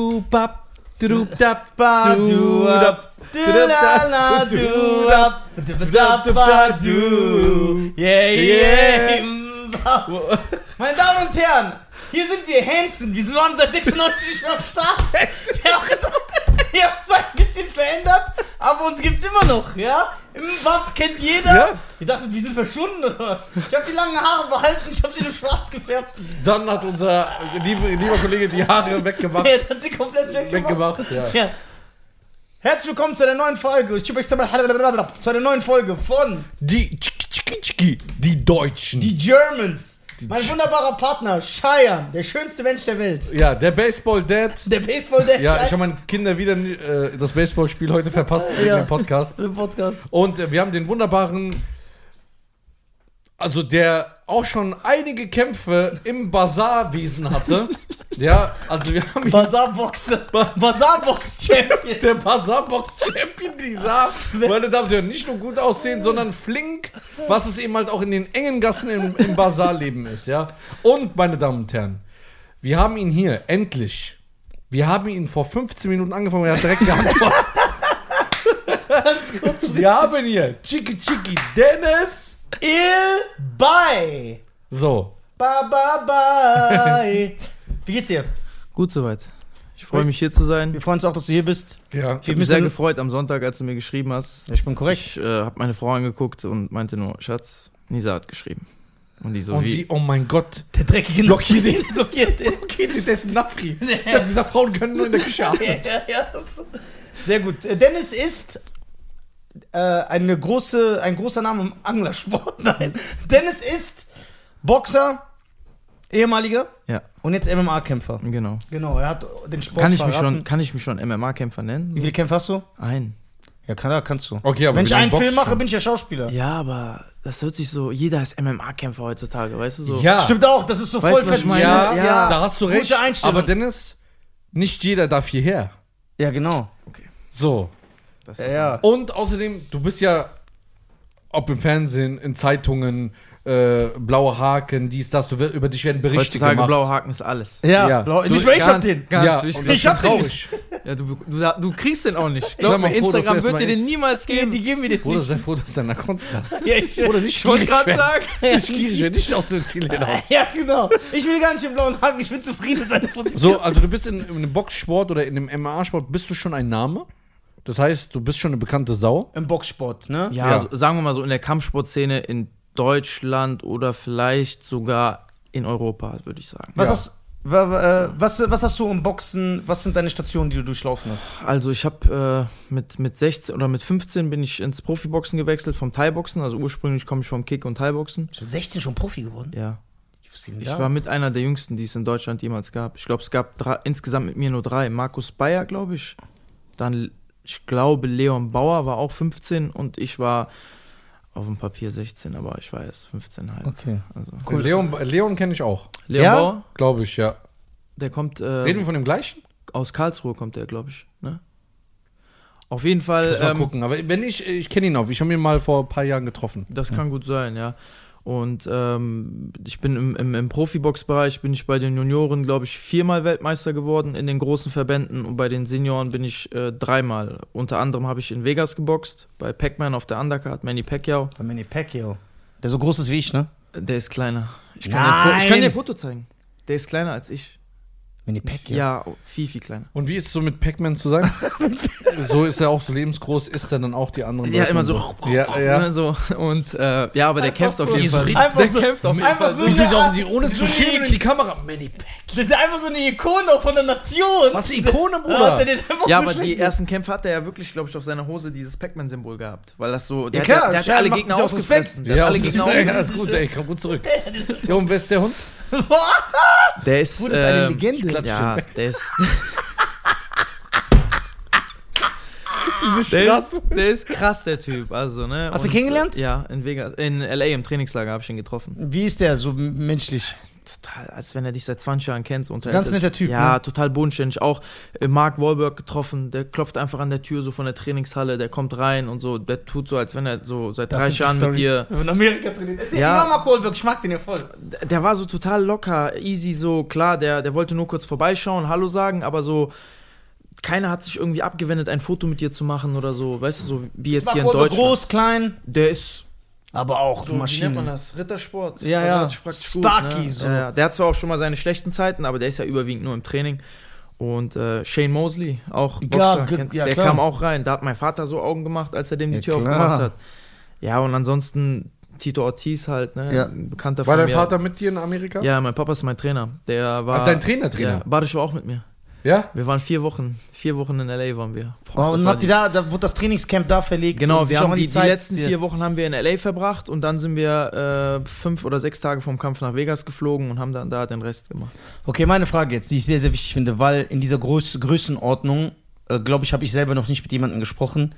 Boop-bap, droop-dap, Badoo-dap, doodap, doodap, doodap, doo. Yeah, yeah. Meine Damen und Herren, hier sind wir Hansen. Wir waren seit 96 schon am Start. Wir haben gesagt, ihr habt es ein bisschen verändert, aber uns gibt's immer noch, ja? Im WAP kennt jeder. Ja. Ihr dachtet, wir sind verschwunden oder was? Ich habe die langen Haare behalten, ich habe sie nur schwarz gefärbt. Dann hat unser lieber, lieber Kollege die Haare weggemacht. Er hat sie komplett weggemacht. weggemacht ja. Ja. Herzlich willkommen zu einer neuen Folge. Ich bin zu einer neuen Folge von Die tschiki, tschiki, tschiki, die Deutschen. Die Germans. Mein Ge- wunderbarer Partner, Cheyenne, der schönste Mensch der Welt. ja, der Baseball-Dad. Der baseball der Ja, ich habe meinen Kindern wieder äh, das Baseballspiel heute verpasst wegen Ja. dem Podcast. im Podcast. Und äh, wir haben den wunderbaren, also der auch schon einige Kämpfe im Bazarwesen hatte. ja, also wir haben ihn Bazaarboxer. Bazaarbox-Champion. Der Bazarbox-Champion, dieser, meine Damen und Herren, nicht nur gut aussehen, sondern flink, was es eben halt auch in den engen Gassen im, im Bazarleben ist, ja. Und, meine Damen und Herren, wir haben ihn hier, endlich. Wir haben ihn vor 15 Minuten angefangen, er hat direkt geantwortet. wir haben hier Chiki Chiki Dennis. Il Bye. So, Ba, ba, bye. Wie geht's dir? Gut soweit. Ich freue mich hier zu sein. Wir freuen uns auch, dass du hier bist. ja. Ich habe müssen- mich sehr gefreut am Sonntag, als du mir geschrieben hast. Ich bin korrekt. Ich äh, habe meine Frau angeguckt und meinte nur, Schatz, Nisa hat geschrieben. Und die so Und wie. sie, oh mein Gott, Der dreckige Blockier den. Blockiert den. geht dir dessen Napfri? Er hat gesagt, Frauen können nur in der Küche Ja, atmen. ja, ja. das- Sehr gut. Äh, Dennis ist äh, eine große, ein großer Name im Anglersport. Nein. Dennis ist Boxer, ehemaliger ja, und jetzt MMA-Kämpfer. genau. Genau, er hat den Sport Kann ich, mich verraten. schon, kann ich mich schon MMA-Kämpfer nennen? Wie viele Kämpfe hast du? Ein. Ja, kann, ja, kannst du. Okay, aber Wenn wie ich lange einen boxst Film du mache, schon? bin ich ja Schauspieler. Ja, aber das hört sich so. Jeder ist MMA-Kämpfer heutzutage, weißt du so? Ja. Stimmt auch, das ist so Weißt voll du, was ich meine? verschmilzt, Ja, Da hast du recht. Gute Einstellung. Aber Dennis, nicht jeder darf hierher. ja, genau. So. Das Ja, ist ja. Und außerdem, du bist ja, ob im Fernsehen, in Zeitungen, äh, blaue Haken, dies, das, du wirst, über dich werden Berichte Heutzutage gemacht. blauer Haken ist alles. Ja, Ja. blau- Du- nicht mal ich hab ganz- den. ganz ja, wichtig. und das Ich hab ist den traurig. Ja, du, du, du kriegst den auch nicht. Sei Glaub mal mir, froh, dass du Instagram erst wird mal dir den isst. niemals Die, geben. die geben mir den Bruder, nicht. sei froh, dass deiner Account hast. Ja, ich, Bruder, nicht Ich wollte gerade gierig werden. sagen. Nicht gierig werden, nicht aus dem Ziel hinaus. ja, genau. Ich will gar nicht im blauen Haken, ich bin zufrieden mit meiner Position. So, also du bist in, in einem Boxsport oder in einem MMA-Sport, bist du schon ein Name? Das heißt, du bist schon eine bekannte Sau? Im Boxsport, ne? Ja, Ja. So, sagen wir mal so in der Kampfsportszene in Deutschland oder vielleicht sogar in Europa, würde ich sagen. Was, Ja. Hast, wa- wa- äh, was, was hast du im Boxen, was sind deine Stationen, die du durchlaufen hast? Also ich habe äh, mit, mit 16 oder mit 15 bin ich ins Profiboxen gewechselt vom Thai-Boxen. Also ursprünglich komme ich vom Kick- und Thai-Boxen. Ich bin 16 schon Profi geworden. Ja. Ich wusste nicht, Ich war mit einer der jüngsten, die es in Deutschland jemals gab. Ich glaube, es gab drei, insgesamt mit mir nur drei. Markus Bayer, glaube ich. Dann, ich glaube, Leon Bauer war auch 15 und ich war auf dem Papier 16, aber ich war erst 15 halt. Okay. Also. Cool. Leon, Leon kenne ich auch. Leon Ja? Bauer, Glaube ich, ja. der kommt. Äh, Reden wir von dem gleichen? aus Karlsruhe kommt der, glaube ich. Ne? Auf jeden Fall, Muss mal ähm, gucken. Aber wenn ich, ich kenne ihn auch. Ich habe ihn mal vor ein paar Jahren getroffen. das kann gut sein, ja. Und ähm, ich bin im, im, im Profibox-Bereich, bin ich bei den Junioren, glaube ich, viermal Weltmeister geworden in den großen Verbänden und bei den Senioren bin ich äh, dreimal. Unter anderem habe ich in Vegas geboxt, bei Pac-Man auf der Undercard, Manny Pacquiao. bei Manny Pacquiao. Der so groß ist wie ich, ne? Der ist kleiner. Ich kann, Nein! Dir, Fo- ich kann dir ein Foto zeigen. Der ist kleiner als ich. Manny Pacquiao. Ja, oh, viel, viel kleiner. Und wie ist es so mit Pac-Man zu sein? so ist er auch so lebensgroß, ist er dann auch die anderen. Ja, Leute immer und so. Ja, ja. Ne, so. Und äh, ja, aber der kämpft so. auf jeden So Fall. richtig- Einfach der so- kämpft auf jeden einfach Fall. so Ich eine tue auch Art- die ohne zu so eine- schämen in die Kamera. Manny Pac. Das ist einfach so eine Ikone von der Nation. Was Ah, Ikone, Da hat er Bruder. den einfach Ja, so aber schlecht die ersten Kämpfe hat er ja wirklich, glaube ich, auf seiner Hose dieses Pac-Man-Symbol gehabt. Weil das so. Der Ja, klar, hat, der hat ja Schein alle macht Gegner sich aus Respekt. ausgefressen. Der, hat alle genau. das ist- Gegner ja, ausgefressen. das ist gut, ey, komm gut zurück. Ja, und wer ist der Hund? Der ist. Bruder, das ist eine ähm, Legende. klatsch- Ja, der ist. Der Straße. ist, der ist krass, der Typ. Also, ne? Hast du Und, kennengelernt? äh, Ja, in Vegas. In L.A. im Trainingslager habe ich ihn getroffen. Wie ist der so menschlich? total, als wenn er dich seit 20 Jahren kennt. so unterhält Ganz er sich. netter Typ, Ja, ne? total bodenständig. Auch äh, Mark Wahlberg getroffen, der klopft einfach an der Tür so von der Trainingshalle, der kommt rein und so, der tut so, als wenn er so seit 30 Jahren mit dir. In Amerika trainiert. Erzähl Ja. ja. mal Kohlberg, ich mag den ja voll. Der war so total locker, easy, so klar, der, der wollte nur kurz vorbeischauen, Hallo sagen, aber so. Keiner hat sich irgendwie abgewendet, ein Foto mit dir zu machen oder so, weißt du, so wie jetzt Mark hier in Wahlberg Deutschland. groß, klein, Der ist aber auch so, wie nennt man das? Rittersport. Ja, ja. Soldat praktisch gut, Starkey, ne? so. Ja, ja. Der hat zwar auch schon mal seine schlechten Zeiten, aber der ist ja überwiegend nur im Training. Und äh, Shane Mosley, auch Boxer, ge- kennst, ja, der klar. kam auch rein. Da hat mein Vater so Augen gemacht, als er dem die Ja, Tür klar. aufgemacht hat. Ja, und ansonsten Tito Ortiz halt, ne? Ja. Ein Bekannter War von dein mir. Vater mit dir in Amerika? Ja, mein Papa ist mein Trainer. Der war. Ach, dein Trainer, Ja, Trainer. Badisch war auch mit mir. Ja? Wir waren vier Wochen. Vier Wochen in L.A. waren wir. Boah, Oh, das und war habt ihr da, da wurde das Trainingscamp da verlegt. Genau, und sich wir auch haben an die, die, Zeit- letzten vier Wochen haben wir in LA verbracht und dann sind wir äh, fünf oder sechs Tage vom Kampf nach Vegas geflogen und haben dann da den Rest gemacht. Okay, meine Frage jetzt, die ich sehr, sehr wichtig finde, weil in dieser Größ Größenordnung, äh, glaube ich, habe ich selber noch nicht mit jemandem gesprochen.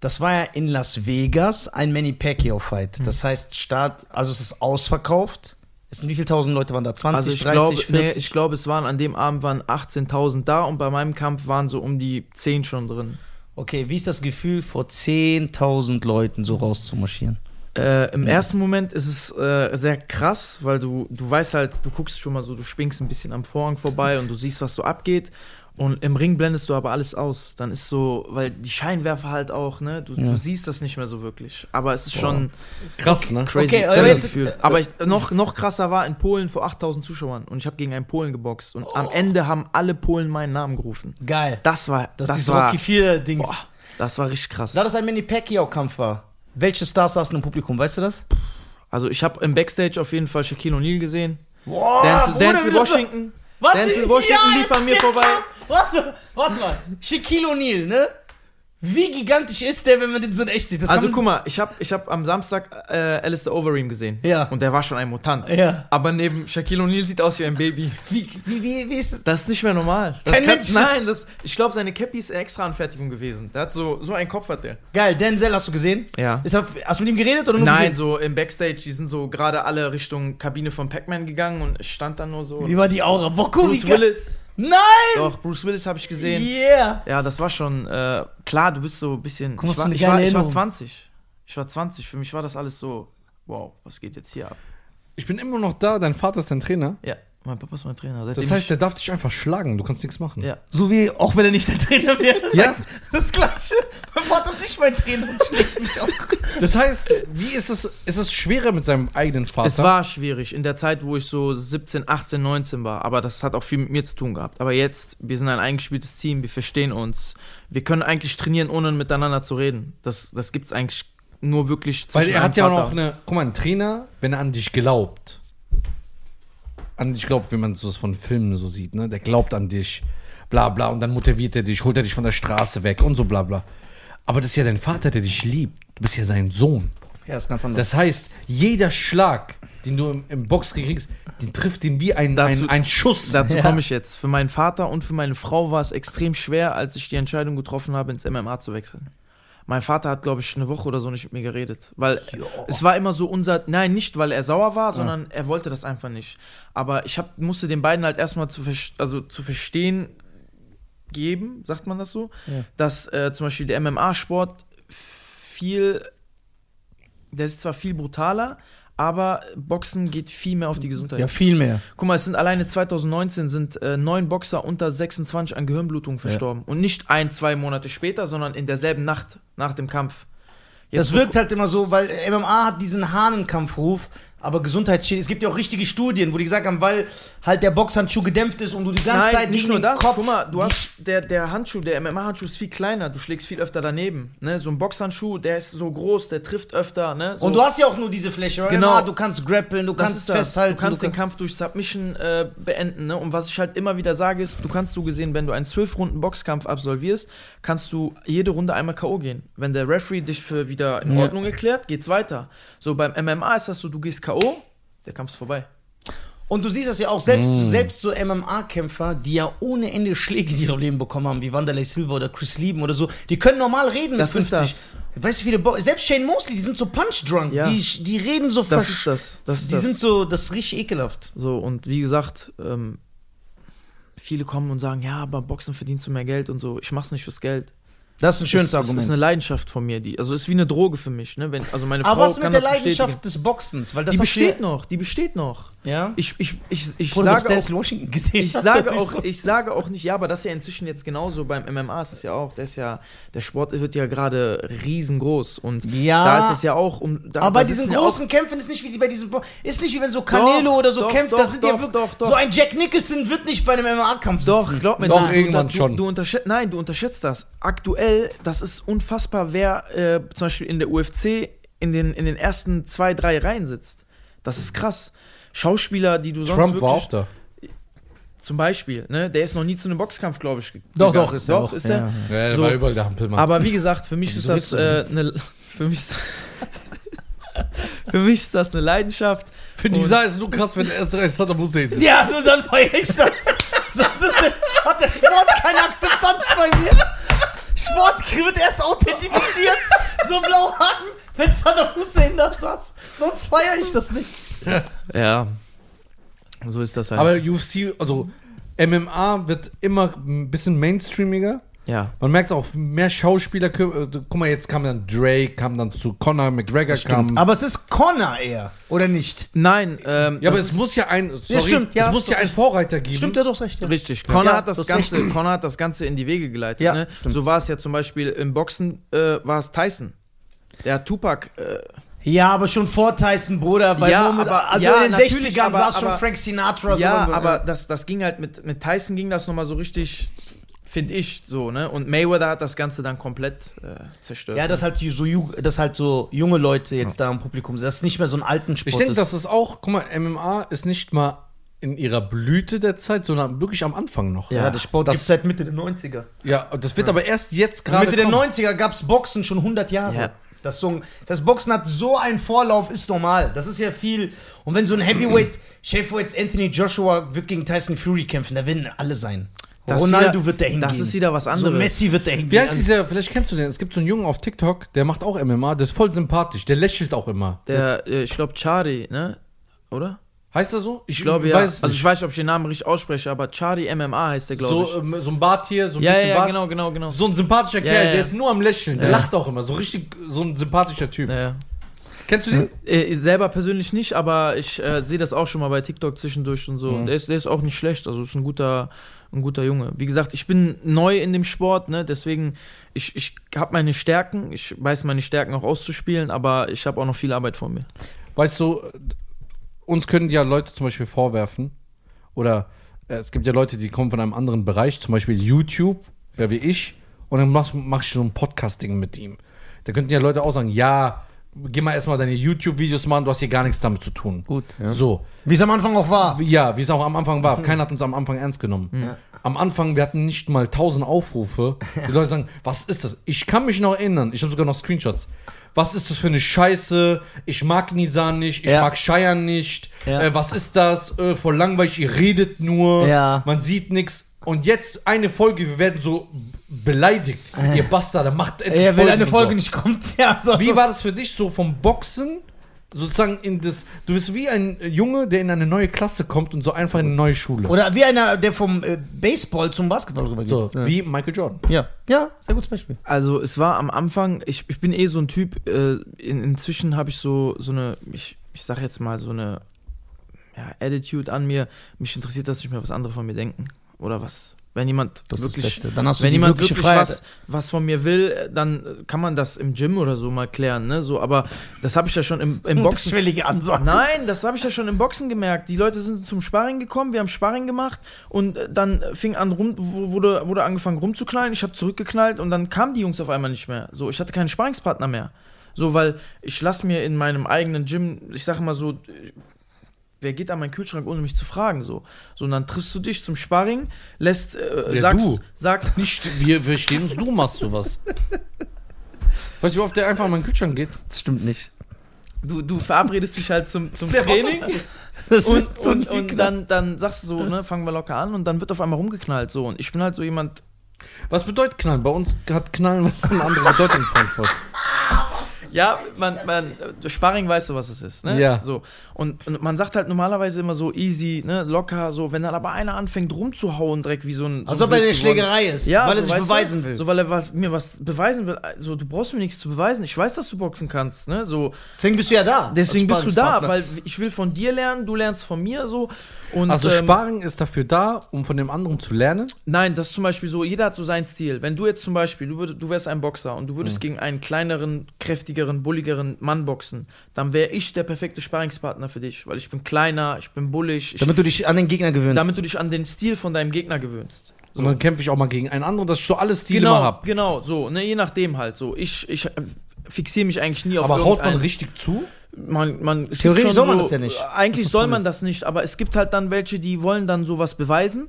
Das war ja in Las Vegas ein Manny Hm. Pacquiao-Fight. Das heißt, Start, also es ist ausverkauft. Es sind wie viele tausend Leute waren da? 20, also ich 30, glaube, 40? nee, ich glaube, es waren an dem Abend waren 18.000 da und bei meinem Kampf waren so um die 10 schon drin. okay, wie ist das Gefühl, vor 10.000 Leuten so rauszumarschieren? Äh, Im ersten Moment ist es äh, sehr krass, weil du, du weißt halt, du guckst schon mal so, du schwingst ein bisschen am Vorhang vorbei und du siehst, was so abgeht. Und im Ring blendest du aber alles aus. Dann ist so, weil die Scheinwerfer halt auch, ne? Du, Ja. du siehst das nicht mehr so wirklich. Aber es ist schon Krass, ne? crazy. Okay, aber aber jetzt- Gefühl. aber ich, noch, noch krasser war in Polen vor 8000 Zuschauern und ich habe gegen einen Polen geboxt. Und Oh. am Ende haben alle Polen meinen Namen gerufen. Geil. Das war, das, Das, ist war, Rocky 4-Dings. boah, das war richtig krass. Da das ein Manny Pacquiao-Kampf war, welche Stars saßen im Publikum, weißt du das? Also ich habe im Backstage auf jeden Fall Shaquille O'Neal gesehen. Boah, Denzel, Bruder, Denzel wie das- Washington. Warte, Denzel Washington ja, lief jetzt an mir geht's vorbei. los. Warte, warte mal. Shaquille O'Neal, ne? Wie gigantisch ist der, wenn man den so in echt sieht? Das Also kann guck mal, ich habe ich hab am Samstag äh, Alistair Overeem gesehen. Ja. Und der war schon ein Mutant. man, Ja. Aber neben Shaquille O'Neal sieht aus wie ein Baby. Wie, wie, wie, wie ist das? Das ist nicht mehr normal. Das Kein Mensch. Nein, das, ich glaube, seine Cappy ist extra Anfertigung gewesen. Der hat so, so einen Kopf hat der. Geil, Denzel hast du gesehen? Ja. Ist er, hast du mit ihm geredet oder nur Nein, gesehen? so im Backstage, die sind so gerade alle Richtung Kabine von Pac-Man gegangen und ich stand dann nur so. Wie war die Aura? Boah, guck, Bruce wie geil- Willis. Nein! Doch, Bruce Willis habe ich gesehen. Yeah! Ja, das war schon, äh, klar, du bist so ein bisschen. Guck mal, was ich, war, für eine ich, war, geile ich war Erinnerung. 20. Ich war 20. Für mich war das alles so, wow, was geht jetzt hier ab? Ich bin immer noch da, dein Vater ist dein Trainer. Ja, mein Papa ist mein Trainer. Seitdem Das heißt, ich, der darf dich einfach schlagen, du kannst nichts machen. ja. So wie, auch wenn er nicht dein Trainer wäre. Ja. sagt Das Gleiche. Mein Vater ist nicht mein Trainer und schlägt mich auch. Das heißt, wie ist es, ist es schwerer mit seinem eigenen Vater? Es war schwierig in der Zeit, wo ich so 17, 18, 19 war. Aber das hat auch viel mit mir zu tun gehabt. Aber jetzt, wir sind ein eingespieltes Team, wir verstehen uns. Wir können eigentlich trainieren, ohne miteinander zu reden. Das, das gibt es eigentlich nur wirklich Weil zwischen er hat einem ja Vater noch und- eine. Guck mal, ein Trainer, wenn er an dich glaubt. An dich glaubt, wie man so das von Filmen so sieht, ne? Der glaubt an dich. Bla bla. Und dann motiviert er dich, holt er dich von der Straße weg und so bla bla. Aber das ist ja dein Vater, der dich liebt. Du bist ja sein Sohn. Ja, ist ganz anders. Das heißt, jeder Schlag, den du im, im Boxring kriegst, den trifft den wie ein, Dazu- ein, ein Schuss. Dazu Ja. komme ich jetzt. Für meinen Vater und für meine Frau war es extrem schwer, als ich die Entscheidung getroffen habe, ins MMA zu wechseln. Mein Vater hat, glaube ich, eine Woche oder so nicht mit mir geredet. Weil es war immer so unser. Nein, nicht, weil er sauer war, sondern er wollte das einfach nicht. Aber ich hab, musste den beiden halt erstmal zu, ver- also zu verstehen geben, sagt man das so, dass äh, zum Beispiel der MMA-Sport viel. Der ist zwar viel brutaler, aber Boxen geht viel mehr auf die Gesundheit. ja, viel mehr. Guck mal, es sind alleine 2019 sind äh, neun Boxer unter 26 an Gehirnblutung verstorben. Und nicht ein, zwei Monate später, sondern in derselben Nacht nach dem Kampf. Das wirkt halt immer so, weil MMA hat diesen Hahnenkampfruf, aber Gesundheitsschäden. Es gibt ja auch richtige Studien, wo die gesagt haben, weil halt der Boxhandschuh gedämpft ist und du die ganze Nein, Zeit nicht gegen nur den das. Kopf. Guck mal, du die- hast der, der Handschuh, der MMA-Handschuh ist viel kleiner, du schlägst viel öfter daneben. Ne? So ein Boxhandschuh, der ist so groß, der trifft öfter. Ne? So. Und du hast ja auch nur diese Fläche. weil Genau. MMA, du kannst grappeln, du Das kannst ist das. festhalten. Du kannst den Kampf durch Submission äh, beenden. Ne? Und was ich halt immer wieder sage, ist, du kannst so gesehen, wenn du einen zwölf Runden Boxkampf absolvierst, kannst du jede Runde einmal K.O. gehen. Wenn der Referee dich für wieder in Ja. Ordnung erklärt, geht's weiter. So beim MMA ist das so, du gehst K.O., der Kampf Mm. ist vorbei. Und du siehst das ja auch selbst, selbst so MMA-Kämpfer, die ja ohne Ende Schläge in ihrem Leben bekommen haben, wie Wanderlei Silva oder Chris Lieben oder so, die können normal reden Das ist Weißt du, wie viele Bo selbst Shane Mosley, die sind so punch-drunk, Ja. die, die reden so Das versch- ist das. das ist Die das. sind so, das ist richtig ekelhaft. So, und wie gesagt, ähm, viele kommen und sagen, ja, aber Boxen verdienst du mehr Geld und so. Ich mach's nicht fürs Geld. Das ist ein schönes das, Das ist Argument. eine Leidenschaft von mir, die. Also ist wie eine Droge für mich, ne? Wenn, also meine Aber Frau was mit kann der das bestätigen. Leidenschaft des Boxens? Weil das Die hast du besteht noch, die besteht noch. Ja, ja? Ich, ich, ich, ich, Bruder, sage wenn auch, Denzel Washington gesehen. ich hat, sage dann- auch, ich sage auch nicht, ja, aber das ist ja inzwischen jetzt genauso beim MMA ist das ja auch, das ist ja, der Sport wird ja gerade riesengroß und Ja. da ist es ja auch um, da, Aber bei da diesen sitzen ja auch- großen Kämpfen ist nicht wie die bei diesem Bo ist nicht wie wenn so Canelo oder so doch, kämpft, doch, das sind ja doch, wirklich doch, doch. so ein Jack Nicholson wird nicht bei einem MMA-Kampf sitzen. Doch, glaub mir, Doch, du- irgendwann du, schon. Du unterschätzt, nein, du unterschätzt das. Aktuell, das ist unfassbar, wer äh, zum Beispiel in der UFC in den, in den ersten zwei, drei Reihen sitzt. Das ist krass. Schauspieler, die du sonst Trump wirklich, war auch da. zum Beispiel, ne, der ist noch nie zu einem Boxkampf, glaube ich. Doch, gegangen. doch, ist er doch, auch. ist er. Ja, Ja, der So. war überall der Hampelmann. Aber wie gesagt, für mich ist Wieso das äh, eine, für mich ist, für mich ist das eine Leidenschaft. Für die Sache ist nur krass, wenn er erst recht hat, dann muss er jetzt. Ja, nur dann feiere ich das. Sonst ist der, hat der Sport keine Akzeptanz bei mir. Sport wird erst authentifiziert, so Blauhaken, wenn Saddam Hussein das sagt. Sonst feiere ich das nicht. Ja, so ist das halt. Aber UFC, also MMA wird immer ein bisschen mainstreamiger. ja, Man merkt auch, mehr Schauspieler. kü- äh, Guck mal, jetzt kam dann Drake, kam dann zu Conor McGregor, kam. Aber es ist Connor eher, oder nicht? nein. Ähm, Ja, aber das es muss ja ein. Sorry, stimmt, ja, es muss das ja ist einen Vorreiter geben. Stimmt, er hat doch recht. ja. Richtig. Connor, Ja, hat das das ist Ganze, Connor hat das Ganze in die Wege geleitet. Ja, ne? stimmt. So war es ja zum Beispiel im Boxen, äh, war es Tyson. Der hat Tupac. Äh, Ja, aber schon vor Tyson, Bruder. Weil Ja, nur mit, aber- also ja, in den natürlich, 60ern aber- saß schon aber- Frank Sinatra. ja, so ne? aber das, das ging halt mit, mit Tyson ging das nochmal so richtig, finde ich, so, ne? Und Mayweather hat das Ganze dann komplett äh, zerstört. Ja, dass halt, die so, ju- dass halt so junge Leute jetzt da im Publikum sind. Das ist nicht mehr so ein alten Sport. Ich denke, ist. das ist auch. Guck mal, MMA ist nicht mal in ihrer Blüte der Zeit, sondern wirklich am Anfang noch. ja, Ja, der Sport das- gibt es seit Mitte der 90er. Ja, das wird aber erst jetzt gerade. Mitte der kommen. 90er gab es Boxen schon 100 Jahre. Ja. Das, so, das Boxen hat so einen Vorlauf, ist normal. Das ist ja viel. Und wenn so ein Heavyweight, Chef jetzt Anthony Joshua wird gegen Tyson Fury kämpfen, da werden alle sein. Das Ronaldo wieder- wird da hingehen. das ist wieder was anderes. So Messi wird da hingehen. Wie heißt dieser? Vielleicht kennst du den. Es gibt so einen Jungen auf TikTok, der macht auch MMA. Der ist voll sympathisch. Der lächelt auch immer. Der, äh, ich glaube, Chari, ne? Oder? Heißt er so? Ich glaube ja. weiß es also ich nicht. weiß nicht, ob ich den Namen richtig ausspreche, aber Chari MMA heißt der, glaube ich. so, ähm, so ein Bart hier, so ein ja, bisschen ja, Bart. genau, genau, genau. So ein sympathischer Ja, Kerl, ja, der ja. ist nur am Lächeln. Der Ja. lacht auch immer. So richtig, äh, so ein sympathischer Typ. Ja, ja. Kennst du den? Äh, ich selber persönlich nicht, aber ich äh, sehe das auch schon mal bei TikTok zwischendurch und so. Mhm. Der, ist, der ist auch nicht schlecht, also ist ein guter, ein guter Junge. Wie gesagt, ich bin neu in dem Sport, ne? deswegen, ich, ich habe meine Stärken, ich weiß meine Stärken auch auszuspielen, aber ich habe auch noch viel Arbeit vor mir. Weißt du, äh, uns können ja Leute zum Beispiel vorwerfen, oder äh, es gibt ja Leute, die kommen von einem anderen Bereich, zum Beispiel YouTube, ja, wie ich, und dann mach, mach ich so ein Podcasting mit ihm. Da könnten ja Leute auch sagen, ja, geh mal erstmal deine YouTube-Videos machen, du hast hier gar nichts damit zu tun. Gut. So, Wie es am Anfang auch war. wie- ja, wie es auch am Anfang war, keiner hat uns am Anfang ernst genommen. Am Anfang, wir hatten nicht mal 1000 Aufrufe. Die Leute sagen, was ist das? Ich kann mich noch erinnern, ich habe sogar noch Screenshots. Was ist das für eine Scheiße? Ich mag Nisan nicht, ich Ja. mag Shire nicht. Ja. Äh, was ist das? Äh, voll langweilig, ihr redet nur, Ja. man sieht nichts. Und jetzt eine Folge, wir werden so beleidigt. Ihr Bastarde, macht endlich Ja, wenn Folgen eine und Folge so. nicht kommt, ja. So, Wie so. war das für dich so vom Boxen sozusagen in das? Du bist wie ein Junge, der in eine neue Klasse kommt und so einfach in eine neue Schule. Oder wie einer, der vom äh, Baseball zum Basketball rüber geht. so wie Michael Jordan. Ja. ja, sehr gutes Beispiel. Also es war am Anfang, ich, ich bin eh so ein Typ, äh, in, inzwischen habe ich so, so eine, ich, ich sag jetzt mal so eine ja, Attitude an mir. Mich interessiert das nicht mehr, was andere von mir denken oder was. Wenn jemand wirklich Dann hast wenn die jemand wirkliche wirklich was, was von mir will, äh, dann äh, kann man das im Gym oder so mal klären, ne? So, aber das habe ich ja schon im, im Boxen. Unterschwellige Ansage. Nein, das habe ich ja schon im Boxen gemerkt. Die Leute sind zum Sparring gekommen, wir haben Sparring gemacht und äh, dann äh, fing an rum, wu- wurde, wurde angefangen rumzuknallen, ich habe zurückgeknallt und dann kamen die Jungs auf einmal nicht mehr. So, ich hatte keinen Sparringspartner mehr. So, weil ich lasse mir in meinem eigenen Gym, ich sage mal so, äh, wer geht an meinen Kühlschrank, ohne mich zu fragen, so. So, und dann triffst du dich zum Sparring, lässt, äh, Ja, sagst, du. sagst, Nicht wir verstehen uns, du machst sowas. Weißt du, wie oft der einfach in meinen Kühlschrank geht? Das stimmt nicht. Du, du verabredest dich halt zum, zum Sehr Training. Das und, wird so und, nie und knapp. dann, dann sagst du so, ne, fangen wir locker an und dann wird auf einmal rumgeknallt. So. Und ich bin halt so jemand, Was bedeutet Knallen? Bei uns hat Knallen was eine andere Bedeutung in Frankfurt. ja, man, man, äh, Sparring weißt du, was es ist, ne? Ja. So. Und, und man sagt halt normalerweise immer so easy, ne, locker, so, wenn dann aber einer anfängt rumzuhauen, direkt wie so ein. Als so ob er eine wild geworden- Schlägerei ist, Ja, weil so, er sich weißt du? beweisen will. So, weil er was, mir was beweisen will. So, du brauchst mir nichts zu beweisen. Ich weiß, dass du boxen kannst, ne? So, Deswegen bist du ja da. deswegen als bist du da, Sparringspartner. weil ich will von dir lernen, du lernst von mir so. Und, Also ähm, Sparen ist dafür da, um von dem anderen zu lernen. Nein, das ist zum Beispiel so, jeder hat so seinen Stil. Wenn du jetzt zum Beispiel, du, würd, du wärst ein Boxer und du würdest Mhm. gegen einen kleineren, kräftigeren, bulligeren Mann boxen, dann wäre ich der perfekte Sparingspartner für dich, weil ich bin kleiner, ich bin bullig, ich, damit, Damit du dich an den Gegner gewöhnst. du dich an den Stil von deinem Gegner gewöhnst. Und dann kämpfe ich auch mal gegen einen anderen, dass ich so alles Stile mal genau, habe. genau, so, ne, je nachdem halt so. Ich, ich fixiere mich eigentlich nie auf Aber haut man irgendeinen- richtig zu? man, man, es gibt Theoretisch schon soll man das ja nicht. Eigentlich soll man das nicht, aber es gibt halt dann welche, die wollen dann sowas beweisen.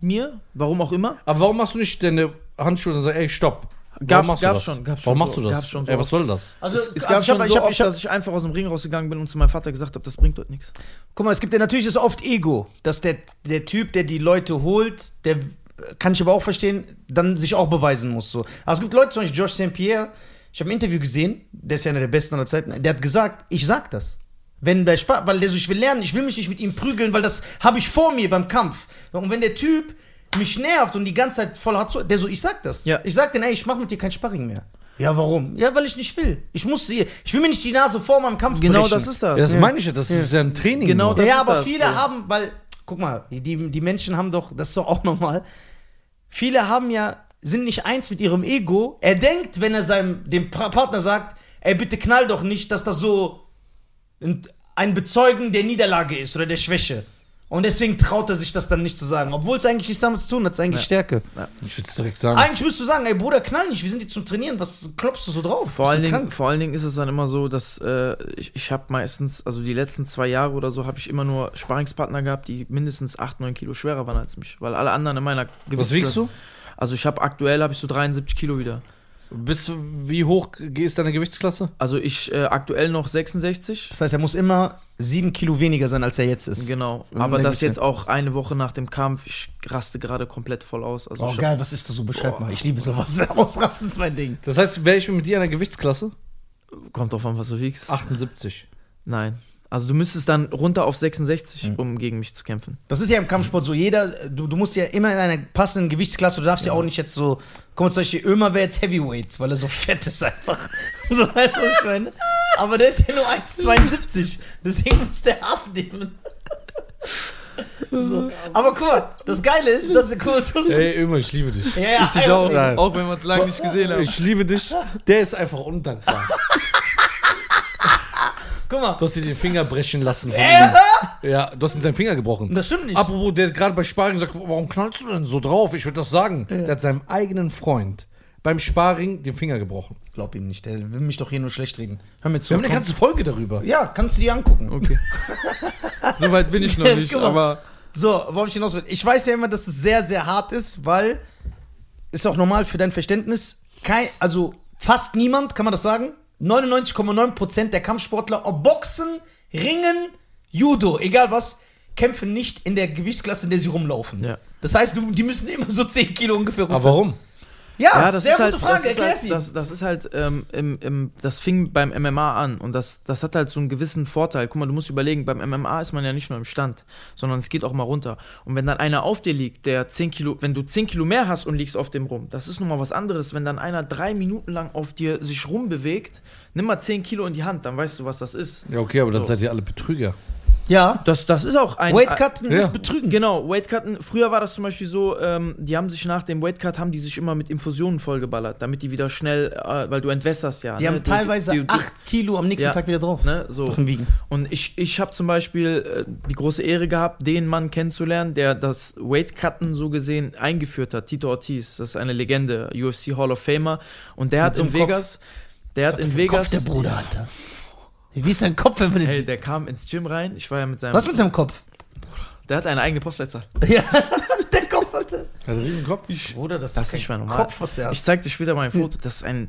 Mir, warum auch immer. Aber warum machst du nicht deine Handschuhe und sagst, ey, stopp? Warum Gab's- machst du gab's das? schon, gab's Warum schon machst so, du das? gab's schon so ey, was soll das? also, Es, es also gab ich schon habe, so ich habe, oft, ich habe, dass ich einfach aus dem Ring rausgegangen bin und zu meinem Vater gesagt habe, das bringt heute nichts. guck mal, es gibt ja natürlich ist oft Ego, dass der, der Typ, der die Leute holt, der äh, kann ich aber auch verstehen, dann sich auch beweisen muss. So. Aber es gibt Leute, zum Beispiel Josh St. Pierre, ich habe ein Interview gesehen, der ist ja einer der besten aller Zeiten, der hat gesagt, ich sag das. Wenn der Spaß, weil der so, ich will lernen, ich will mich nicht mit ihm prügeln, weil das habe ich vor mir beim Kampf. Und wenn der Typ mich nervt und die ganze Zeit voll hat, so- der so, ich sag das. Ja. Ich sag den, ey, ich mach mit dir kein Sparring mehr. Ja, warum? Ja, weil ich nicht will. Ich muss, ich will mir nicht die Nase vor meinem Kampf Genau brechen. das ist das. Ja, das meine ich ja, das ist ja ein Training. Genau nur. das- ja, ist aber das, viele so. haben, weil, guck mal, die, die Menschen haben doch, das ist doch auch normal, viele haben ja, sind nicht eins mit ihrem Ego. Er denkt, wenn er seinem dem Pa- Partner sagt, ey, bitte knall doch nicht, dass das so ein, ein Bezeugen der Niederlage ist oder der Schwäche. Und deswegen traut er sich das dann nicht zu sagen. Obwohl es eigentlich nichts damit zu tun hat, es ist eigentlich Stärke. Ich würde es direkt sagen. Eigentlich müsstest du sagen, ey Bruder, knall nicht, wir sind hier zum Trainieren, was klopfst du so drauf? Vor allen, Bist du Dingen, vor allen Dingen ist es dann immer so, dass äh, ich, ich habe meistens, also die letzten zwei Jahre oder so, habe ich immer nur Sparingspartner gehabt, die mindestens 8, 9 Kilo schwerer waren als mich, weil alle anderen in meiner was wiegst du? Also ich habe aktuell, habe ich so 73 Kilo wieder. Bis, wie hoch ist deine Gewichtsklasse? Also ich äh, aktuell noch 66. Das heißt, er muss immer sieben Kilo weniger sein, als er jetzt ist. Genau, Mhm, aber denk das ich mir. jetzt auch eine Woche nach dem Kampf, ich raste gerade komplett voll aus. Also Oh, ich geil, was ist das so? Beschreib mal. Ich liebe sowas. Ausrasten ist mein Ding. Das heißt, wäre ich mit dir in der Gewichtsklasse? kommt drauf an, was du wiegst. 78. Nein. Also du müsstest dann runter auf 66, um gegen mich zu kämpfen. Das ist ja im Kampfsport so. Jeder, du, du musst ja immer in einer passenden Gewichtsklasse, du darfst ja, auch nicht jetzt so. Guck mal, zum Beispiel, Ömer wäre jetzt Heavyweight, weil er so fett ist einfach. so weißt du, was ich meine. Aber der ist ja nur 1,72. Deswegen muss der abnehmen. so. Aber guck mal, das Geile ist, dass der Kurs. Ey, Ömer, ich liebe dich. Ja, ja, ich dich auch. Nein. Nein. Auch wenn wir es lange nicht gesehen haben. Ich liebe dich. Der ist einfach undankbar. Oh, Guck mal. Du hast dir den Finger brechen lassen. Von Äh? ihm. Ja, du hast ihm seinen Finger gebrochen. Das stimmt nicht. Apropos, der hat gerade bei Sparring gesagt, warum knallst du denn so drauf? Ich würde das sagen. Der hat seinem eigenen Freund beim Sparring den Finger gebrochen. glaub ihm nicht, der will mich doch hier nur schlecht reden. Hör mir zu. Wir haben eine komm. ganze Folge darüber. Ja, kannst du dir angucken. Okay. Soweit bin ich noch nicht, Guck mal. aber So, worauf ich hinaus will. Ich weiß ja immer, dass es sehr, sehr hart ist, weil ist auch normal für dein Verständnis. Kein, also fast niemand, kann man das sagen? 99,9% der Kampfsportler, ob Boxen, Ringen, Judo, egal was, kämpfen nicht in der Gewichtsklasse, in der sie rumlaufen. Ja. Das heißt, du, die müssen immer so 10 Kilo ungefähr runter. Aber warum? Ja, ja, Ah, das sehr gute ist halt, Frage, das ist erklär halt, sie. das, das ist halt, ähm, im, im, das fing beim MMA an und das, das hat halt so einen gewissen Vorteil. Guck mal, du musst überlegen, beim MMA ist man ja nicht nur im Stand, sondern es geht auch mal runter. Und wenn dann einer auf dir liegt, der 10 Kilo, wenn du 10 Kilo mehr hast und liegst auf dem rum, das ist nun mal was anderes. Wenn dann einer drei Minuten lang auf dir sich rumbewegt, nimm mal 10 Kilo in die Hand, dann weißt du, was das ist. Ja, okay, aber dann So. seid ihr alle Betrüger. ja, Das, das ist auch ein. Weightcutten Ja. ist Betrügen. Genau, Weightcutten. Früher war das zum Beispiel so, ähm, die haben sich nach dem Weightcut, haben die sich immer mit Infusionen vollgeballert, damit die wieder schnell, äh, weil du entwässerst ja. Die ne? haben teilweise 8 Kilo am nächsten Ja. Tag wieder drauf. Ne, so. Wochen wiegen. Und ich, ich habe zum Beispiel äh, die große Ehre gehabt, den Mann kennenzulernen, der das Weightcutten so gesehen eingeführt hat. Tito Ortiz, das ist eine Legende, UFC Hall of Famer. Und der hat so in einem Kopf. Vegas, der hat in Kopf Vegas, der Bruder, Alter. Wie ist dein Kopf, wenn man den ey, sieht? der kam ins Gym rein. Ich war ja mit seinem, Was mit seinem Kopf? der hat eine eigene Postleitzahl. Ja, der Kopf, Alter. Hat einen riesen Kopf. Bruder, Das ist kein nicht mehr normal. Kopf, was der hat. Ich zeig dir später mal ein Foto. Das ist ein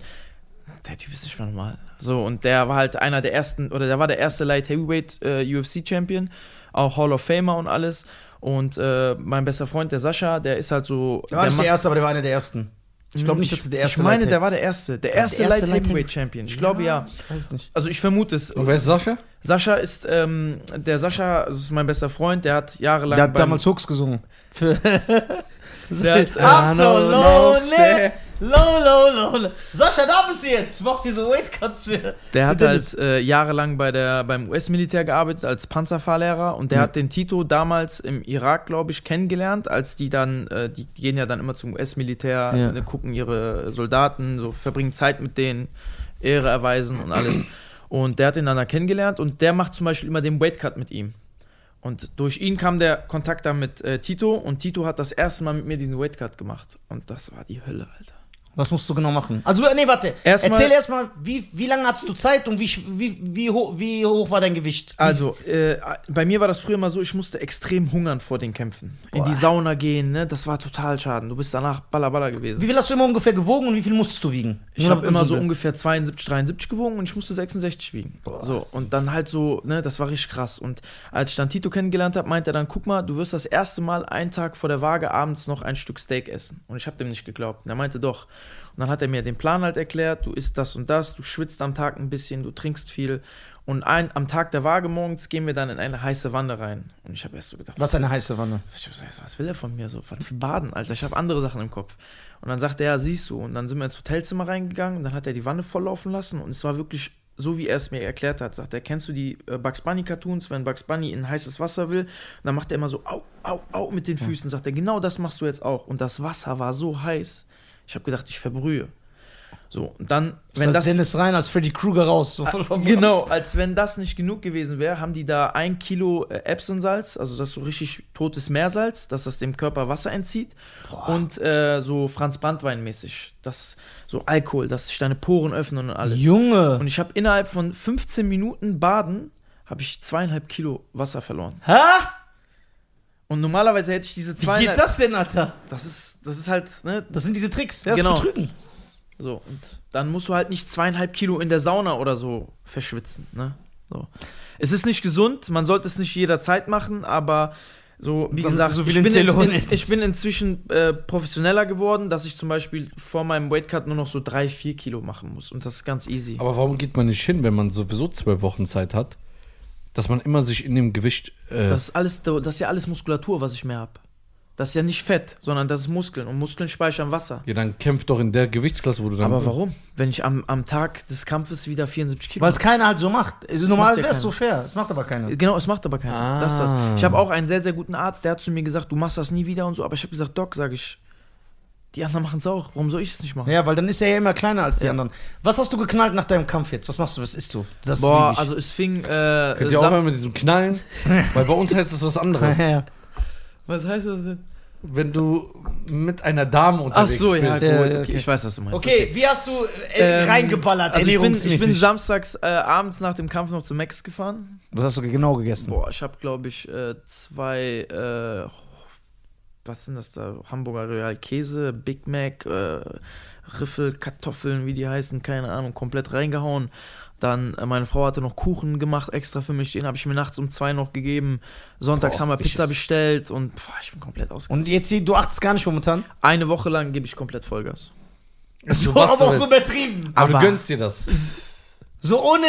der Typ ist nicht mehr normal. So, und der war halt einer der ersten, oder der war der erste Light Heavyweight äh, UFC Champion, auch Hall of Famer und alles. Und äh, mein bester Freund, der Sascha, der ist halt so. Der war nicht macht- der Erste, aber der war einer der Ersten. Ich glaube nicht, dass er der Erste Ich meine, Light- der war der erste. Der erste, erste Light Light Heavyweight Champion. Ich glaube ja. Ich weiß es nicht. Also ich vermute es. Und wer ist Sascha? Sascha ist, ähm, der Sascha, also ist mein bester Freund, der hat jahrelang. Der hat beim- damals Hooks gesungen. Der hat, äh, I'm so lonely. Low, low, low, low. Sascha, da bist du jetzt. Machst hier so Weight Cuts für. Der hat für Dennis. halt äh, jahrelang bei der, beim US-Militär gearbeitet als Panzerfahrlehrer und der hat den Tito damals im Irak, glaube ich, kennengelernt, als die dann, äh, die, die gehen ja dann immer zum US-Militär, Ja. ne, gucken ihre Soldaten, so verbringen Zeit mit denen, Ehre erweisen und alles. Und der hat ihn dann da kennengelernt und der macht zum Beispiel immer den Weightcut mit ihm. Und durch ihn kam der Kontakt dann mit äh, Tito und Tito hat das erste Mal mit mir diesen Weightcut gemacht. Und das war die Hölle, Alter. Was musst du genau machen? Also, nee, warte. Erstmal- Erzähl erstmal, wie, wie lange hattest du Zeit und wie, sch- wie, wie, hoch, wie hoch war dein Gewicht? Also, äh, bei mir war das früher mal so, ich musste extrem hungern vor den Kämpfen. In die Boah. Sauna gehen, ne? Das war total schaden. Du bist danach ballerballer gewesen. Wie viel hast du immer ungefähr gewogen und wie viel musstest du wiegen? Ich Nur habe damit immer man so um- will. ungefähr 72, 73 gewogen und ich musste 66 wiegen. Boah. So, und dann halt so, ne, das war richtig krass. Und als ich dann Tito kennengelernt habe, meinte er dann, guck mal, du wirst das erste Mal einen Tag vor der Waage abends noch ein Stück Steak essen. Und ich habe dem nicht geglaubt. Und er meinte doch. Und dann hat er mir den Plan halt erklärt, du isst das und das, du schwitzt am Tag ein bisschen, du trinkst viel. Und ein, am Tag der Waage morgens gehen wir dann in eine heiße Wanne rein. Und ich habe erst so gedacht, Was eine heiße Wanne. ich hab gesagt, was will er von mir so? Was für Baden, Alter? Ich habe andere Sachen im Kopf. Und dann sagt er, ja, siehst du. Und dann sind wir ins Hotelzimmer reingegangen. Und dann hat er die Wanne volllaufen lassen. Und es war wirklich so, wie er es mir erklärt hat. Sagt er, kennst du die äh, Bugs Bunny Cartoons, wenn Bugs Bunny in heißes Wasser will? Und dann macht er immer so, au, au, au mit den Füßen. Sagt er, genau das machst du jetzt auch. Und das Wasser war so heiß. Ich habe gedacht, ich verbrühe. So, und dann, wenn als das. Dennis rein, als Freddy Krueger raus. So voll vom- Genau, als wenn das nicht genug gewesen wäre, haben die da ein Kilo äh, Epsonsalz, also das so richtig totes Meersalz, dass das dem Körper Wasser entzieht und äh, so Franz Brandwein mäßig, das so Alkohol, dass sich deine Poren öffnen und alles. Junge. Und ich habe innerhalb von 15 Minuten Baden habe ich zweieinhalb Kilo Wasser verloren. Hä? Und normalerweise hätte ich diese Wie zweieinhalb. geht das denn, Alter? das ist, das ist halt ne, Das sind diese Tricks. Das Genau. ist Betrügen. so. Und dann musst du halt nicht zweieinhalb Kilo in der Sauna oder so verschwitzen. Ne? So. Es ist nicht gesund, man sollte es nicht jederzeit machen, aber so, wie Damit gesagt, du so ich, viel bin in, Zellulite in, ich bin inzwischen äh, professioneller geworden, dass ich zum Beispiel vor meinem Weightcut nur noch so drei, vier Kilo machen muss. Und das ist ganz easy. Aber warum geht man nicht hin, wenn man sowieso zwei Wochen Zeit hat, dass man immer sich in dem Gewicht. Äh, Das ist, alles, das ist ja alles Muskulatur, was ich mehr habe. Das ist ja nicht Fett, sondern das ist Muskeln. Und Muskeln speichern Wasser. ja, dann kämpft doch in der Gewichtsklasse, wo du dann. Aber warum? Wenn ich am, am Tag des Kampfes wieder 74 Kilo Weil es keiner halt so macht. Also normal macht ja wäre es so keiner. fair. Es macht aber keiner. Genau, es macht aber keiner. Ah. Das, ist das. Ich habe auch einen sehr, sehr guten Arzt, der hat zu mir gesagt, du machst das nie wieder und so. Aber ich habe gesagt, Doc, sage ich, die anderen machen es auch. Warum soll ich es nicht machen? Ja, weil dann ist er ja immer kleiner als die Ja. anderen. Was hast du geknallt nach deinem Kampf jetzt? Was machst du? Was isst du? Das Boah, lieb ich. also es fing. Äh, Könnt ihr Sam- aufhören mit diesem Knallen? Weil bei uns heißt das was anderes. Ja, ja. Was heißt das denn? Wenn du mit einer Dame Ach unterwegs bist. äh, so, ja, Ja, ja, gut, okay. okay. Ich weiß, was du meinst. Also, Okay, wie hast du äh, Ähm, reingeballert? Also ich, bin, ich bin ernährungsmäßig? samstags äh, abends nach dem Kampf noch zu Max gefahren. Was hast du genau gegessen? Hm. Boah, ich habe, glaube ich, äh, zwei. Äh, was sind das da? Hamburger Royal Käse, Big Mac, äh, Riffel, Kartoffeln, wie die heißen, keine Ahnung, komplett reingehauen. Dann, äh, meine Frau hatte noch Kuchen gemacht extra für mich, den habe ich mir nachts um zwei noch gegeben. Sonntags Boah, haben wir ich Pizza ist- bestellt und boah, ich bin komplett ausgegangen. Und jetzt, hier, du achtest gar nicht momentan? Eine Woche lang gebe ich komplett Vollgas. So, was aber auch denn so übertrieben. Aber, Aber- du gönnst dir das. So ohne,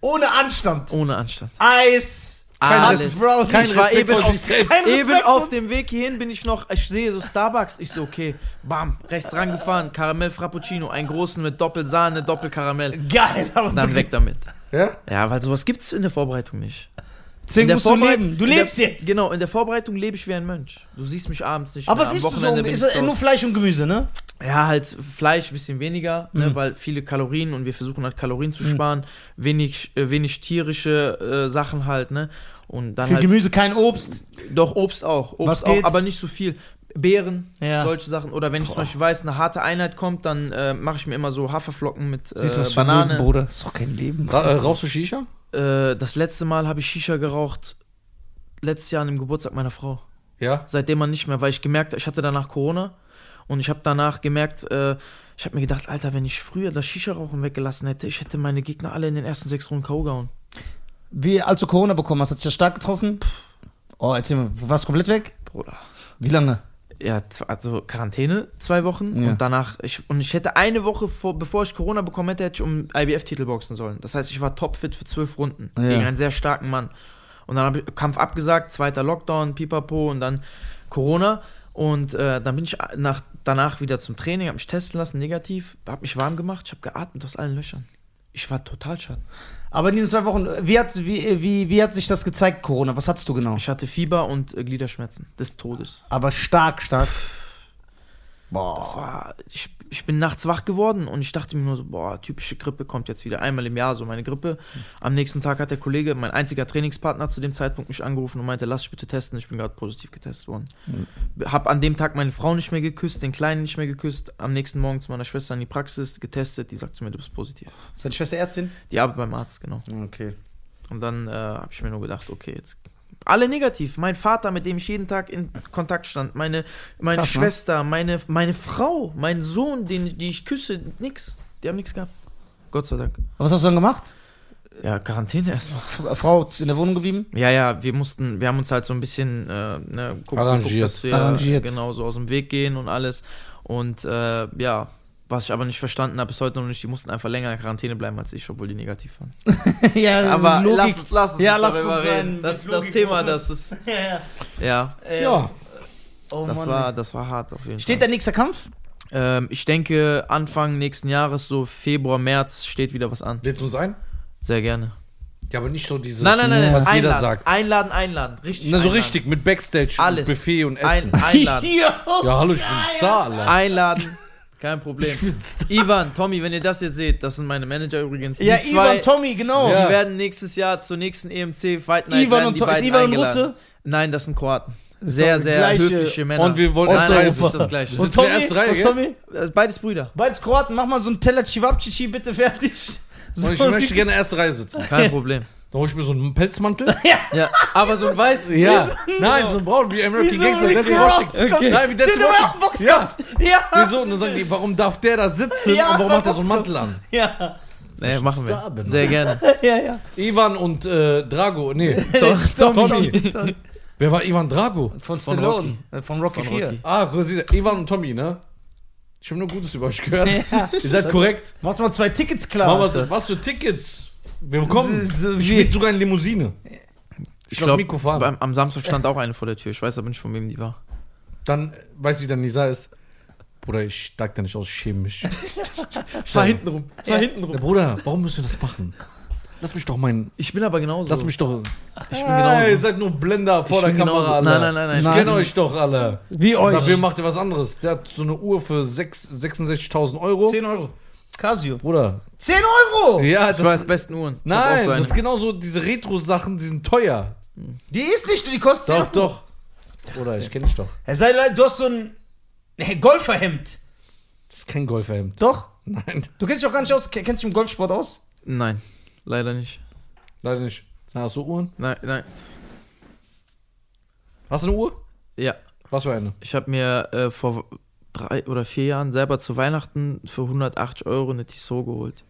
ohne Anstand. Ohne Anstand. Eis, Alles. Hans Brown. Kein Ich war Respekt eben vor auf- sich selbst. kein Respekt Eben vor- auf dem Weg hierhin bin ich noch, ich sehe so Starbucks, ich so, okay, bam, rechts rangefahren, Karamell Frappuccino, einen großen mit Doppelsahne, Doppelkaramell, Geil, aber dann weg damit. Ja? Ja, weil sowas gibt's in der Vorbereitung nicht. In Deswegen der musst du Vorbere- leben. Du in der- lebst jetzt. Genau, in der Vorbereitung lebe ich wie ein Mönch. Du siehst mich abends nicht. Aber mehr, was am isst du so? Wochenende bin Ist ich äh, zu nur Hause. Fleisch und Gemüse, ne? Ja, halt Fleisch ein bisschen weniger, ne, weil viele Kalorien und wir versuchen halt Kalorien zu sparen, wenig, äh, wenig tierische äh, Sachen halt, ne? Und dann Für halt Gemüse kein Obst. Doch, Obst auch. Obst Was auch, geht? aber nicht so viel. Beeren, Ja. solche Sachen. Oder wenn ich zum Beispiel weiß, eine harte Einheit kommt, dann äh, mache ich mir immer so Haferflocken mit äh, Siehst du, was für ein Leben, Banane. Bruder? Ist doch kein Leben. Ra äh, rauchst du Shisha? Äh, das letzte Mal habe ich Shisha geraucht, letztes Jahr an dem Geburtstag meiner Frau. Ja. Seitdem man nicht mehr, weil ich gemerkt habe, ich hatte danach Corona. Und ich habe danach gemerkt, äh, ich habe mir gedacht, Alter, wenn ich früher das Shisha-Rauchen weggelassen hätte, ich hätte meine Gegner alle in den ersten sechs Runden K.O. gehauen. Wie, als du Corona bekommen hast, hat dich das stark getroffen? Oh, erzähl mal, warst du komplett weg? Bruder. Wie lange? Ja, z- also Quarantäne, zwei Wochen Ja. und danach, ich, und ich hätte eine Woche, vor, bevor ich Corona bekommen hätte, hätte ich um IBF-Titel boxen sollen. Das heißt, ich war topfit für zwölf Runden Ja. gegen einen sehr starken Mann. Und dann habe ich Kampf abgesagt, zweiter Lockdown, pipapo und dann Corona. Und äh, dann bin ich a- nach, danach wieder zum Training, habe mich testen lassen, negativ, habe mich warm gemacht, ich habe geatmet aus allen Löchern. Ich war total schade. Aber in diesen zwei Wochen, wie hat, wie, wie, wie hat sich das gezeigt, Corona? Was hattest du genau? Ich hatte Fieber und äh, Gliederschmerzen des Todes. Aber stark, stark. Boah. Das war, ich, ich bin nachts wach geworden und ich dachte mir nur so, boah, typische Grippe kommt jetzt wieder einmal im Jahr, so meine Grippe. Am nächsten Tag hat der Kollege, mein einziger Trainingspartner zu dem Zeitpunkt, mich angerufen und meinte, lass dich bitte testen, ich bin gerade positiv getestet worden. Hab an dem Tag meine Frau nicht mehr geküsst, den Kleinen nicht mehr geküsst, am nächsten Morgen zu meiner Schwester in die Praxis getestet, die sagt zu mir, du bist positiv. Ist deine Schwester Ärztin? Die arbeitet beim Arzt, genau. Okay. Und dann äh, habe ich mir nur gedacht, okay, jetzt. Alle negativ. Mein Vater, mit dem ich jeden Tag in Kontakt stand, meine, meine Krass, ne? Schwester, meine, meine Frau, mein Sohn, den, die ich küsse, nix. Die haben nichts gehabt. Gott sei Dank. Was hast du dann gemacht? Ja, Quarantäne erstmal. Frau in der Wohnung geblieben? Ja, ja, wir mussten, wir haben uns halt so ein bisschen äh, ne, guck- Arrangiert. geguckt, dass wir Arrangiert. genau so aus dem Weg gehen und alles. Und äh, ja, was ich aber nicht verstanden habe, bis heute noch nicht, die mussten einfach länger in Quarantäne bleiben als ich, obwohl die negativ waren. ja, Aber lass es, lass es Also Ja, nicht lass darüber uns reden. ein- Das, mit das Logik Thema, machen. das ist, Ja, ja. ja. Ja, Oh, Das Mann. war, das war hart auf jeden Steht Fall. der nächste Kampf? Ähm, ich denke, Anfang nächsten Jahres, so Februar, März, steht wieder was an. lädst du uns ein? Sehr gerne. Ja, aber nicht so dieses, Nein, nein, nein, nein. was einladen, jeder sagt. Einladen, einladen. Richtig. Na, so einladen. richtig, mit Backstage, Alles. Buffet und Essen. Ein, einladen. ja, hallo, ich bin Star, Alter. einladen. Kein Problem. Ivan, Tommy, wenn ihr das jetzt seht, das sind meine Manager übrigens. Ja, die zwei, Ivan, Tommy, genau. Ja. die werden nächstes Jahr zur nächsten EMC Fight Night Ivan werden und die Tom- ist beiden Ivan ein eingeladen. Russe? Nein, das sind Kroaten. ist Sehr, doch sehr gleiche- höflichen Männer. Und wir wollen nein, nein, das Osteuropa. ist das Gleiche. Sind Und wir Tommy? erst drei, Was, gell? Tommy? Das sind Beides Brüder. Beides Kroaten, mach mal so einen Teller Cevapcici bitte fertig. So Und ich möchte gerne erste Reihe sitzen. Kein Problem. Da hol ich mir so einen Pelzmantel. Ja, aber so ein weißes. ja. Nein, so ein braun wie American Wieso Gangster. Rick That's Ross Washington. kommt- Nein, wie Steht That's immer auch Washington. im Boxkampf. Ja. Ja. Wieso? Und dann sagen die, warum darf der da sitzen Ja, und warum hat er so einen Boxkampf. Mantel an? Ja. Nee, machen Star wir. bin. Sehr gerne. Ja, ja. Ivan und äh, Drago, nee. Doch, Tommy. Wer war Ivan Drago? Von Stallone. Stallone. Äh, Von Rocky, Von von Rocky 4. Rocky. Ah, guck mal, siehst du, Ivan und Tommy, ne? Ich habe nur Gutes über euch gehört. Ja. Ihr seid korrekt. Macht mal zwei Tickets klar. Mama, Alter. was für Tickets? Wir kommen. So- so Ich wie- spiele sogar in Limousine. Ich lass glaube, Mikro fahren. am Samstag stand auch eine vor der Tür. Ich weiß aber nicht, von wem die war. Dann, äh, weißt du, wie dann Nisa ist? Bruder, ich steig da nicht aus, ich schäme mich. Fahr hinten rum. Fahr hinten Ja, Bruder, warum müssen wir das machen? Lass mich doch meinen. Ich bin aber genauso. Lass mich doch. Ich bin Ey, ihr genauso. seid nur Blender vor Ich der bin Kamera. genauso. alle. Nein, nein, nein, nein. Ich Nein. kenne euch doch alle. Wie Und euch. Dafür macht ihr was anderes. Der hat so eine Uhr für sechs- 66.000 Euro. 10 Euro. Casio. Bruder. 10 Euro! Ja, Ich weiß besten Uhren. Ich hab auch Nein, so eine. das ist genauso, diese Retro-Sachen, die sind teuer. Die ist nicht, die kostet 10 Doch, Euro. doch. Bruder, ich kenne dich doch. Es sei leid, du hast so ein hey, Golferhemd. Das ist kein Golferhemd. Doch? Nein, Du kennst dich auch gar nicht aus. Ke- Kennst dich im Golfsport aus? Nein, leider nicht. leider nicht. Na, hast du Uhren? Nein, nein. Hast du eine Uhr? Ja, Was für eine? ich habe mir äh, vor drei oder vier Jahren selber zu Weihnachten für 180 Euro eine Tissot geholt.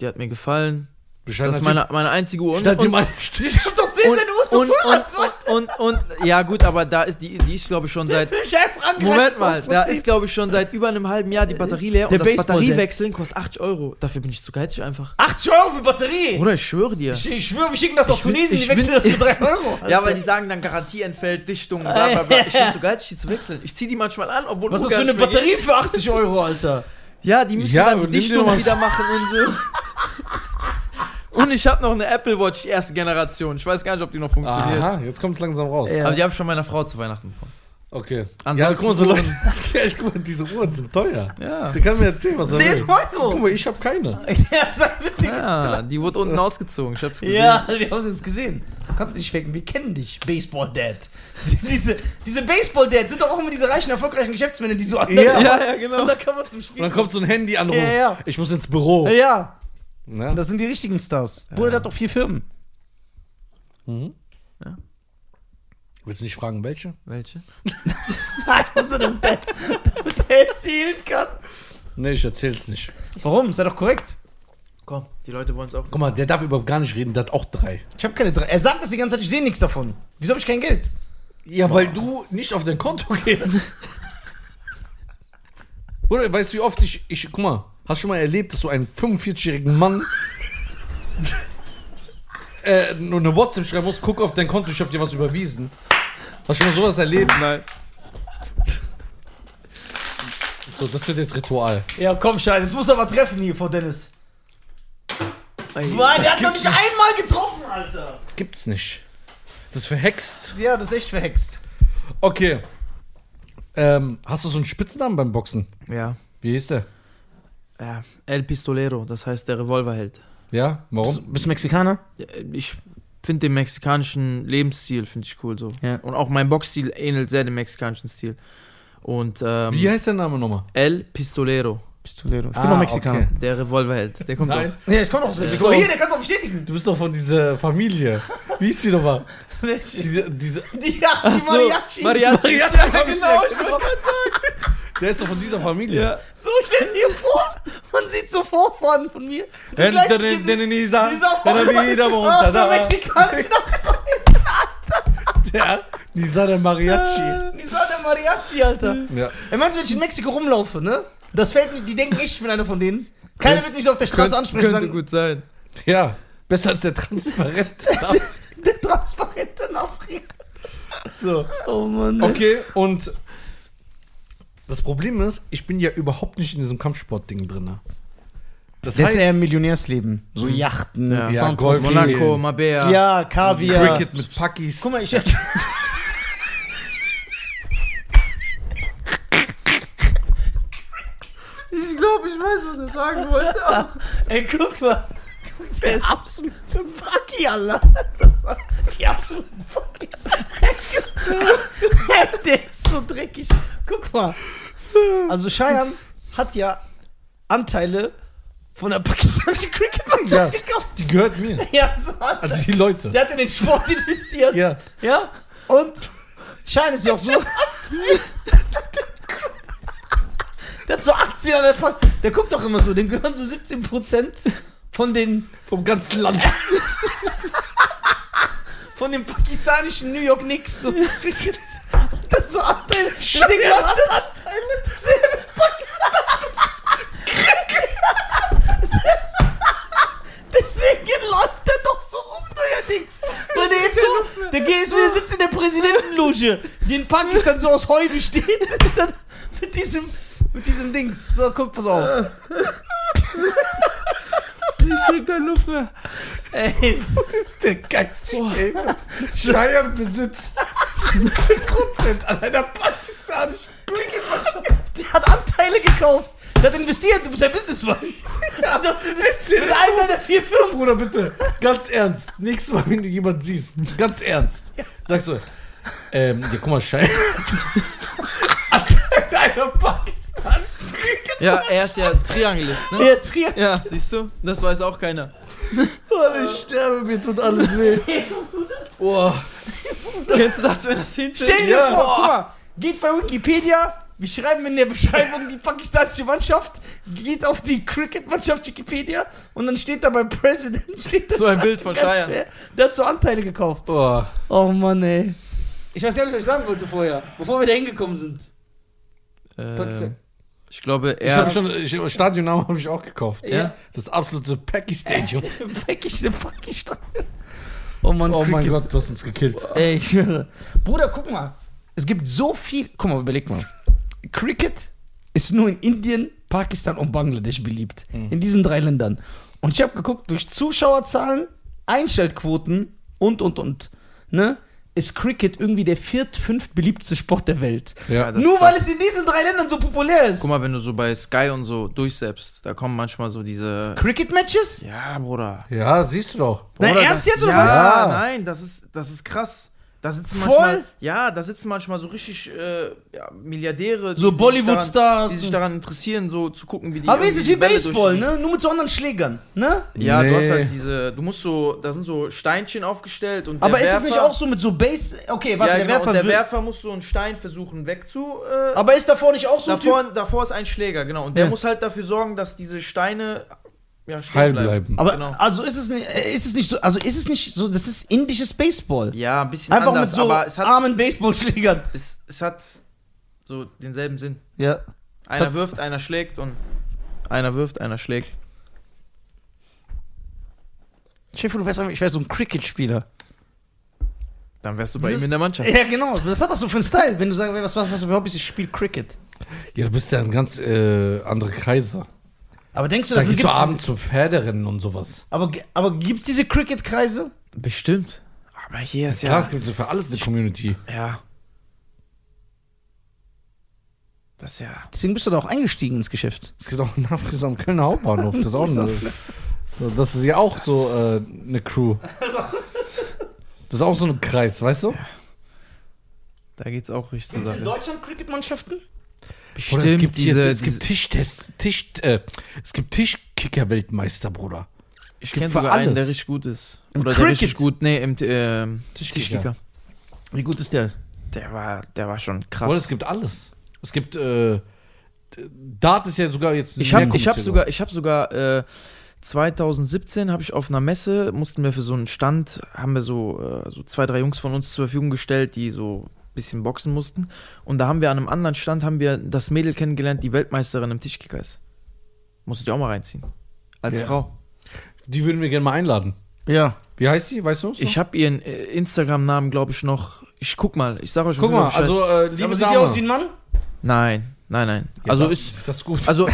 Die hat mir gefallen. Das ist meine, meine einzige Uhr. Und- Statt und- dem Ein- Ich hab doch 10 und- Cent Uster und, und, und, und, und, ja gut, aber da ist die, die ist glaube ich schon seit Moment mal, da ist glaube ich schon seit über einem halben Jahr die Batterie leer Der und das Baseball, der- Batteriewechseln kostet 80 Euro. Dafür bin ich zu geizig einfach. 80 Euro für Batterie! Bruder, ich schwöre dir. Ich, ich schwöre, wir schicken das nach Ich bin- Tunesien, die ich bin- wechseln das für 3 Euro. Ja, weil die sagen dann Garantie entfällt, Dichtung, bla bla bla. Ich bin zu geizig, die zu wechseln. Ich ziehe die manchmal an, obwohl Was ist das Uhr für gar eine nicht mehr geht. Batterie für 80 Euro, Alter? Ja, die müssen Ja, dann aber nimm die dir Dichtung mal- wieder machen und so. Und ich habe noch eine Apple Watch, die erste Generation. Ich weiß gar nicht, ob die noch funktioniert. Aha, jetzt kommt es langsam raus. Ja. Aber die habe ich von meiner Frau zu Weihnachten bekommen. Okay. Ansonsten Uhren. Ja, guck mal, diese Uhren sind teuer. Ja. Du kannst mir erzählen, was er 10 will. Guck Euro! mal, ich habe keine. Ja, sei bitte. Ja, die wurde unten ausgezogen. Ich hab's gesehen. Ja, wir haben es gesehen. Du kannst nicht faken, wir kennen dich, Baseball Dad. Diese, diese Baseball Dads sind doch auch immer diese reichen, erfolgreichen Geschäftsmänner, die so andere Ja, ja, ja, genau. Und da kann man zum Spiel. Und dann kommt so ein Handyanruf. Ja, ja. Ich muss ins Büro. Ja, ja, Ne? das sind die richtigen Stars. Bruder, der hat doch vier Firmen. Willst du nicht fragen, welche? Welche? Nein, ich muss so den Dad. erzählen kann. Nee, ich erzähl's nicht. Warum? Sei doch korrekt. Komm, die Leute wollen es auch. Guck mal, der darf überhaupt gar nicht reden, der hat auch drei. Ich habe keine drei. Er sagt das die ganze Zeit, ich sehe nichts davon. Wieso habe ich kein Geld? Ja, weil du nicht auf dein Konto gehst. Bruder, weißt du, wie oft ich, ich. Guck mal, hast du schon mal erlebt, dass du einen 45-jährigen Mann. äh, nur eine WhatsApp schreiben musst, guck auf dein Konto, ich hab dir was überwiesen. Hast du schon mal sowas erlebt? Nein. So, das wird jetzt Ritual. Ja, komm, Schein, jetzt muss er mal treffen hier vor Dennis. Ey, Mann, der hat noch nicht einmal getroffen, Alter. Das gibt's nicht. Das ist verhext. Ja, das ist echt verhext. Okay. Ähm, hast du so einen Spitznamen beim Boxen? Ja. Wie hieß der? ja. El Pistolero, das heißt der Revolverheld. Ja? Warum? bist du Mexikaner? Ja, Ich finde den mexikanischen Lebensstil finde ich cool so. Ja. Und auch mein Boxstil ähnelt sehr dem mexikanischen Stil. Und ähm, Wie heißt der Name nochmal? El Pistolero, Pistolero. Ich Ah, bin doch Mexikaner. okay. der Revolverheld, der kommt Nein. auch. Ja, ich komme doch aus Mexiko. Ja. Hier, der kann es auch bestätigen. Du bist doch von dieser Familie. Wie hieß die nochmal? Die, Diese, diese, hat die so, Mariachi. Mariachi. Ja, genau, Ja, ich wollte gerade sagen. Der ist doch von dieser Familie. Ja. So, stell dir vor, man sieht so Vorfahren von mir. Die Hinter gleichen den Gesicht- Denisa, Die ist auch dann Hochzeit- wieder aus Ah, der runter. mexikanischen Hochzeit. Ja, Nisa der Mariachi. Die sah der Mariachi, Alter. Ja. Ey, meinst du, wenn ich in Mexiko rumlaufe, ne? Das fällt mir, die denken, ich bin einer von denen. Keiner wird mich so auf der Straße ansprechen und könnte sagen, gut sein. ja, besser als der transparente. der transparente Nachricht. so. Oh Mann. Okay, und das Problem ist, ich bin ja überhaupt nicht in diesem Kampfsportding drin. ne? Das Das ist eher heißt, ein Millionärsleben. So Yachten, Ja. Ja, Sound- Golf. Monaco, Vielen. Mabea. Ja, Kaviar. Cricket mit Pakis. Guck mal, ich. Ich glaube, ich weiß, was er sagen wollte. Ey, guck mal. Guck, Der ist absolute Bucky, Allah. Die absolute Bucky. Der ist so dreckig. Guck mal. Also Cheyenne hat ja Anteile von der pakistanischen Cricket Ja. gekauft. Die gehört mir. Ja, so hat er. Also die Leute. Der hat in den Sport investiert. Ja. Ja. Und Schein ist ja auch so. der hat so Aktien an der Fa Der guckt doch immer so, dem gehören so 17% von den, Vom ganzen Land. von den pakistanischen New York Knicks und des Crickets. Und Das so Anteile. Deswegen läuft der Anteile. Deswegen mit Pakistan. Deswegen läuft der doch so rum neuerdings. Weil der jetzt so, der GSW sitzt in der Präsidentenloge, die in Pakistan so aus Heu besteht, sitzt dann mit diesem, mit diesem Dings. So, guck, pass auf. Ich krieg keine Luft mehr. Ey, das ist der geilste Scheier besitzt 10% an einer pakistanischen. Der hat Anteile gekauft. Der hat investiert. Du bist ein Businessman. Ja, das ist mit einer der vier Firmen. Bruder, bitte, ganz ernst. Nächstes Mal, wenn du jemanden siehst, ganz ernst, sagst du, ähm, ja, guck mal, Scheier. an einer pakistanischen. Ja, er ist ja Triangelist, ne? Der Trier. Ja, siehst du? Das weiß auch keiner. Mann, ich sterbe, mir tut alles weh. Boah. Kennst du das, wenn das hinten Stell dir Ja. vor, guck mal, geht bei Wikipedia. Wir schreiben in der Beschreibung die pakistanische Mannschaft. Geht auf die Cricket-Mannschaft Wikipedia. Und dann steht da beim President. Steht da So ein Bild von ganz- Scheiern. Der hat so Anteile gekauft. Boah. Oh Mann, ey. Ich weiß gar nicht, was ich sagen wollte vorher, bevor wir da hingekommen sind. Ähm, ich glaube, Ich er. habe schon, ich, oh, Stadionnamen habe ich auch gekauft. Ja. Das absolute Packy Stadium. Wirklich eine Pakistan. Oh Mann, Oh mein Cricket. Gott, du hast uns gekillt. Ey, ich schwöre. Bruder, guck mal. Es gibt so viel. Guck mal, überleg mal. Cricket ist nur in Indien, Pakistan und Bangladesch beliebt. Mhm. In diesen drei Ländern. Und ich habe geguckt, durch Zuschauerzahlen, Einschaltquoten und, und, und. Ne? Ist Cricket irgendwie der viert, fünft beliebteste Sport der Welt. Ja. Das nur weil es in diesen drei Ländern so populär ist. Guck mal, wenn du so bei Sky und so durchsäppst, da kommen manchmal so diese. Cricket-Matches? Ja, Bruder. Ja, siehst du doch. Na, Bruder, ernst das- jetzt oder ja, was? Nein, das ist, das ist krass. Da sitzen Voll? manchmal, ja, da sitzen manchmal so richtig äh, ja, Milliardäre, die- So die sich Bollywood-Stars daran- die sich und- daran interessieren, so zu gucken, wie die. Aber es irgendwie ist die wie Bälle Baseball, durchschlagen. ne? Nur mit so anderen Schlägern, ne? Ja, Nee. du hast halt diese, du musst so, da sind so Steinchen aufgestellt und Aber der ist Werfer, das nicht auch so mit so Base. Okay, warte, ja, der genau, Werfer. und der will- Werfer muss so einen Stein versuchen wegzu. Äh, aber ist davor nicht auch so ein Typ? davor, davor ist ein Schläger, genau. Und der Ja. muss halt dafür sorgen, dass diese Steine ja, stehen Heil bleiben. Aber genau. also ist es nicht, äh, ist es nicht so, also ist es nicht so, das ist indisches Baseball. Ja, ein bisschen Einfach anders, mit so aber es hat, armen Baseballschlägern. es, es hat so denselben Sinn. Ja. Einer wirft, einer schlägt und einer wirft, einer schlägt. Chef, du wärst, einfach- ich wäre so ein Cricket-Spieler. Dann wärst du bei ihm in der Mannschaft. Ja, genau. Was hat das so für einen Style? Wenn du sagst, was, was hast du für Hobbys? Ich spiele Cricket. Ja, du bist ja ein ganz äh, anderer Kaiser. Aber denkst du, Da das gehst du gibt's- abends zum Pferderennen und sowas. Aber, ge- aber gibt es diese Cricket-Kreise? Bestimmt. Aber hier ist Klar, ja. es gibt so für alles eine Community. Ja. Das ist ja. Deswegen bist du da auch eingestiegen ins Geschäft. Es gibt auch einen Nachfrisser am Kölner Hauptbahnhof. Das ist auch eine, so, das ist ja auch so äh, eine Crew. Das ist auch so ein Kreis, weißt du? Da geht's auch richtig zur Sache. Deutschland Cricket-Mannschaften? Bruder, es gibt diese- hier, es gibt diese- Tischtest, Tisch, äh, es gibt Tischkicker-Weltmeister, Bruder. ich gibt kenne für sogar einen, alles. der richtig gut ist. Im Oder der richtig Cricket? gut, nee, im ähm, Tischkicker. Wie gut ist der? Der war, der war schon Bruder, krass. es gibt alles. Es gibt, äh, Dart ist ja sogar jetzt. Ich habe mehr ich hab komplizierter. sogar, ich hab sogar äh, 2017 habe ich auf einer Messe, mussten wir für so einen Stand, haben wir so, äh, so zwei, drei Jungs von uns zur Verfügung gestellt, die so ein bisschen boxen mussten. Und da haben wir an einem anderen Stand, haben wir das Mädel kennengelernt, die Weltmeisterin im Tischkicker ist. Musst du dir auch mal reinziehen. Als Ja. Frau. Die würden wir gerne mal einladen. Ja. Wie heißt die? Weißt du? es noch? Ich habe ihren äh, Instagram-Namen, glaube ich, noch. Ich guck mal, ich sag euch auf Guck jeden Fall mal, Bescheid. also, äh, liebe Aber sieht Dame. die aus wie ein Mann? Nein, nein, nein. Ja, also aber ist. das gut. Also,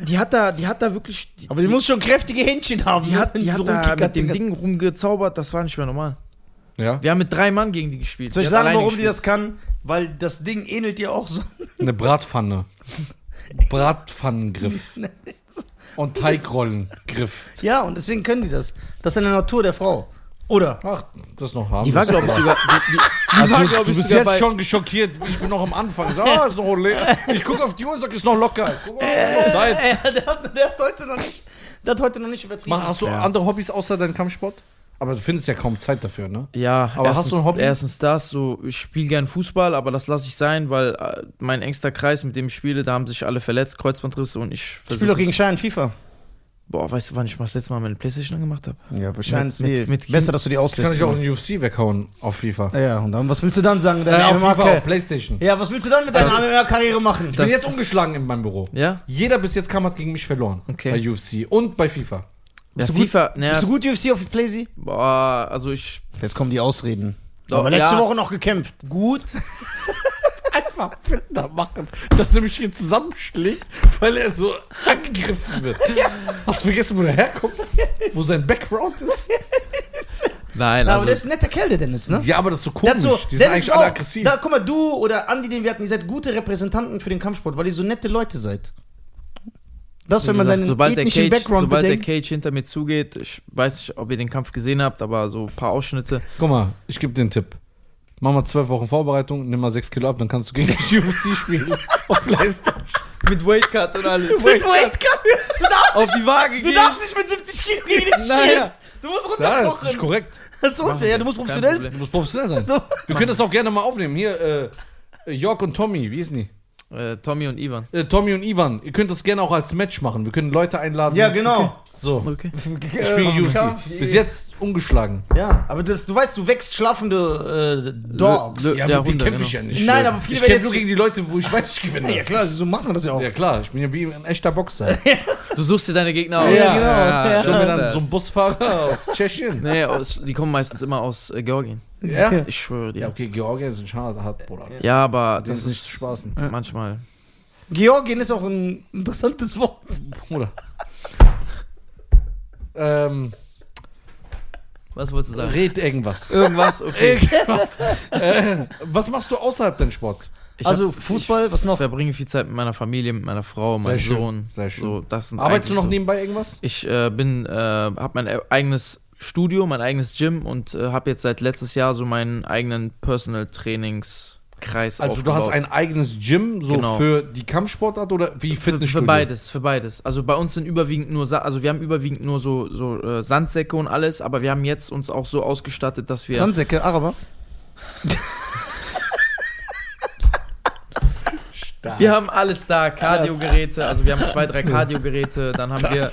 die hat da, die hat da wirklich. Die, Aber die, muss schon kräftige Händchen haben. Die hat, wenn die hat so da rumkickert, mit dem Digga. Ding rumgezaubert, das war nicht mehr normal. ja. Wir haben mit drei Mann gegen die gespielt. Soll Die ich hat sagen, alleine warum die gespielt. das kann? Weil das Ding ähnelt dir auch so. Eine Bratpfanne. Bratpfannengriff. Und Teigrollengriff. Ja, und deswegen können die das. Das ist in der Natur der Frau. Oder? Ach, das ist noch hart. Die war, glaube ich, sogar. Die, die, die Also, war, glaub du ich, bist sogar jetzt bei, schon geschockiert. Ich bin noch am Anfang. So, Ah, ist noch leer. Ich gucke auf die Uhr und sag, ist noch locker. Guck mal, noch Zeit. Ja, der hat, der hat heute noch nicht, der hat heute noch nicht übertrieben. Mach, hast du Ja. andere Hobbys außer deinem Kampfsport? Aber du findest ja kaum Zeit dafür, ne? Ja, Aber hast erstens, du ein Hobby? Erstens das, so, ich spiele gern Fußball, aber das lasse ich sein, weil äh, mein engster Kreis, mit dem ich spiele, da haben sich alle verletzt, Kreuzbandrisse und ich ich versuch spiele doch es- gegen Schein FIFA. Boah, weißt du, wann ich mal das letzte Mal meine Playstation angemacht habe? Ja, Schein ist Mit- eh mit- mit besser, Kind- dass du die Kann auslässt. ich auch in UFC weghauen auf FIFA? Äh, ja, und dann, was willst du dann sagen? Deine auf MMA FIFA, auf -Karriere? Playstation. Äh, ja, was willst du dann mit deiner MMA-Karriere machen? Ich bin Das- jetzt umgeschlagen in meinem Büro. Ja? Jeder bis jetzt kam hat gegen mich verloren. Okay. Bei UFC und bei FIFA. Ja, du gut? FIFA, naja, Bist du gut UFC auf Playsy? boah, also ich. Jetzt kommen die Ausreden. Doch, Aber letzte ja. Woche noch gekämpft. Gut? einfach Fitner machen, dass er mich hier zusammenschlägt, weil er so angegriffen wird. Hast du vergessen, wo der herkommt? Wo sein Background ist? Nein, Na, also. aber der ist ein netter Kerl, der Dennis, ne? Ja, aber das ist so Der komisch. hat so, Die sind Dennis eigentlich ist alle auch, aggressiv. da, guck mal, du oder Andi, den wir hatten, ihr seid gute Repräsentanten für den Kampfsport, weil ihr so nette Leute seid. Das, Wie wenn man gesagt, deinen sobald der ethnischen Cage, Background sobald bedenkt. der Cage hinter mir zugeht, ich weiß nicht, ob ihr den Kampf gesehen habt, aber so ein paar Ausschnitte. Guck mal, ich gebe den Tipp. Mach mal zwölf Wochen Vorbereitung, nimm mal sechs Kilo ab, dann kannst du gegen die UFC spielen. Auf Playstation. Mit Weightcut und alles. Mit Weightcut. Du darfst, Auf die Waage du gehen. darfst nicht mit 70 Kilo gegen den spielen. Naja. Du musst Ja, das ist runterkochen. nicht korrekt. das ist unfair. Ja, du musst Kein professionell Problem. Du musst professionell sein. Wir können das auch gerne mal aufnehmen. Hier, äh, Jörg und Tommy, wie ist die? Äh, Tommy und Ivan. Äh, Tommy und Ivan. Ihr könnt das gerne auch als Match machen. Wir können Leute einladen. Ja, genau. Ähm, So. Okay. Ich spiele UFC. Bis jetzt ungeschlagen. Ja, aber das, du weißt, du wächst schlafende äh, Dogs. Lö- Ja, aber Hunde, genau. nicht. Nein, aber viele ich kämpfe werden jetzt- nur gegen die Leute, wo ich weiß, ich gewinne. ja, genau. klar, so macht man das ja auch. Ja, klar, ich bin ja wie ein echter Boxer. Ich Du suchst dir deine Gegner aus. Ja, genau. Ja, bin das ist dann das. so ein Busfahrer aus Tschechien. Nee, aus, die kommen meistens immer aus äh, Georgien. Ja? Ich schwöre dir. Ja, Ja, okay, Georgien sind schon hart, Bruder. aber Das das, ist nicht ist zu spaßen. manchmal. Georgien ist auch ein interessantes Wort. Bruder. Ähm, Was wolltest du sagen? red irgendwas. Äh, Irgendwas, okay. Irgendwas. äh, was machst du außerhalb deinem Sport? Ich also Fußball, was Ich noch? verbringe viel Zeit mit meiner Familie, mit meiner Frau, meinem schön, Sohn. sehr schön. So, das sind Arbeitest du eigentlich noch so. nebenbei irgendwas? Ich äh, bin, äh, habe mein eigenes Studio, mein eigenes Gym und äh, habe jetzt seit letztes Jahr so meinen eigenen Personal Trainingskreis Also du hast aufgebaut. ein eigenes Gym so Genau. für die Kampfsportart oder wie für, Fitnessstudio? für beides, für beides. Also bei uns sind überwiegend nur, Sa also wir haben überwiegend nur so, so äh, Sandsäcke und alles, aber wir haben jetzt uns auch so ausgestattet, dass wir Sandsäcke, Araber. Wir haben alles da, Kardiogeräte, also wir haben zwei, drei Kardiogeräte, dann haben wir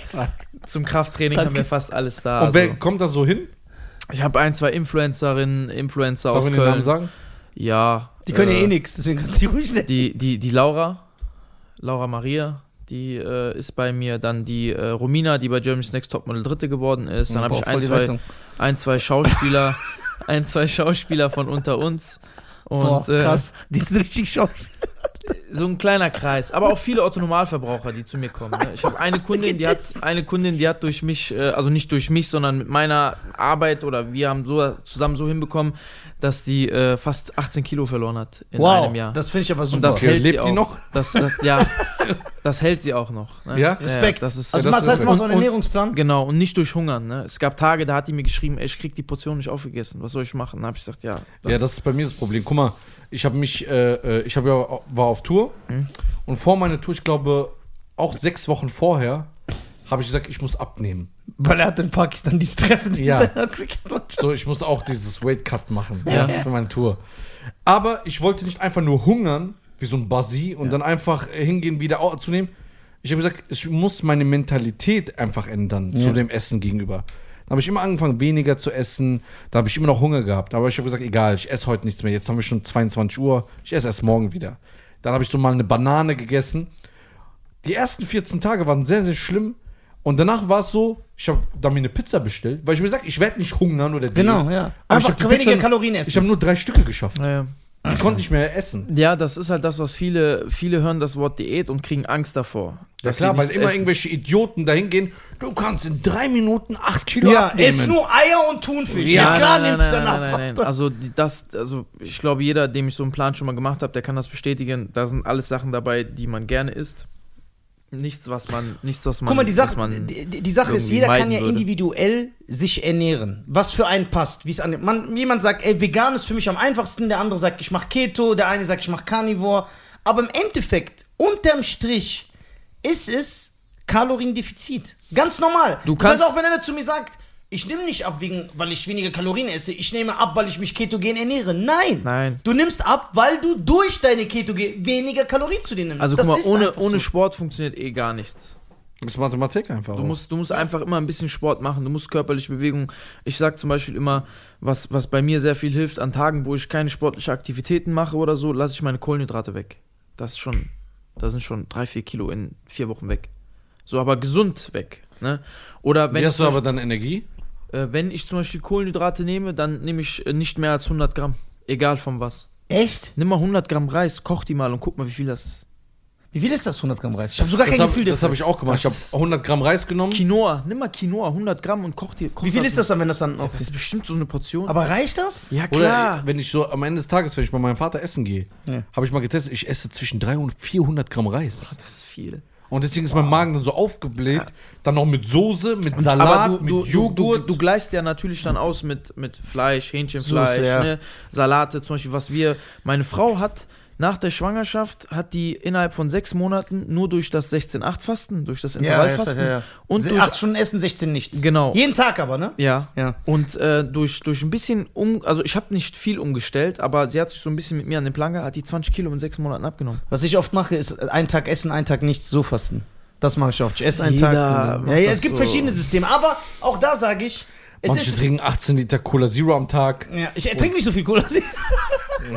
zum Krafttraining haben wir fast alles da. Und wer Also, kommt da so hin? ich habe ein, zwei Influencerinnen, Influencer Darf aus man den Namen Köln. sagen? Ja. Die können ja äh, eh nichts, deswegen kannst du die ruhig nennen. Die, die, die Laura, Laura Maria, die äh, ist bei mir, dann die äh, Romina, die bei Germany's Next Topmodel Dritte geworden ist, Mhm. dann habe ich ein zwei, ein, zwei Schauspieler, ein, zwei Schauspieler von unter uns. Und Boah, äh, krass. die sind richtig schauspiel. so ein kleiner Kreis, aber auch viele Otto-Normalverbraucher, die zu mir kommen. Ne? Ich habe eine Kundin, die hat eine Kundin, die hat durch mich, äh, also nicht durch mich, sondern mit meiner Arbeit oder wir haben so zusammen so hinbekommen, dass die äh, fast 18 Kilo verloren hat in wow, einem Jahr. das finde ich aber super. und das Okay, hält lebt sie die auch. noch? Das, das, ja, das hält sie auch noch. Ne? Ja? Respekt. das ist, also Ja, das das heißt, ist- du machst auch und- einen Ernährungsplan. Genau, und nicht durch Hungern. Ne? Es gab Tage, da hat die mir geschrieben, ey, ich krieg die Portion nicht aufgegessen, was soll ich machen? Dann habe ich gesagt, ja. dann- Ja, das ist bei mir das Problem. Guck mal, ich habe mich, äh, äh, ich habe ja war auf Tour und vor meiner Tour, ich glaube auch sechs Wochen vorher, habe ich gesagt, ich muss abnehmen. Weil er hat in Pakistan dieses Treffen. Ja. Cricket-Mannschaft. So, ich muss auch dieses Weight Cut machen Ja. für meine Tour. Aber ich wollte nicht einfach nur hungern wie so ein Basi und dann einfach äh, hingehen wieder au- zunehmen. Ich habe gesagt, ich muss meine Mentalität einfach ändern zu dem Essen gegenüber. Dann habe ich immer angefangen, weniger zu essen. Da habe ich immer noch Hunger gehabt. Aber ich habe gesagt, egal, ich esse heute nichts mehr. Jetzt haben wir schon 22 Uhr. Ich esse erst morgen wieder. Dann habe ich so mal eine Banane gegessen. Die ersten 14 Tage waren sehr, sehr schlimm. Und danach war es so, ich habe da mir eine Pizza bestellt, weil ich mir gesagt ich werde nicht hungern oder dienen. Genau, ja. Aber ich Einfach hab die weniger Pizza- Kalorien Ich habe essen. Ah, nur drei Stücke geschafft. Naja. Ich konnte nicht mehr essen. Ja, das ist halt das, was viele, viele hören das Wort Diät und kriegen Angst davor. Ja dass klar, sie weil nichts immer essen. irgendwelche Idioten dahin gehen, du kannst in drei Minuten acht Kilo Ja, abnehmen. ess nur Eier und Thunfisch. Ja, klar, nehme nein, ich nein, nein, danach nein, nein, nein. was. Also die- das, also ich glaube, jeder, dem ich so einen Plan schon mal gemacht habe, der kann das bestätigen. Da sind alles Sachen dabei, die man gerne isst. Nichts, was man, nichts, was man. Guck mal, die was Sache, man, die, die- die Sache ist, irgendwie jeder kann meiden ja würde. individuell sich ernähren. Was für einen passt. Wie es an den, man, jemand sagt, ey, vegan ist für mich am einfachsten, der andere sagt, ich mache Keto, der eine sagt, ich mache Carnivore. Aber im Endeffekt, unterm Strich, ist es Kaloriendefizit. Ganz normal. Du das heißt, kannst- auch wenn einer zu mir sagt, ich nehme nicht ab, wegen, weil ich weniger Kalorien esse. Ich nehme ab, weil ich mich ketogen ernähre. Nein. Nein. Du nimmst ab, weil du durch deine Ketogen weniger Kalorien zu dir nimmst. also Das guck mal, ist ohne, einfach ohne so. Sport funktioniert eh gar nichts. Das ist Mathematik einfach. Du Oh. musst, du musst einfach immer ein bisschen Sport machen, du musst körperliche Bewegung. Ich sag zum Beispiel immer, was, was bei mir sehr viel hilft, an Tagen, wo ich keine sportlichen Aktivitäten mache oder so, lasse ich meine Kohlenhydrate weg. Das ist schon, da sind schon drei, vier Kilo in vier Wochen weg. So, aber gesund weg. Ne? Oder wenn Wie hast ich du zum aber dann Energie? Äh, wenn ich zum Beispiel Kohlenhydrate nehme, dann nehme ich äh, nicht mehr als 100 Gramm. Egal von was. Echt? Nimm mal 100 Gramm Reis, koch die mal und guck mal, wie viel das ist. Wie viel ist das, 100 Gramm Reis? Ich habe sogar Das kein habe Gefühl dafür. hab ich auch gemacht. Ich habe Das- 100 Gramm Reis genommen. Quinoa, nimm mal Quinoa, 100 Gramm und koch die. Koch Wie viel ist das dann, wenn das dann noch Das ist bestimmt so eine Portion. Aber reicht das? ja, Oder klar. wenn ich so am Ende des Tages, wenn ich bei meinem Vater essen gehe, habe ich mal getestet, ich esse zwischen 300 und 400 Gramm Reis. das ist viel. Und deswegen ist mein Magen dann so aufgebläht, dann noch mit Soße, mit Salat, Aber du, du, mit du, Joghurt. du, du gleichst ja natürlich dann aus mit, mit Fleisch, Hähnchenfleisch, Soße, ja. ne? Salate, zum Beispiel, was wir. Meine Frau hat nach der Schwangerschaft hat die innerhalb von sechs Monaten nur durch das 16-8-Fasten, durch das Intervallfasten und Und durch 8 Stunden essen, 16 nichts. Genau. Jeden Tag aber, ne? Ja. Ja. Und äh, durch, durch ein bisschen um, also ich habe nicht viel umgestellt, aber sie hat sich so ein bisschen mit mir an den Plan gehalten, hat die 20 Kilo in sechs Monaten abgenommen. Was ich oft mache, ist einen Tag essen, einen Tag nichts, so fasten. Das mache ich oft. Ich esse einen Tag. Jeder und dann- macht Ja, ja, das es gibt so. verschiedene Systeme, aber auch da sage ich, es Manche ist. trinken 18 Liter Cola Zero am Tag. Ja, ich trinke nicht so viel Cola.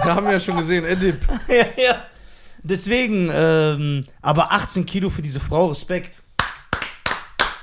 Da haben wir ja schon gesehen, Edip. ja, ja. Deswegen, ähm, aber 18 Kilo für diese Frau, Respekt.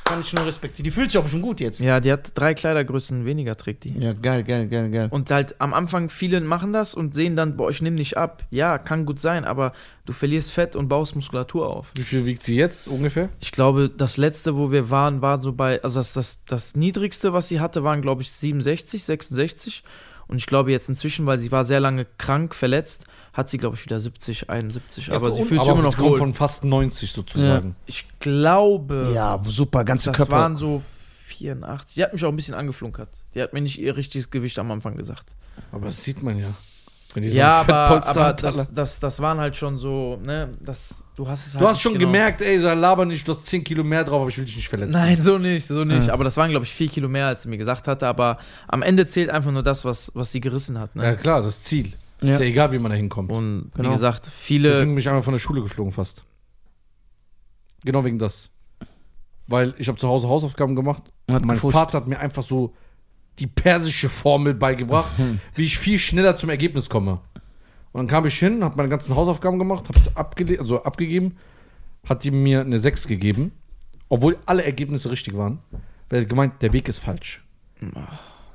Kann ich nur respektieren. Die fühlt sich auch schon gut jetzt. Ja, die hat drei Kleidergrößen weniger, trägt die. ja geil, geil, geil, geil. Und halt am Anfang, viele machen das und sehen dann, boah, ich nehme nicht ab. Ja, kann gut sein, aber du verlierst Fett und baust Muskulatur auf. Wie viel wiegt sie jetzt ungefähr? Ich glaube, das letzte, wo wir waren, war so bei, also das, das, das niedrigste, was sie hatte, waren, glaube ich, 67, 66. Und ich glaube jetzt inzwischen, weil sie war sehr lange krank, verletzt, hat sie, glaube ich, wieder 70, 71. aber sie und- fühlt sich aber immer noch aufgrund wohl. von fast 90 sozusagen. Ich glaube, Ja, super, ganze Äh, das Körper. waren so 84. Die hat mich auch ein bisschen angeflunkert. Die hat mir nicht ihr richtiges Gewicht am Anfang gesagt. Aber das sieht man ja. Wenn die so ja, einen aber, Fettpolster aber hat, Alter. das, das, das waren halt schon so, ne, das, du hast es halt Du hast nicht schon genau- gemerkt, ey, so laber nicht, du hast 10 Kilo mehr drauf, aber ich will dich nicht verletzen. Nein, so nicht, so nicht. Ja. Aber das waren, glaube ich, vier Kilo mehr, als sie mir gesagt hatte. Aber am Ende zählt einfach nur das, was, was sie gerissen hat. Ja Ne? klar, das Ziel. Ja. Ist ja egal, wie man da hinkommt. Und äh, Genau. wie gesagt, viele. Deswegen bin ich einmal von der Schule geflogen fast. Genau wegen das. Weil ich habe zu Hause Hausaufgaben gemacht. Und hat mein gefuscht. Vater hat mir einfach so die persische Formel beigebracht, Hm. wie ich viel schneller zum Ergebnis komme. Und dann kam ich hin, habe meine ganzen Hausaufgaben gemacht, habe es abgele also abgegeben, hat die mir eine 6 gegeben, obwohl alle Ergebnisse richtig waren. Weil sie gemeint, der Weg ist falsch.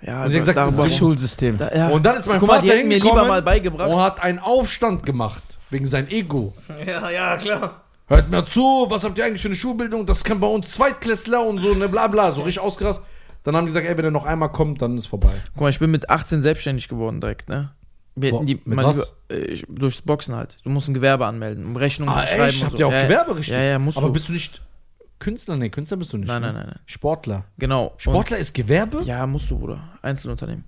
Ja, Und sie hat gesagt, darüber- das ist Schulsystem. da, ja. Und dann ist mein Guck mal, Vater die hätten mir lieber hingekommen Oh. mal beigebracht. und hat einen Aufstand gemacht wegen seinem Ego. Ja, ja, klar. Hört mir zu, was habt ihr eigentlich für eine Schulbildung? Das kann bei uns Zweitklässler und so, ne, bla bla, so richtig ausgerastet. Dann haben die gesagt, ey, wenn er noch einmal kommt, dann ist vorbei. Guck mal, ich bin mit 18 selbstständig geworden direkt, ne? Wir Wo- hätten die mit mal was? lieber, äh, ich- durchs Boxen halt. Du musst ein Gewerbe anmelden, um Rechnungen zu schreiben. und Ah, habt so. ihr auch ja, Gewerbe richtig? Ja, ja, musst Aber du. bist du nicht Künstler? Nee, Künstler bist du nicht. Nein, ne? nein, nein, nein. Sportler. Genau. Und- Sportler ist Gewerbe? Ja, musst du, Bruder. Einzelunternehmen.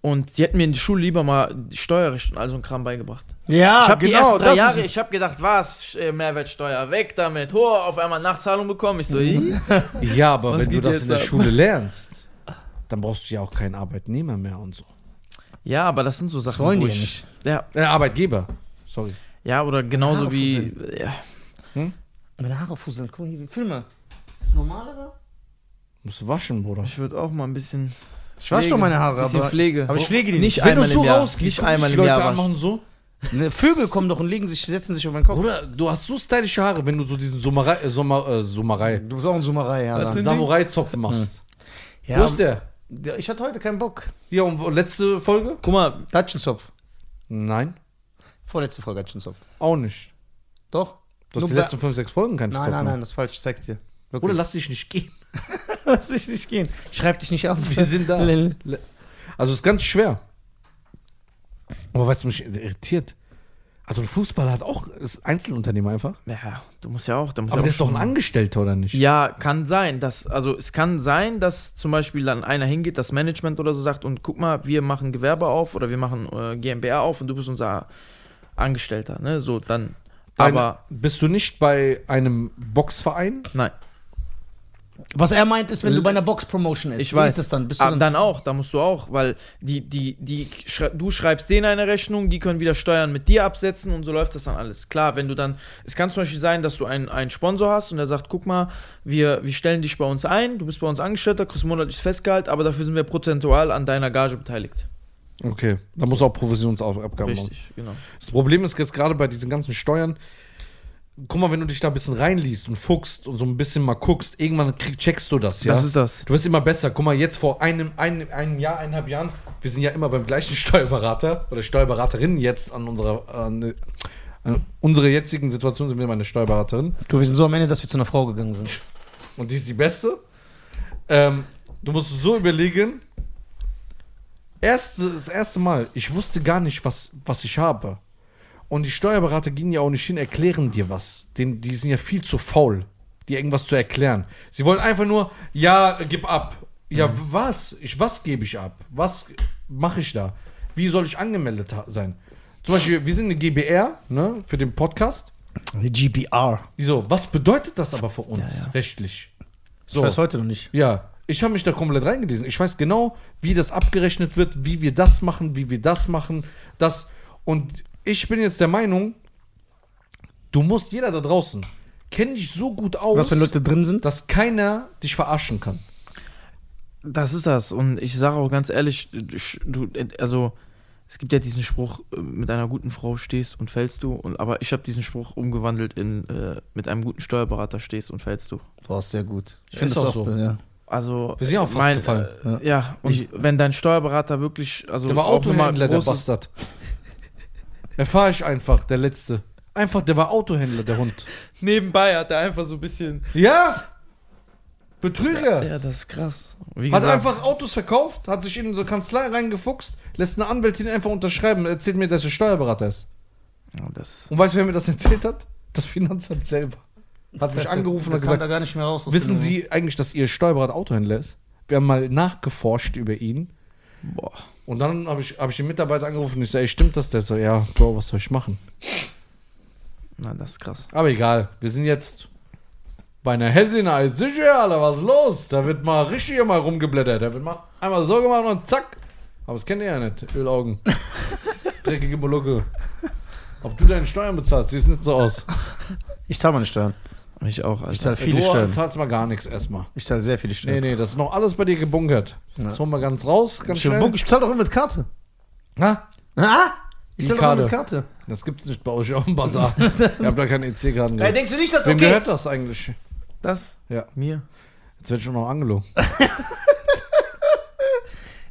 Und die hätten mir in der Schule lieber mal Steuerrecht und all so ein Kram beigebracht. Ja, genau, ich habe die ersten drei Ah, das Jahre, muss ich habe gedacht, was, äh, Mehrwertsteuer, weg damit. Ho, auf einmal Nachzahlung bekommen. Ich so, Mhm. ih. Ja, aber Was wenn du geht das jetzt in der ab? Schule lernst, dann brauchst du ja auch keinen Arbeitnehmer mehr und so. ja, aber das sind so Sachen, wollen wo die ja ich, nicht. Ja, Äh, Arbeitgeber. Sorry. ja, oder genauso Ja, wie, ja, Meine Haare fusseln. Guck mal hier, Film mal. Ist das normal, oder? Musst du waschen, Bruder. ich würde auch mal ein bisschen Ich wasche doch meine Haare, bisschen aber. Pflege. Aber ich pflege die nicht. nicht einmal im Jahr, nicht gucken sich einmal die im Leute Jahr an, waschen. machen so. Ne, Vögel kommen doch und legen sich, setzen sich auf meinen Kopf. Bruder, du hast so stylische Haare, wenn du so diesen Sommerei, äh, Sommer, äh, Sommerei, Du bist auch ein Summerei, ja. ne, Dann. Samurai-Zopf machst. Hm. ja Wo ist der? der? Ich hatte heute keinen Bock. Ja, und wo- letzte Folge? Guck mal, Datschenzopf. Nein, Vorletzte Folge Datschenzopf. auch nicht. Doch? Du Nur hast die bei- letzten 5, 6 Folgen keinen Nein, Zopf nein, mehr. nein, das ist falsch. Ich zeig's dir. Wirklich. Bruder, lass dich nicht gehen. lass dich nicht gehen. Schreib dich nicht auf. Wir sind da. Lele. Le- Also ist ganz schwer. Aber weißt du, mich irritiert. Also ein Fußballer hat auch ist Einzelunternehmer einfach. ja, du musst ja auch, da musst Aber ja der auch ist doch ein schon- Angestellter, oder nicht? Ja, kann sein. Dass, also es kann sein, dass zum Beispiel dann einer hingeht, das Management oder so sagt und guck mal, wir machen Gewerbe auf oder wir machen äh, GmbH auf und du bist unser Angestellter. Ne? So, dann. Dein- Aber bist du nicht bei einem Boxverein? nein, Was er meint, ist, wenn du bei einer Box-Promotion bist. ich weiß. Wie ist das dann? Bist du Ah, dann, dann auch, da musst du auch, weil die, die, die, schrei- du schreibst denen eine Rechnung, die können wieder Steuern mit dir absetzen und so läuft das dann alles. Klar, wenn du dann, es kann zum Beispiel sein, dass du einen, einen Sponsor hast und der sagt, guck mal, wir, wir stellen dich bei uns ein, du bist bei uns Angestellter, kriegst monatliches Festgehalt, aber dafür sind wir prozentual an deiner Gage beteiligt. Okay, da muss er auch Provisionsabgaben machen. Richtig, genau. Das Problem ist jetzt gerade bei diesen ganzen Steuern. Guck mal, wenn du dich da ein bisschen reinliest und fuchst und so ein bisschen mal guckst, irgendwann krieg, checkst du das, ja? Das ist das. Du wirst immer besser. Guck mal, jetzt vor einem, einem, einem Jahr, eineinhalb Jahren, wir sind ja immer beim gleichen Steuerberater oder Steuerberaterin jetzt an unserer, an, an unserer jetzigen Situation sind wir immer eine Steuerberaterin du, wir sind so am Ende, dass wir zu einer Frau gegangen sind. und die ist die Beste. Ähm, du musst so überlegen, erste, das erste Mal, ich wusste gar nicht, was, was ich habe. Und die Steuerberater gehen ja auch nicht hin, erklären dir was. Den, die sind ja viel zu faul, dir irgendwas zu erklären. Sie wollen einfach nur, ja, gib ab. Ja, Mhm. w- was? Ich, was gebe ich ab? Was mache ich da? Wie soll ich angemeldet ha- sein? Zum Beispiel, wir sind eine GBR ne, für den Podcast. Die GBR. Die so, was bedeutet das aber für uns rechtlich? So. Ich weiß heute noch nicht. Ja, ich habe mich da komplett reingelesen. Ich weiß genau, wie das abgerechnet wird, wie wir das machen, wie wir das machen, das. Und ich bin jetzt der Meinung, du musst jeder da draußen kenn dich so gut aus, Was, wenn Leute drin sind? dass keiner dich verarschen kann. Das ist das. Und ich sage auch ganz ehrlich, du, also es gibt ja diesen Spruch, äh, mit einer guten Frau stehst und fällst du. Und, aber ich habe diesen Spruch umgewandelt in, äh, mit einem guten Steuerberater stehst und fällst du. Boah, ist sehr gut. Ich Ja, finde ist das auch auch so. Ja. Also, Wir sind ja auch fast gefallen. Äh, ja. und Ich- wenn dein Steuerberater wirklich, also Der war auch nochmal Autohändler, der großes, Bastard. Erfahre ich einfach, der Letzte. Einfach, der war Autohändler, der Hund. nebenbei hat er einfach so ein bisschen, Ja! Betrüger! ja, das ist krass. Wie Hat gesagt, einfach Autos verkauft, hat sich in so Kanzlei reingefuchst, lässt eine Anwältin einfach unterschreiben, erzählt mir, dass er Steuerberater ist. ja, das, Und weißt du, wer mir das erzählt hat? Das Finanzamt selber. Hat mich angerufen und da hat gesagt, gar nicht mehr raus. wissen Sie eigentlich, dass Ihr Steuerberater Autohändler ist? wir haben mal nachgeforscht über ihn. Boah. Und dann habe ich, hab ich den Mitarbeiter angerufen und ich so, ey, stimmt das? Der so, ja, Bro, was soll ich machen? Na, das ist krass. Aber egal, wir sind jetzt bei einer Hessinei. Sicher, Alter, was ist los? Da wird mal richtig immer rumgeblättert. Da wird mal einmal so gemacht und zack. Aber das kennt ihr ja nicht, Ölaugen. Dreckige Molucke. Ob du deine Steuern bezahlst, siehst nicht so aus. Ich zahle meine Steuern. Ich auch, Ich Alter. zahle viele du Steuern. zahlst mal gar nichts erstmal. Ich zahle sehr viele Nee, Steuern. nee, das ist noch alles bei dir gebunkert. Das holen wir ganz raus, ganz Ich, schnell. ich zahle doch immer mit Karte. Na, Ah? Ich Die zahle doch immer Karte. mit Karte. das gibt's nicht bei euch auf dem Bazar. ihr habt da keine EC-Karten. Ey, gehabt. denkst du nicht, dass Wem okay? gehört das eigentlich? Das? Ja. Mir? Jetzt wird schon noch angelogen.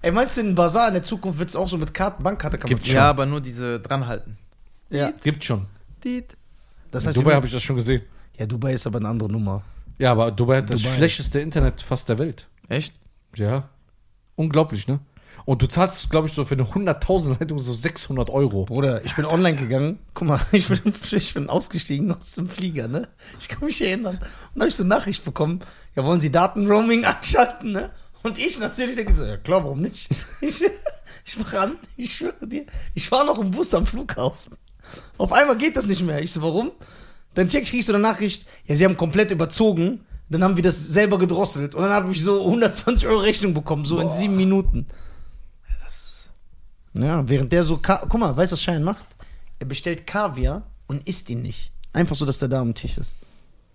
Ey, meinst du, in den Bazar in der Zukunft wird es auch so mit Karten, Bankkarte kann Gibt's man schon. Ja, aber nur diese dranhalten. Ja. Gibt's schon. Diet. Das In heißt, Dubai habe ich das schon gesehen. ja, Dubai ist aber eine andere Nummer. Ja, aber Dubai hat das Dubai. schlechteste Internet fast der Welt. Echt? Ja. Unglaublich, ne? Und du zahlst, glaube ich, so für eine 100.000 Leitung so 600 Euro. Bruder, ich bin online gegangen. Guck mal, ich bin, ich bin ausgestiegen aus dem Flieger, ne? Ich kann mich erinnern. Und dann habe ich so eine Nachricht bekommen. Ja, wollen Sie Datenroaming anschalten, ne? Und ich natürlich denke so, ja klar, warum nicht? Ich, ich mach an, ich schwöre dir. Ich war noch im Bus am Flughafen. Auf einmal geht das nicht mehr. Ich so, warum? Dann check ich, krieg ich so eine Nachricht, ja, sie haben komplett überzogen. Dann haben wir das selber gedrosselt. Und dann habe ich so 120 Euro Rechnung bekommen, so in sieben Minuten. Ja, während der so. Ka Guck mal, weißt du, was Schein macht? Er bestellt Kaviar und isst ihn nicht. Einfach so, dass der da am Tisch ist.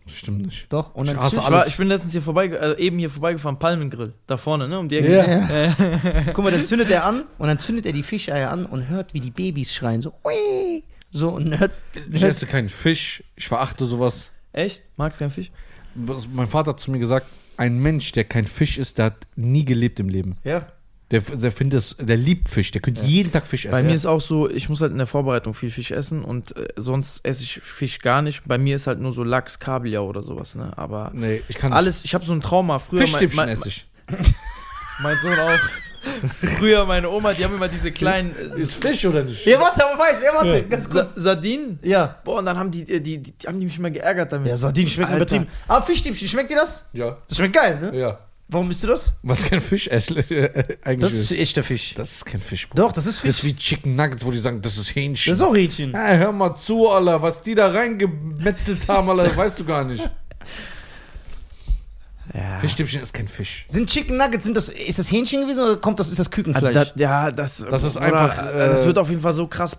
Stimmt nicht. Doch, und dann Ich hasse Ich, chillt- Alles. war, ich bin letztens hier vorbei, äh, eben hier vorbeigefahren, Palmengrill. Da vorne, ne? Um die Ecke. Ja. Guck mal, dann zündet er an und dann zündet er die Fischeier an und hört, wie die Babys schreien. So, ui. So, und hört. Ich hört esse keinen Fisch. Ich verachte sowas. Echt? Magst du keinen Fisch? Was mein Vater hat zu mir gesagt, ein Mensch, der kein Fisch ist, der hat nie gelebt im Leben. ja. Der, der findet es, der liebt Fisch. Der könnte jeden Tag Fisch essen. Bei mir ist auch so, ich muss halt in der Vorbereitung viel Fisch essen und äh, sonst esse ich Fisch gar nicht. Bei mir ist halt nur so Lachs, Kabeljau oder sowas, ne? Aber Nee, ich kann alles, ich habe so ein Trauma. Früher nicht. Fischstäbchen mein, mein, esse ich. mein Sohn auch. Früher meine Oma, die haben immer diese kleinen äh, Ist Fisch oder nicht? Ja, warte, aber falsch. Ja, warte. Ganz Sa kurz. Sardinen. Ja. Boah, und dann haben die, äh, die, die, die haben die mich immer geärgert damit. Ja, Sardinen schmecken Alter. übertrieben. Aber Fischstäbchen, schmeckt dir das? Ja. Das schmeckt geil, ne? Ja. Warum isst du das? Was kein Fisch eigentlich Das ist. ist echter Fisch. Das ist kein Fisch. Doch, das ist Das Fisch. ist wie Chicken Nuggets, wo die sagen, das ist Hähnchen. Das ist auch Hähnchen. Hey, hör mal zu, Alter, was die da reingemetzelt haben, Alter, das weißt du gar nicht. ja. Fischstäbchen ist kein Fisch. Sind Chicken Nuggets, sind das, ist das Hähnchen gewesen oder kommt das, ist das Also Kükenfleisch? das, ja, das, Das ist einfach, äh, äh, das wird auf jeden Fall so krass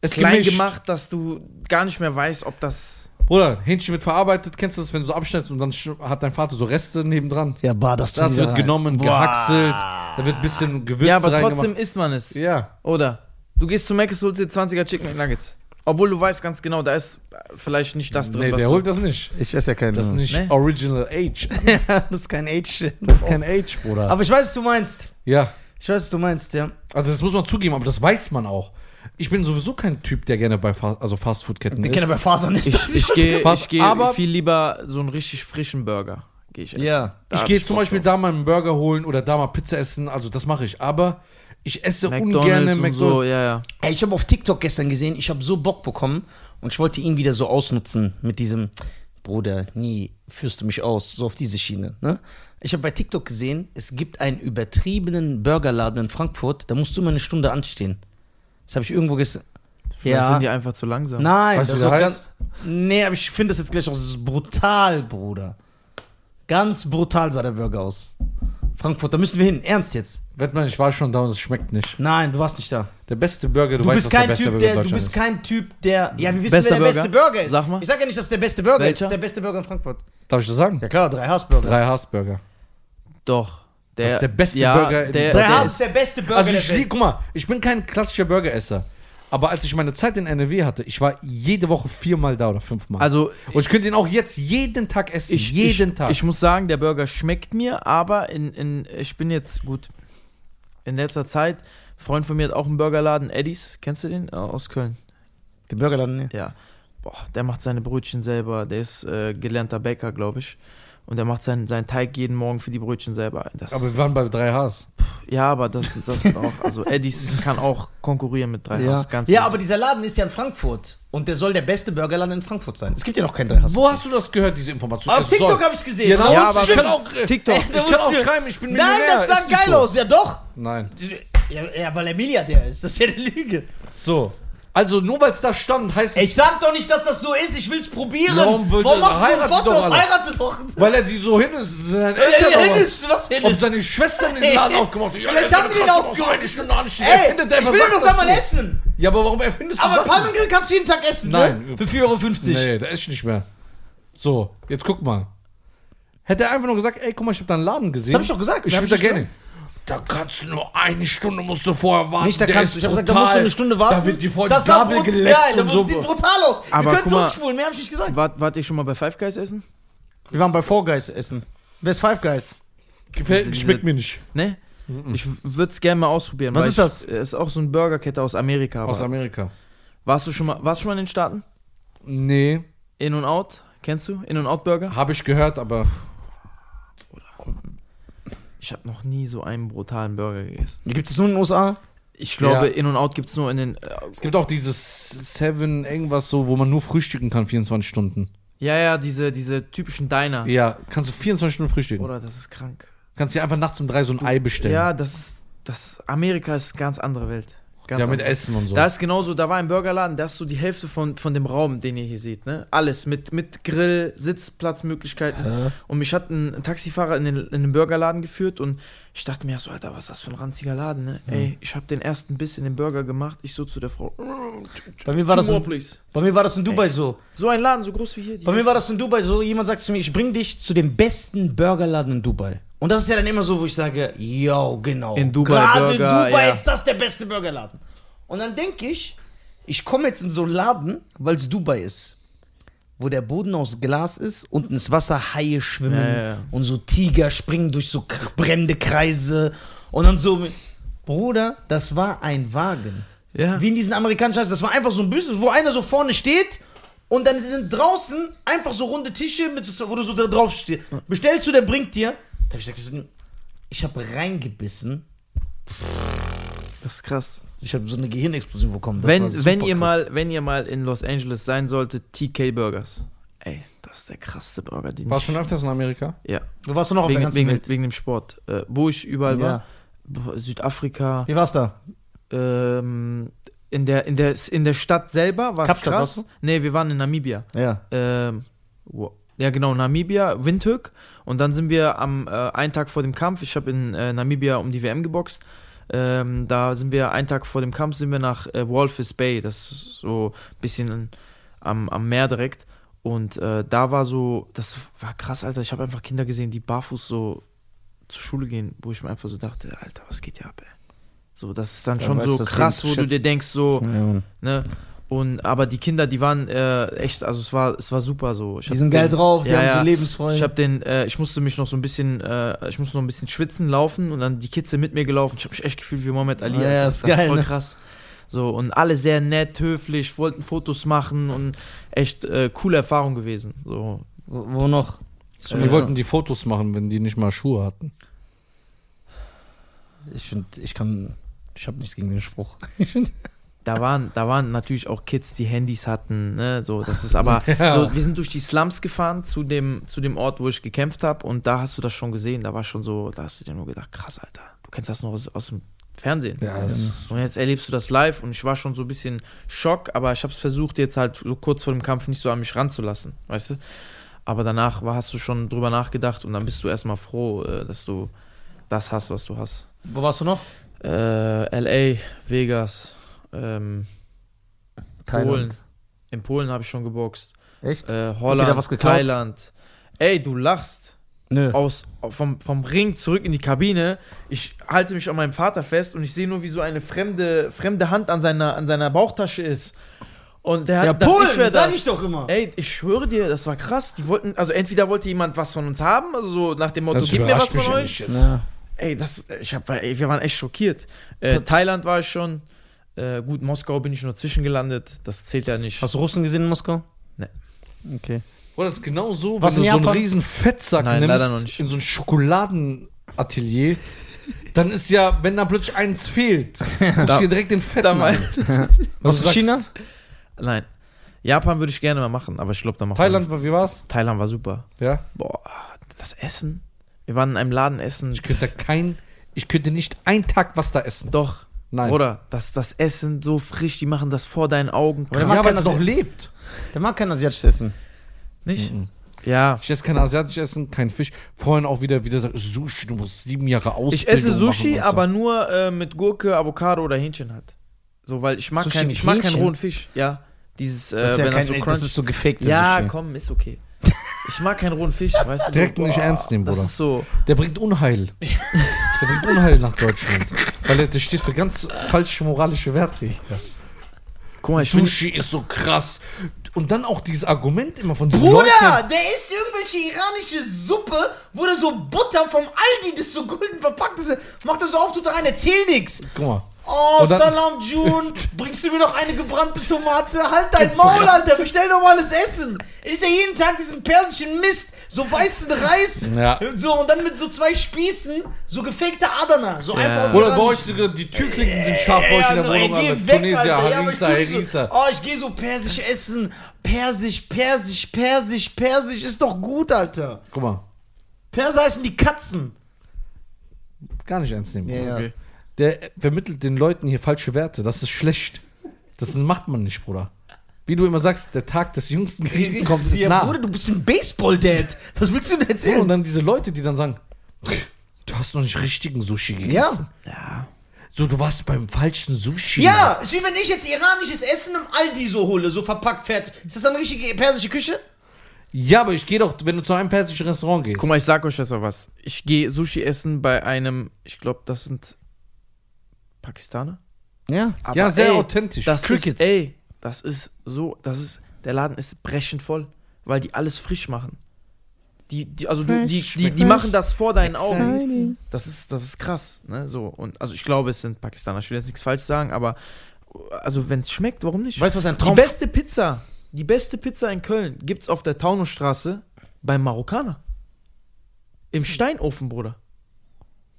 Ist klein gemischt. gemacht, dass du gar nicht mehr weißt, ob das. Bruder, Hähnchen wird verarbeitet, kennst du das, wenn du so abschneidest und dann sch- hat dein Vater so Reste nebendran. ja, bar, das tun Das die da wird rein. genommen, Boah. gehackselt, da wird ein bisschen Gewürz ja, aber reingemacht. trotzdem isst man es. Ja, Oder du gehst zu Mc's, holst dir 20er Chicken McNuggets. Obwohl du weißt ganz genau, da ist äh, vielleicht nicht das drin, nee, was der du- holt das nicht. Ich esse ja keinen. Das ist nicht Nee. Original Age. das ist kein Oh. Age. Das ist kein Age, Bruder. Aber ich weiß, was du meinst. ja, Ich weiß, was du meinst, ja. also das muss man zugeben, aber das weiß man auch. Ich bin sowieso kein Typ, der gerne bei Fa also Fastfood-Ketten Den isst. kennen wir bei Fasern nicht. Ich, ich gehe Was? ich geh Aber- viel lieber so einen richtig frischen Burger. Gehe ich essen. Ja. Da ich hab gehe zum Bock Beispiel drauf. da mal einen Burger holen oder da mal Pizza essen, also das mache ich. Aber ich esse ungern McDonald's und McDonald's. so, ja, ja. Ey, ich habe auf TikTok gestern gesehen, ich habe so Bock bekommen und ich wollte ihn wieder so ausnutzen mit diesem Bruder, nie führst du mich aus, so auf diese Schiene. Ne? Ich habe bei TikTok gesehen, es gibt einen übertriebenen Burgerladen in Frankfurt, da musst du immer eine Stunde anstehen. Das habe ich irgendwo gestern. Vielleicht Ja. sind die einfach zu langsam. Nein, Weißt du, das wie der ist auch heißt? ganz. Nee, aber ich finde das jetzt gleich auch das ist brutal, Bruder. Ganz brutal sah der Burger aus. Frankfurt, da müssen wir hin. Ernst jetzt. Wettmann, ich war schon da und es schmeckt nicht. Nein, du warst nicht da. Der beste Burger, du, Du weißt, bist dass kein der beste Typ, Burger in der. Du Deutschland bist ist. kein Typ, der. Ja, wir wissen, Bester wer der beste Burger? Burger ist. Sag mal. Ich sag ja nicht, dass der beste Burger Welcher? ist. Der beste Burger in Frankfurt. Darf ich das sagen? Ja klar, drei Haas-Burger. Drei Haas-Burger. Doch. Der, Das ist der beste ja, Burger in- der, Drei Drei der Haas ist, ist der beste Burger Also der ich Welt. lieb, guck mal, ich bin kein klassischer Burgeresser. Aber als ich meine Zeit in NRW hatte, ich war jede Woche viermal da oder fünfmal. Also und ich könnte ihn auch jetzt jeden Tag essen. ich, jeden ich, Tag. Ich muss sagen, der Burger schmeckt mir, aber in, in, ich bin jetzt gut. In letzter Zeit, ein Freund von mir hat auch einen Burgerladen, Eddies. Kennst du den? Äh, Aus Köln. Der Burgerladen, ne? Ja. Boah, der macht seine Brötchen selber. Der ist äh, gelernter Bäcker, glaube ich. Und er macht seinen, seinen Teig jeden Morgen für die Brötchen selber. Das Aber wir waren bei 3Hs. ja, aber das, das sind auch, also Eddies kann auch konkurrieren mit 3Hs. Ja. ganz Ja, easy. aber dieser Laden ist ja in Frankfurt. Und der soll der beste Burgerladen in Frankfurt sein. Es gibt ja noch keinen Dreihass. Wo hast du das gehört, diese Information? Auf Es TikTok soll- habe ich gesehen. Genau, Ja, ja, aber ich kann stimmt. Äh, auch, ich TikTok. Da kann auch musst du- schreiben, ich bin Nein, Millionär. das sah ist nicht geil so. aus. Ja, doch. Nein. Ja, ja, weil er Milliardär ist. Das ist ja eine Lüge. So. Also nur weil es da stand, heißt Ich es, sag doch nicht, dass das so ist. Ich will's probieren. Warum wollt ihr- machst du einen heiratet Fass doch auf? alle. Heirate doch. weil er die so hin ist, seinen Ey, Eltern Hennis, aber- was Hennis? ob seine Schwestern den Laden Ey, aufgemacht haben. Ja, vielleicht der haben die Kasten den muss aufgemacht. eine Stunde anstehen. Er Ey, findet einfach ich will Sachen doch da mal dazu. essen. Ja, aber warum erfindest du Aber Sachen? Palmengrill kannst du jeden Tag essen, Nein. ne? Für 4,50 Euro. Nee, da ist nicht mehr. So, jetzt guck mal. Hätte er einfach nur gesagt, ey, guck mal, ich hab da einen Laden gesehen. hab ich doch gesagt, Ich hab würde ich da nicht gerne. hin. Da kannst du nur eine Stunde musst du vorher warten. Nicht, da der kannst du. ist Ich hab gesagt, da musst du brutal. eine Stunde warten. Da wird die voll Das sah Gabel brutal, geleckt da- und das so. sieht brutal aus. Wir Aber können guck mal- zurückspulen, mehr hab ich nicht gesagt. Wart, wart ihr schon mal bei Five Guys essen? Wir waren bei Four Guys essen. Wer ist Five Guys? Gefällt, schmeckt mir nicht. Ne? Mhm. Ich würde es gerne mal ausprobieren. Was weil ist ich, das? Ist auch so eine Burgerkette aus Amerika. Aus aber- Amerika. warst du schon mal, warst du schon mal in den Staaten? Nee, In und Out? Kennst du? In und Out Burger? habe ich gehört, aber Ich habe noch nie so einen brutalen Burger gegessen. Gibt es nur in den USA? Ich glaube, Ja. In und Out gibt es nur in den. Äh, es gibt auch dieses Seven irgendwas so, wo man nur frühstücken kann 24 Stunden. ja, ja, diese, diese typischen Diner. Ja, kannst du 24 Stunden frühstücken. Oder das ist krank. Kannst dir einfach nachts um drei so ein Ei bestellen. Ja, das ist. Das, Amerika ist eine ganz andere Welt. Ganz ja mit andere. Essen und so. Da ist genauso, da war ein Burgerladen, da hast du die Hälfte von, von dem Raum, den ihr hier seht, ne? Alles mit, mit Grill, Sitzplatzmöglichkeiten. Und mich hat ein, ein Taxifahrer in den, in den Burgerladen geführt und ich dachte mir so, Alter, was ist das für ein ranziger Laden, ne? Ey, ich habe den ersten Biss in den Burger gemacht, ich so zu der Frau, Bei mir war das "Two more, in, please. bei mir war das in Dubai so. So ein Laden, so groß wie hier. Die Bei mir war das in Dubai so, jemand sagt zu mir, ich bring dich zu dem besten Burgerladen in Dubai. Und das ist ja dann immer so, wo ich sage, yo, genau. In Dubai Gerade in Burger, Dubai ja. ist das der beste Burgerladen. Und dann denke ich, ich komme jetzt in so einen Laden, weil es Dubai ist. Wo der Boden aus Glas ist, unten ist Wasser, Haie schwimmen Ja, ja, ja. und so Tiger springen durch so k- brennende Kreise und dann so. mit- Bruder, das war ein Wagen. Ja. Wie in diesen amerikanischen Scheiß. Das war einfach so ein Business, wo einer so vorne steht und dann sind draußen einfach so runde Tische, mit so, wo du so da drauf stehst. Bestellst du, der bringt dir. Da hab ich gesagt, ich habe reingebissen. das ist krass. Ich habe so eine Gehirnexplosion bekommen. Das war Wenn, super wenn, ihr krass. mal, wenn ihr mal in Los Angeles sein solltet, TK Burgers. Ey, das ist der krasseste Burger, den Warst du schon öfters in Amerika? Ja, Du warst doch noch auf der wegen, ganzen wegen, Welt. wegen dem Sport. Äh, wo ich überall war. B- Südafrika, Wie war's da? ähm, in, der, in, der, in der Stadt selber war es Kapstadt krass. warst Nee, wir waren in Namibia. Ja. Ähm, wo- ja, genau, Namibia, Windhoek. Und dann sind wir am äh, einen Tag vor dem Kampf, ich habe in äh, Namibia um die WM geboxt. Ähm, da sind wir einen Tag vor dem Kampf, sind wir nach äh, Walvis Bay, das ist so ein bisschen am, am Meer direkt. Und äh, da war so, das war krass, Alter. Ich habe einfach Kinder gesehen, die barfuß so zur Schule gehen, wo ich mir einfach so dachte, Alter, was geht hier ab, ey? So, das ist dann Ja, schon weißt so du, das krass, Leben wo zu du dir denkst, so, Ja, Mann. ne? Und aber die Kinder, die waren äh, echt, also es war, es war super so. Ich Die hab sind geil den, drauf, die ja, haben ja. so Lebensfreude. Ich habe den, äh, ich musste mich noch so ein bisschen, äh, ich musste noch ein bisschen schwitzen, laufen und dann die Kids sind mit mir gelaufen. Ich habe mich echt gefühlt wie Mohammed Ali. Ja, ja, Alter. ist das geil, ist voll ne? krass. So und alle sehr nett, höflich, wollten Fotos machen und echt äh, coole Erfahrung gewesen. So wo, wo noch? Wir wollten die Fotos machen, wenn die nicht mal Schuhe hatten. Ich finde, ich kann. Ich habe nichts gegen den Spruch. da waren, da waren natürlich auch Kids, die Handys hatten, ne? So, das ist aber, so, wir sind durch die Slums gefahren zu dem, zu dem Ort, wo ich gekämpft habe und da hast du das schon gesehen. Da war schon so, da hast du dir nur gedacht, krass, Alter, du kennst das noch aus, aus dem Fernsehen. Ja, das- und jetzt erlebst du das live und ich war schon so ein bisschen Schock, aber ich habe es versucht, jetzt halt so kurz vor dem Kampf nicht so an mich ranzulassen, weißt du? Aber danach war, hast du schon drüber nachgedacht und dann bist du erstmal froh, äh, dass du das hast, was du hast. Wo warst du noch? Äh, LA, Vegas, ähm, Polen. In Polen habe ich schon geboxt. Echt? Äh, dir da Holland, was geklaut? Thailand. Ey, du lachst. Nö. Aus, vom, vom Ring zurück in die Kabine. Ich halte mich an meinem Vater fest und ich sehe nur, wie so eine fremde, fremde Hand an seiner, an seiner Bauchtasche ist. Und der hat Ja, gedacht, Polen, ich wär sag das. ich doch immer. Ey, ich schwöre dir, das war krass. Die wollten, also entweder wollte jemand was von uns haben, also so nach dem Motto, Das gib mir was überrascht von mich ja euch. nicht jetzt. Ja. Ey, das, ich hab, ey, wir waren echt schockiert. Äh, Thailand war ich schon. Äh, gut, Moskau bin ich nur zwischengelandet. Das zählt ja nicht. Hast du Russen gesehen in Moskau? Nee. Okay. Boah, das ist genau so, Was wenn in du so Japan? einen riesen Fettsack Nein, nimmst leider noch nicht. in so ein Schokoladenatelier, dann ist ja, wenn da plötzlich eins fehlt, guckst du dir direkt den Fett an. Was sagst- China? Nein. Japan würde ich gerne mal machen, aber ich glaube, da machen wir Thailand, wie war's? nicht. Thailand war super. Ja. Boah, das Essen. Wir waren in einem Laden essen. Ich könnte kein, ich könnte nicht einen Tag was da essen. Doch. Nein. Oder das, das Essen so frisch, die machen das vor deinen Augen. der Krass. macht ja, weil keiner es doch Sinn. lebt. Der mag kein asiatisches Essen. nicht? Mhm. Ja. Ich esse kein asiatisch Essen, kein Fisch. Vorhin auch wieder wieder sagt, Sushi, du musst sieben Jahre Ausbildung Ich esse machen Sushi, und so. aber nur äh, mit Gurke, Avocado oder Hähnchen halt. So, weil ich mag, Sushi keinen, mit ich mag keinen Hähnchen? rohen Fisch. Ja. Dieses, äh, Das ist ja wenn kein, das so das, crunch. ist so gefaked. ja, komm, ist okay. Ich mag keinen rohen Fisch, weißt du? Direkt nicht boah, ernst nehmen, Das Bruder. ist so. Der bringt Unheil. Der bringt Unheil nach Deutschland. Weil er- der steht für ganz falsche moralische Werte. Guck mal, ich find- Sushi ist so krass. Und dann auch dieses Argument immer von diesen Bruder, Leuten. der isst irgendwelche iranische Suppe, wo da so Butter vom Aldi, das so golden verpackt ist, macht das so auf, tut da rein, erzähl nix. Guck mal. Oh, Und dann- Salam June, bringst du mir noch eine gebrannte Tomate? Halt dein Maul, Alter, bestell normales Essen. Ich esse ja jeden Tag diesen persischen Mist, so weißen Reis, Ja. so und dann mit so zwei Spießen, so gefakte Adana, so einfach. Bruder, bei euch sogar die Türklinken sind scharf bei euch in der Wohnung. ey, Alter. geh weg, Tunesier, Alter. Ja, aber ich Harissa, tu nicht Harissa. So, oh, ich gehe so persisch essen. Persisch, persisch, persisch, persisch. Ist doch gut, Alter. Guck mal, Perser heißen die Katzen. gar nicht ernst nehmen. Bruder. Ja. Okay. Der vermittelt den Leuten hier falsche Werte. Das ist schlecht. Das macht man nicht, Bruder. Wie du immer sagst, der Tag des jüngsten Gerichts kommt ist ja, nah. Bruder, du bist ein Baseball-Dad. Was willst du denn Ja, Und erzählen? dann diese Leute, die dann sagen, du hast noch nicht richtigen Sushi gegessen. Ja. Ja. So, du warst beim falschen Sushi. Ja, ist wie wenn ich jetzt iranisches Essen im Aldi so hole, so verpackt, fertig. Ist das dann richtige persische Küche? Ja, aber ich gehe doch, wenn du zu einem persischen Restaurant gehst. Guck mal, ich sag euch jetzt mal was. Ich gehe Sushi essen bei einem, ich glaube, das sind Pakistaner. Ja. Aber ja, sehr ey, authentisch. Das Crickets. ist, ey, das ist so, das ist, der Laden ist brechend voll, weil die alles frisch machen. Die, die also du, die, die, die machen das vor deinen Augen. Das ist, das ist krass, ne, so. Und, also ich glaube, es sind Pakistaner. Ich will jetzt nichts falsch sagen, aber, also wenn es schmeckt, warum nicht? Weißt du, was ein Traum Die beste Pizza, die beste Pizza in Köln gibt's auf der Taunusstraße beim Marokkaner. Im Steinofen, Bruder.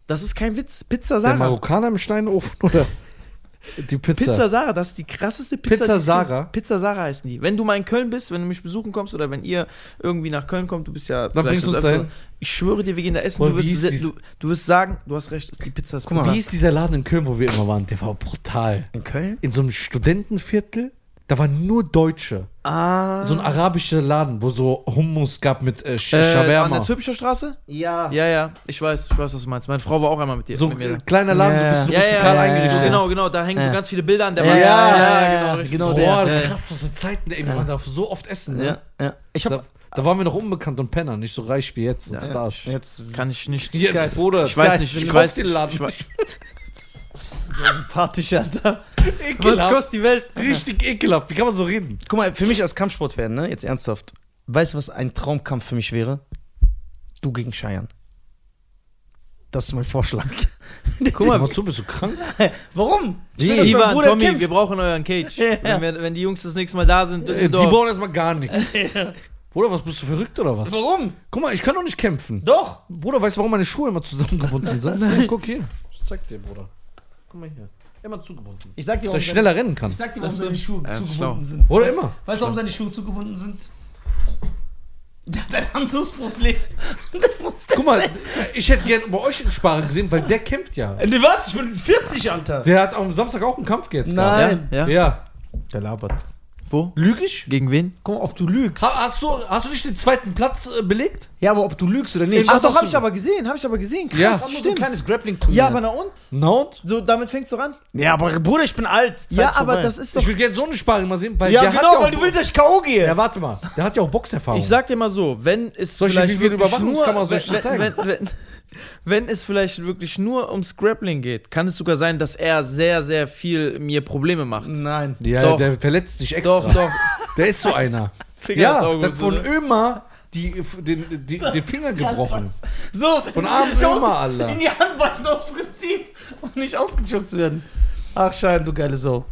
Das ist kein Witz. Pizza der Sarah. Marokkaner im Steinofen oder die Pizza? Pizza Sarah, das ist die krasseste Pizza. Pizza die es Sarah? gibt. Pizza Sarah heißen die. Wenn du mal in Köln bist, wenn du mich besuchen kommst oder wenn ihr irgendwie nach Köln kommt, du bist ja. Dann vielleicht bringst du uns öfter- dahin. Ich schwöre dir, wir gehen da essen. Boah, Du wie wirst, hieß se- dies- du, du wirst sagen, du hast recht, die Pizza ist Guck mal. Wie ist dieser Laden in Köln, wo wir immer waren? Der war brutal. In Köln? In so einem Studentenviertel, da waren nur Deutsche. Ah. So ein arabischer Laden, wo so Hummus gab mit äh, Sch- äh, an Shawarma. der Zülpicher Straße? Ja. Ja, ja, ich weiß, ich weiß, was du meinst. Meine Frau war auch einmal mit dir. so mit ein mir da. äh, kleiner Laden, Ja, so ein bisschen ja, ja, rustikal ja, eingerichtet. ja, genau, genau, da hängen Ja. so ganz viele Bilder an der Ja, Wand. ja, ja, genau, ja, richtig. genau der. Boah, Ja, ja. krass, was für Zeiten, ey, wir waren da so oft essen, ne? ja. Ich Da, da waren wir noch unbekannt und Penner, nicht so reich wie jetzt und Ja. Stars. jetzt Kann ich nicht. Jetzt, Bruder, ich weiß Sky, nicht, ich kauf weiß den nicht. Laden Ich weiß, sympathisch, Alter. Ekelhaft. die Welt? Richtig ekelhaft. Wie kann man so reden? Guck mal, für mich als Kampfsportfan, ne, jetzt ernsthaft. Weißt du, was ein Traumkampf für mich wäre? Du gegen Scheiern. Das ist mein Vorschlag. Guck mal, zu, bist du krank? Warum? Ich will, dass Die, mein Ivan, Bruder Tommy, kämpft. wir brauchen euren Cage. Ja. Wenn, wir, wenn die Jungs das nächste Mal da sind, Äh, die Düsseldorf. bauen erstmal gar nichts. Bruder, was bist du verrückt oder was? Warum? Guck mal, ich kann doch nicht kämpfen. Doch. Bruder, weißt du, warum meine Schuhe immer zusammengebunden sind? Nein. Guck hier. Ich zeig dir, Bruder. Guck mal hier. Immer zugebunden. Ich sag Dass dir, warum, ich schneller rennen kann. ich sag dir, warum seine Schuhe Ja, ist zugebunden schlau. sind. Oder immer. Weißt du, warum seine Schuhe zugebunden sind? Der hat ein anderes Problem. Der muss das Guck mal, sehen. ich hätte gerne bei euch einen Sparer gesehen, weil der kämpft ja. Äh, Nee, was? Ich bin 40, Alter. Der hat am Samstag auch einen Kampf jetzt Nein. ja, ja. gehabt. Ja. Der labert. Wo? Lügisch? Gegen wen? Guck mal, ob du lügst. Ha- Hast du, hast du nicht den zweiten Platz äh, belegt? Ja, aber ob du lügst oder nicht. Ich Ach, doch, Ach doch, hab hab ich ich aber gesehen, hab ich aber gesehen. Krass, Ja. Das war nur so ein stimmt. kleines Grappling-Turnier. Ja, aber na und? Na und? So, damit fängst du an. Ja, aber Bruder, ich bin alt. Zeit ja, ist aber vorbei. das ist doch. Ich will gerne so eine Sparring mal sehen, weil Ja, der hat genau, ja weil auch, du willst, dass ich K.O. gehe. Ja, warte mal, der hat ja auch Boxerfahrung. Ich sag dir mal so, wenn es Solche vielleicht wie viele wirklich Überwachungskameras soll nur, ich dir wenn, wenn, zeigen? wenn, wenn es vielleicht wirklich nur ums Grappling geht, kann es sogar sein, dass er sehr, sehr viel mir Probleme macht. Nein. ja, Doch. der verletzt dich extra. Doch, doch. Der ist so einer. Finger ist ja, auch der hat gut, von oder? Ömer die, den, die, den Finger gebrochen. So, Von Arm Jungs immer, Alter. In die Hand weisen aus Prinzip und nicht ausgejuckt zu werden. Ach, Schein, du geile Sau.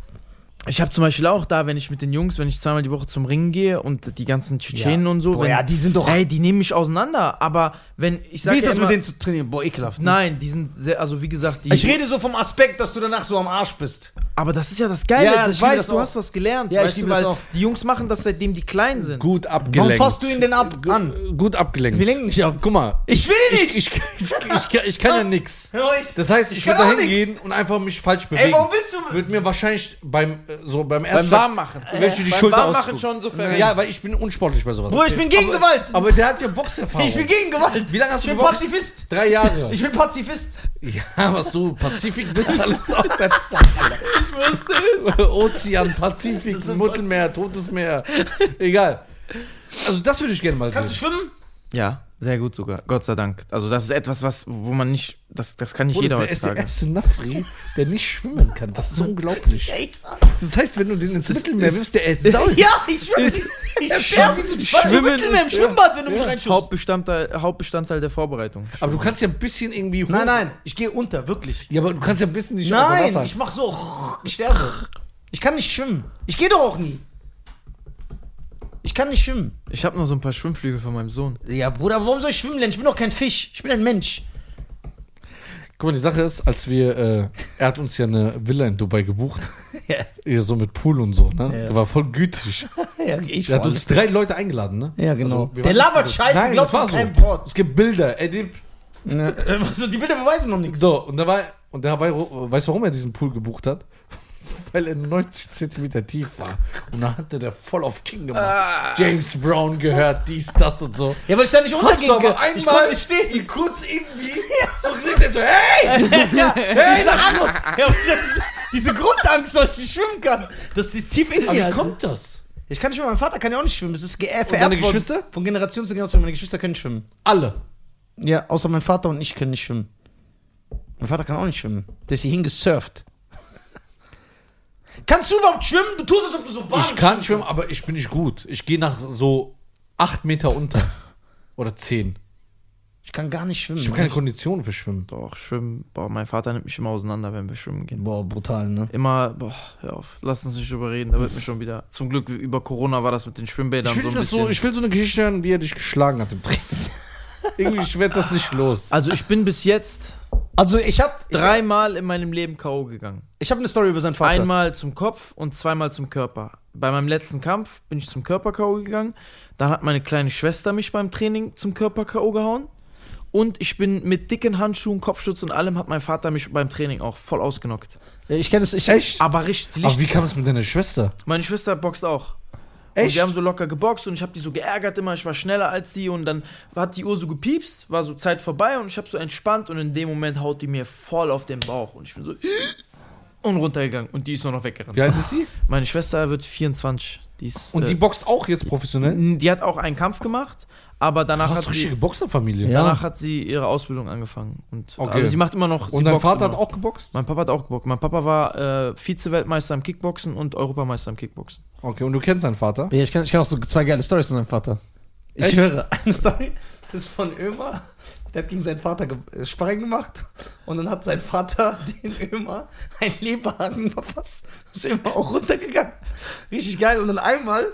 Ich habe zum Beispiel auch da, wenn ich mit den Jungs, wenn ich zweimal die Woche zum Ringen gehe und die ganzen Tschetschenen Ja. und so. Boah, wenn, ja, die sind doch- Ey, die nehmen mich auseinander. Aber wenn ich sage. Wie ist das ja mit immer, denen zu trainieren? Boah, ekelhaft. ne? Nein, die sind sehr. Also, wie gesagt, die. Ich rede so vom Aspekt, dass du danach so am Arsch bist. aber das ist ja das Geile. Ja, ich du liebe das weißt, du auch. hast was gelernt. Ja, ich weißt du, liebe das weil auch. Die Jungs machen das, seitdem die klein sind. Gut abgelenkt. Warum fasst du ihn denn ab Gu- an? Gut abgelenkt. Wir lenken dich ab. Guck mal. Ich will ihn Ich, nicht! ich, ich, ich, kann- ich kann ja nix. Hör euch. Das heißt, ich, Ich würde kann da auch nix. hingehen und einfach mich falsch bewegen. Ey, warum willst du- Würde mir wahrscheinlich beim, äh, so beim Äh, Beim ersten Warmmachen. Äh. Welche die Beim Schulter Warmmachen ausguckt. schon so verrenkt. Ja, weil ich bin unsportlich bei sowas. Bruder, ich bin gegen Gewalt. Aber der hat ja Boxerfahrung. ich bin gegen Gewalt. Wie lange hast ich du bin geboxt? Pazifist. Drei Jahre. Ich bin Pazifist. ja, was du Pazifik bist, alles auf der Sache. Ich wusste es. Ozean, Pazifik, Mittelmeer, Totes Meer. Egal. Also das würde ich gerne mal Kannst du sehen. schwimmen? Ja, sehr gut sogar. Gott sei Dank. Also, das ist etwas, was, wo man nicht. Das, das kann nicht jeder der ist der heutzutage. erste Nafri, der nicht schwimmen kann. Das ist unglaublich. Ey. Das heißt, wenn du den ins Mittelmeer wirfst, der ist sauer. Ja, ich schwimme. Ich sterbe. Was du Schwimmen mit mir im ist- Schwimmbad, wenn du mich reinschubst? Hauptbestandteil, Hauptbestandteil der Vorbereitung. Aber du kannst ja ein bisschen irgendwie hoch. Nein, nein, ich gehe unter, wirklich. Ja, aber du kannst ja ein bisschen nicht unter Nein, Wasser. ich mach so. Ich sterbe. Ich kann nicht schwimmen. Ich gehe doch auch nie. Ich kann nicht schwimmen. Ich habe noch so ein paar Schwimmflügel von meinem Sohn. Ja, Bruder, aber warum soll ich schwimmen lernen? Ich bin doch kein Fisch. Ich bin ein Mensch. Guck mal, die Sache ist, als wir, äh, er hat uns ja eine Villa in Dubai gebucht. Ja, Ja, so mit Pool und so, ne? Ja. Der war voll gütig. ja ich Der vor hat uns allem. drei Leute eingeladen, ne? Ja, Also genau. wir Der waren- labert Scheiße, Nein, glaubt das war mir so. kein Wort. Es gibt Bilder. Ey, die, Also, die Bilder beweisen noch nichts. so, und da war, und da war, weißt du, warum er diesen Pool gebucht hat? Weil er 90 Zentimeter tief war. Und da hatte der voll auf King gemacht. Ah. James Brown gehört, dies, das und so. Ja, weil ich da nicht Hast untergehen du aber kann. Ich konnte einmal nicht stehen. ihn kurz irgendwie so kriegt er so, hey! Ja, hey, diese Angst. Ja, aber das, diese Grundangst, dass ich nicht schwimmen kann. Das ist tief in Aber mir. wie Alter. kommt das? Ich kann nicht schwimmen, mein Vater kann ja auch nicht schwimmen. Es ist geerbt Und deine worden. Geschwister? Von Generation zu Generation. Meine Geschwister können schwimmen. Alle. Ja, außer mein Vater und ich können nicht schwimmen. Mein Vater kann auch nicht schwimmen. Der ist hierhin gesurft. Kannst du überhaupt schwimmen? Du tust es, ob du so Bahn Ich kann schwimmen, aber ich bin nicht gut. Ich gehe nach so 8 Meter unter. Oder 10. Ich kann gar nicht schwimmen. Ich habe keine Kondition für Schwimmen. Doch, schwimmen. Boah, mein Vater nimmt mich immer auseinander, wenn wir schwimmen gehen. Boah, brutal, ne? Immer, boah, hör auf, lass uns nicht drüber reden, da wird mir schon wieder. Zum Glück über Corona war das mit den Schwimmbädern Ich will, so ein das bisschen. so, ich will so eine Geschichte hören, wie er dich geschlagen hat im Training. Irgendwie, ich werd das nicht los. also ich bin bis jetzt Also, ich hab. Ich, dreimal in meinem Leben K.O. gegangen. ich hab eine Story über seinen Vater. Einmal zum Kopf und zweimal zum Körper. Bei meinem letzten Kampf bin ich zum Körper K.O. gegangen. Dann hat meine kleine Schwester mich beim Training zum Körper K.O. gehauen. Und ich bin mit dicken Handschuhen, Kopfschutz und allem hat mein Vater mich beim Training auch voll ausgenockt. Ich kenne das. Ich, Echt? Aber richtig, Aber wie kam es mit deiner Schwester? Meine Schwester boxt auch. Und Echt? wir haben so locker geboxt und ich habe die so geärgert immer. Ich war schneller als die und dann hat die Uhr so gepiepst, war so Zeit vorbei und ich habe so entspannt und in dem Moment haut die mir voll auf den Bauch und ich bin so und runtergegangen und die ist nur noch weggerannt. Wie alt ist sie? Meine Schwester wird 24. Die ist, Und die äh, boxt ne? auch jetzt professionell? n- die hat auch einen Kampf gemacht, aber danach Krass, hat richtige sie Boxerfamilie. Ja. danach hat sie ihre Ausbildung angefangen und Okay. also sie macht immer noch sie Und dein boxt Vater immer hat noch. auch geboxt? Mein Papa hat auch geboxt. Mein Papa war äh, Vize-Weltmeister im Kickboxen und Europameister im Kickboxen. Okay, und du kennst deinen Vater? Ja, ich kann, ich kann auch so zwei geile Stories von seinem Vater. Ich Echt? höre eine Story, das ist von Ömer. Der hat gegen seinen Vater ge- äh, Sparring gemacht und dann hat sein Vater den Ömer einen Leberhaken verpasst. Ist Ömer auch runtergegangen. Richtig geil. Und dann einmal.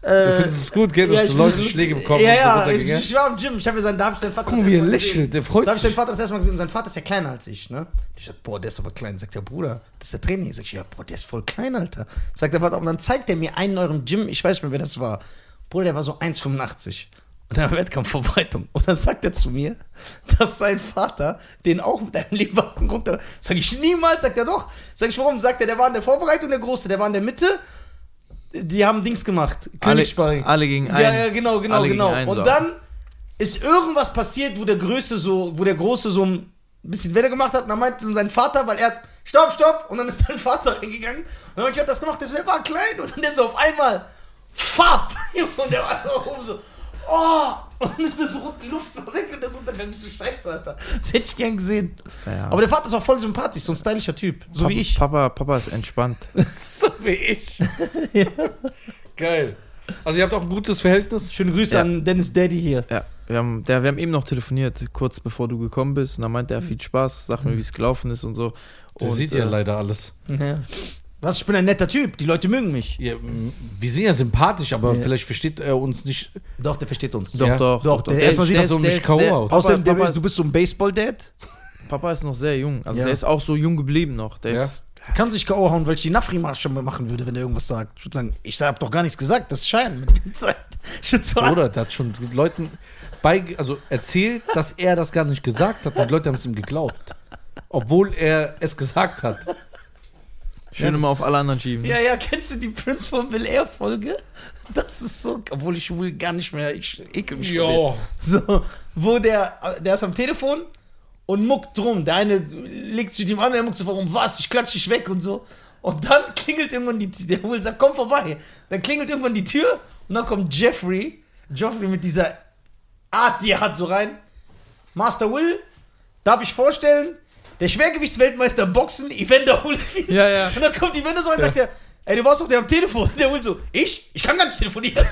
Du Äh, findest es gut, gell, dass ja, ich so Leute find's- Schläge bekommen ja, und so ja, ich, runtergehen, ich war im Gym. Ich habe mir seinen, da hab ich seinen Vater. Guck das mal, wie er erste Mal lächelt, der da freut habe ich sich. seinen Vater das erste Mal gesehen und sein Vater ist ja kleiner als ich, ne? Ich sag, boah, der ist aber klein. Sagt der Bruder, das ist der Trainer. Ich sag, ja, boah, der ist voll klein, Alter. Sagt der Vater, und dann zeigt er mir einen in eurem Gym, ich weiß nicht mehr, wer das war. Bruder, der war so 1,85. Und dann war Wettkampfvorbereitung. Und dann sagt er zu mir, dass sein Vater den auch mit einem Leberhaken runter. Sag ich niemals, sagt er doch. Sag ich, warum? Sagt er, der war in der Vorbereitung, der Große, der war in der Mitte. Die haben Dings gemacht. Alle, Königssparring. alle gegen einen. Ja, ja, genau, genau, Alle gegen genau. einen, und so. dann ist irgendwas passiert, wo der Größe so, wo der Große so ein bisschen Welle gemacht hat und dann meinte sein Vater, weil er hat Stopp, Stopp und dann ist sein Vater reingegangen und dann hat er das gemacht, der, so, der war klein und dann ist er auf einmal Fab und der war so oben so Oh! Und dann ist das so die Luft war weg und das Untergang ist so scheiße, Alter. Das hätte ich gern gesehen. Ja. Aber der Vater ist auch voll sympathisch, so ein stylischer Typ. So Papa, wie ich. Papa, Papa ist entspannt. So wie ich. Geil. Also ihr habt auch ein gutes Verhältnis? Schöne Grüße Ja. an Dennis Daddy hier. ja, wir haben, der, wir haben eben noch telefoniert, kurz bevor du gekommen bist. Und äh, da meinte er viel Spaß, sag mir, wie es gelaufen ist und so. Der und, sieht ja leider alles. Ja. Was? Ich bin ein netter Typ. Die Leute mögen mich. Ja, m- wir sind ja sympathisch, aber vielleicht versteht er uns nicht. Doch, der versteht uns. Ja. doch, Doch, der Erstmal ist- sieht der er so ist- nicht ist- K.O. der- aus. Außerdem, Papa- der Papa ist, du bist so ein Baseball-Dad. Papa ist noch sehr jung. Also Ja. der ist auch so jung geblieben noch. Der Ja. ist, Kann sich K.O. hauen, weil ich die Nafri-Marsche machen würde, wenn er irgendwas sagt. Ich würde sagen, ich habe doch gar nichts gesagt. Das ist Schein. mit der Zeit. Ich würde so Oder der hat schon Leuten bei, also erzählt, dass er das gar nicht gesagt hat. Und Leute haben es ihm geglaubt. Obwohl er es gesagt hat. schön immer auf alle anderen schieben. Ja, ja, kennst du die Prince von Bel Air Folge? Das ist so, obwohl ich will gar nicht mehr, ich ekel mich. vor dem. So, wo der, der ist am Telefon und muckt drum. Der eine legt sich mit ihm an, der muckt so warum was, ich klatsch dich weg und so. Und dann klingelt irgendwann die Tür, der Will sagt, komm vorbei. Dann klingelt irgendwann die Tür und dann kommt Jeffrey, Jeffrey mit dieser Art, die er hat, so rein. Master Will, darf ich vorstellen, der Schwergewichtsweltmeister im Boxen, Evander Holyfield. Ja, ja. Und dann kommt Evander so rein und sagt, ja. ey, du warst doch der am Telefon. Der Will so, ich? Ich kann gar nicht telefonieren.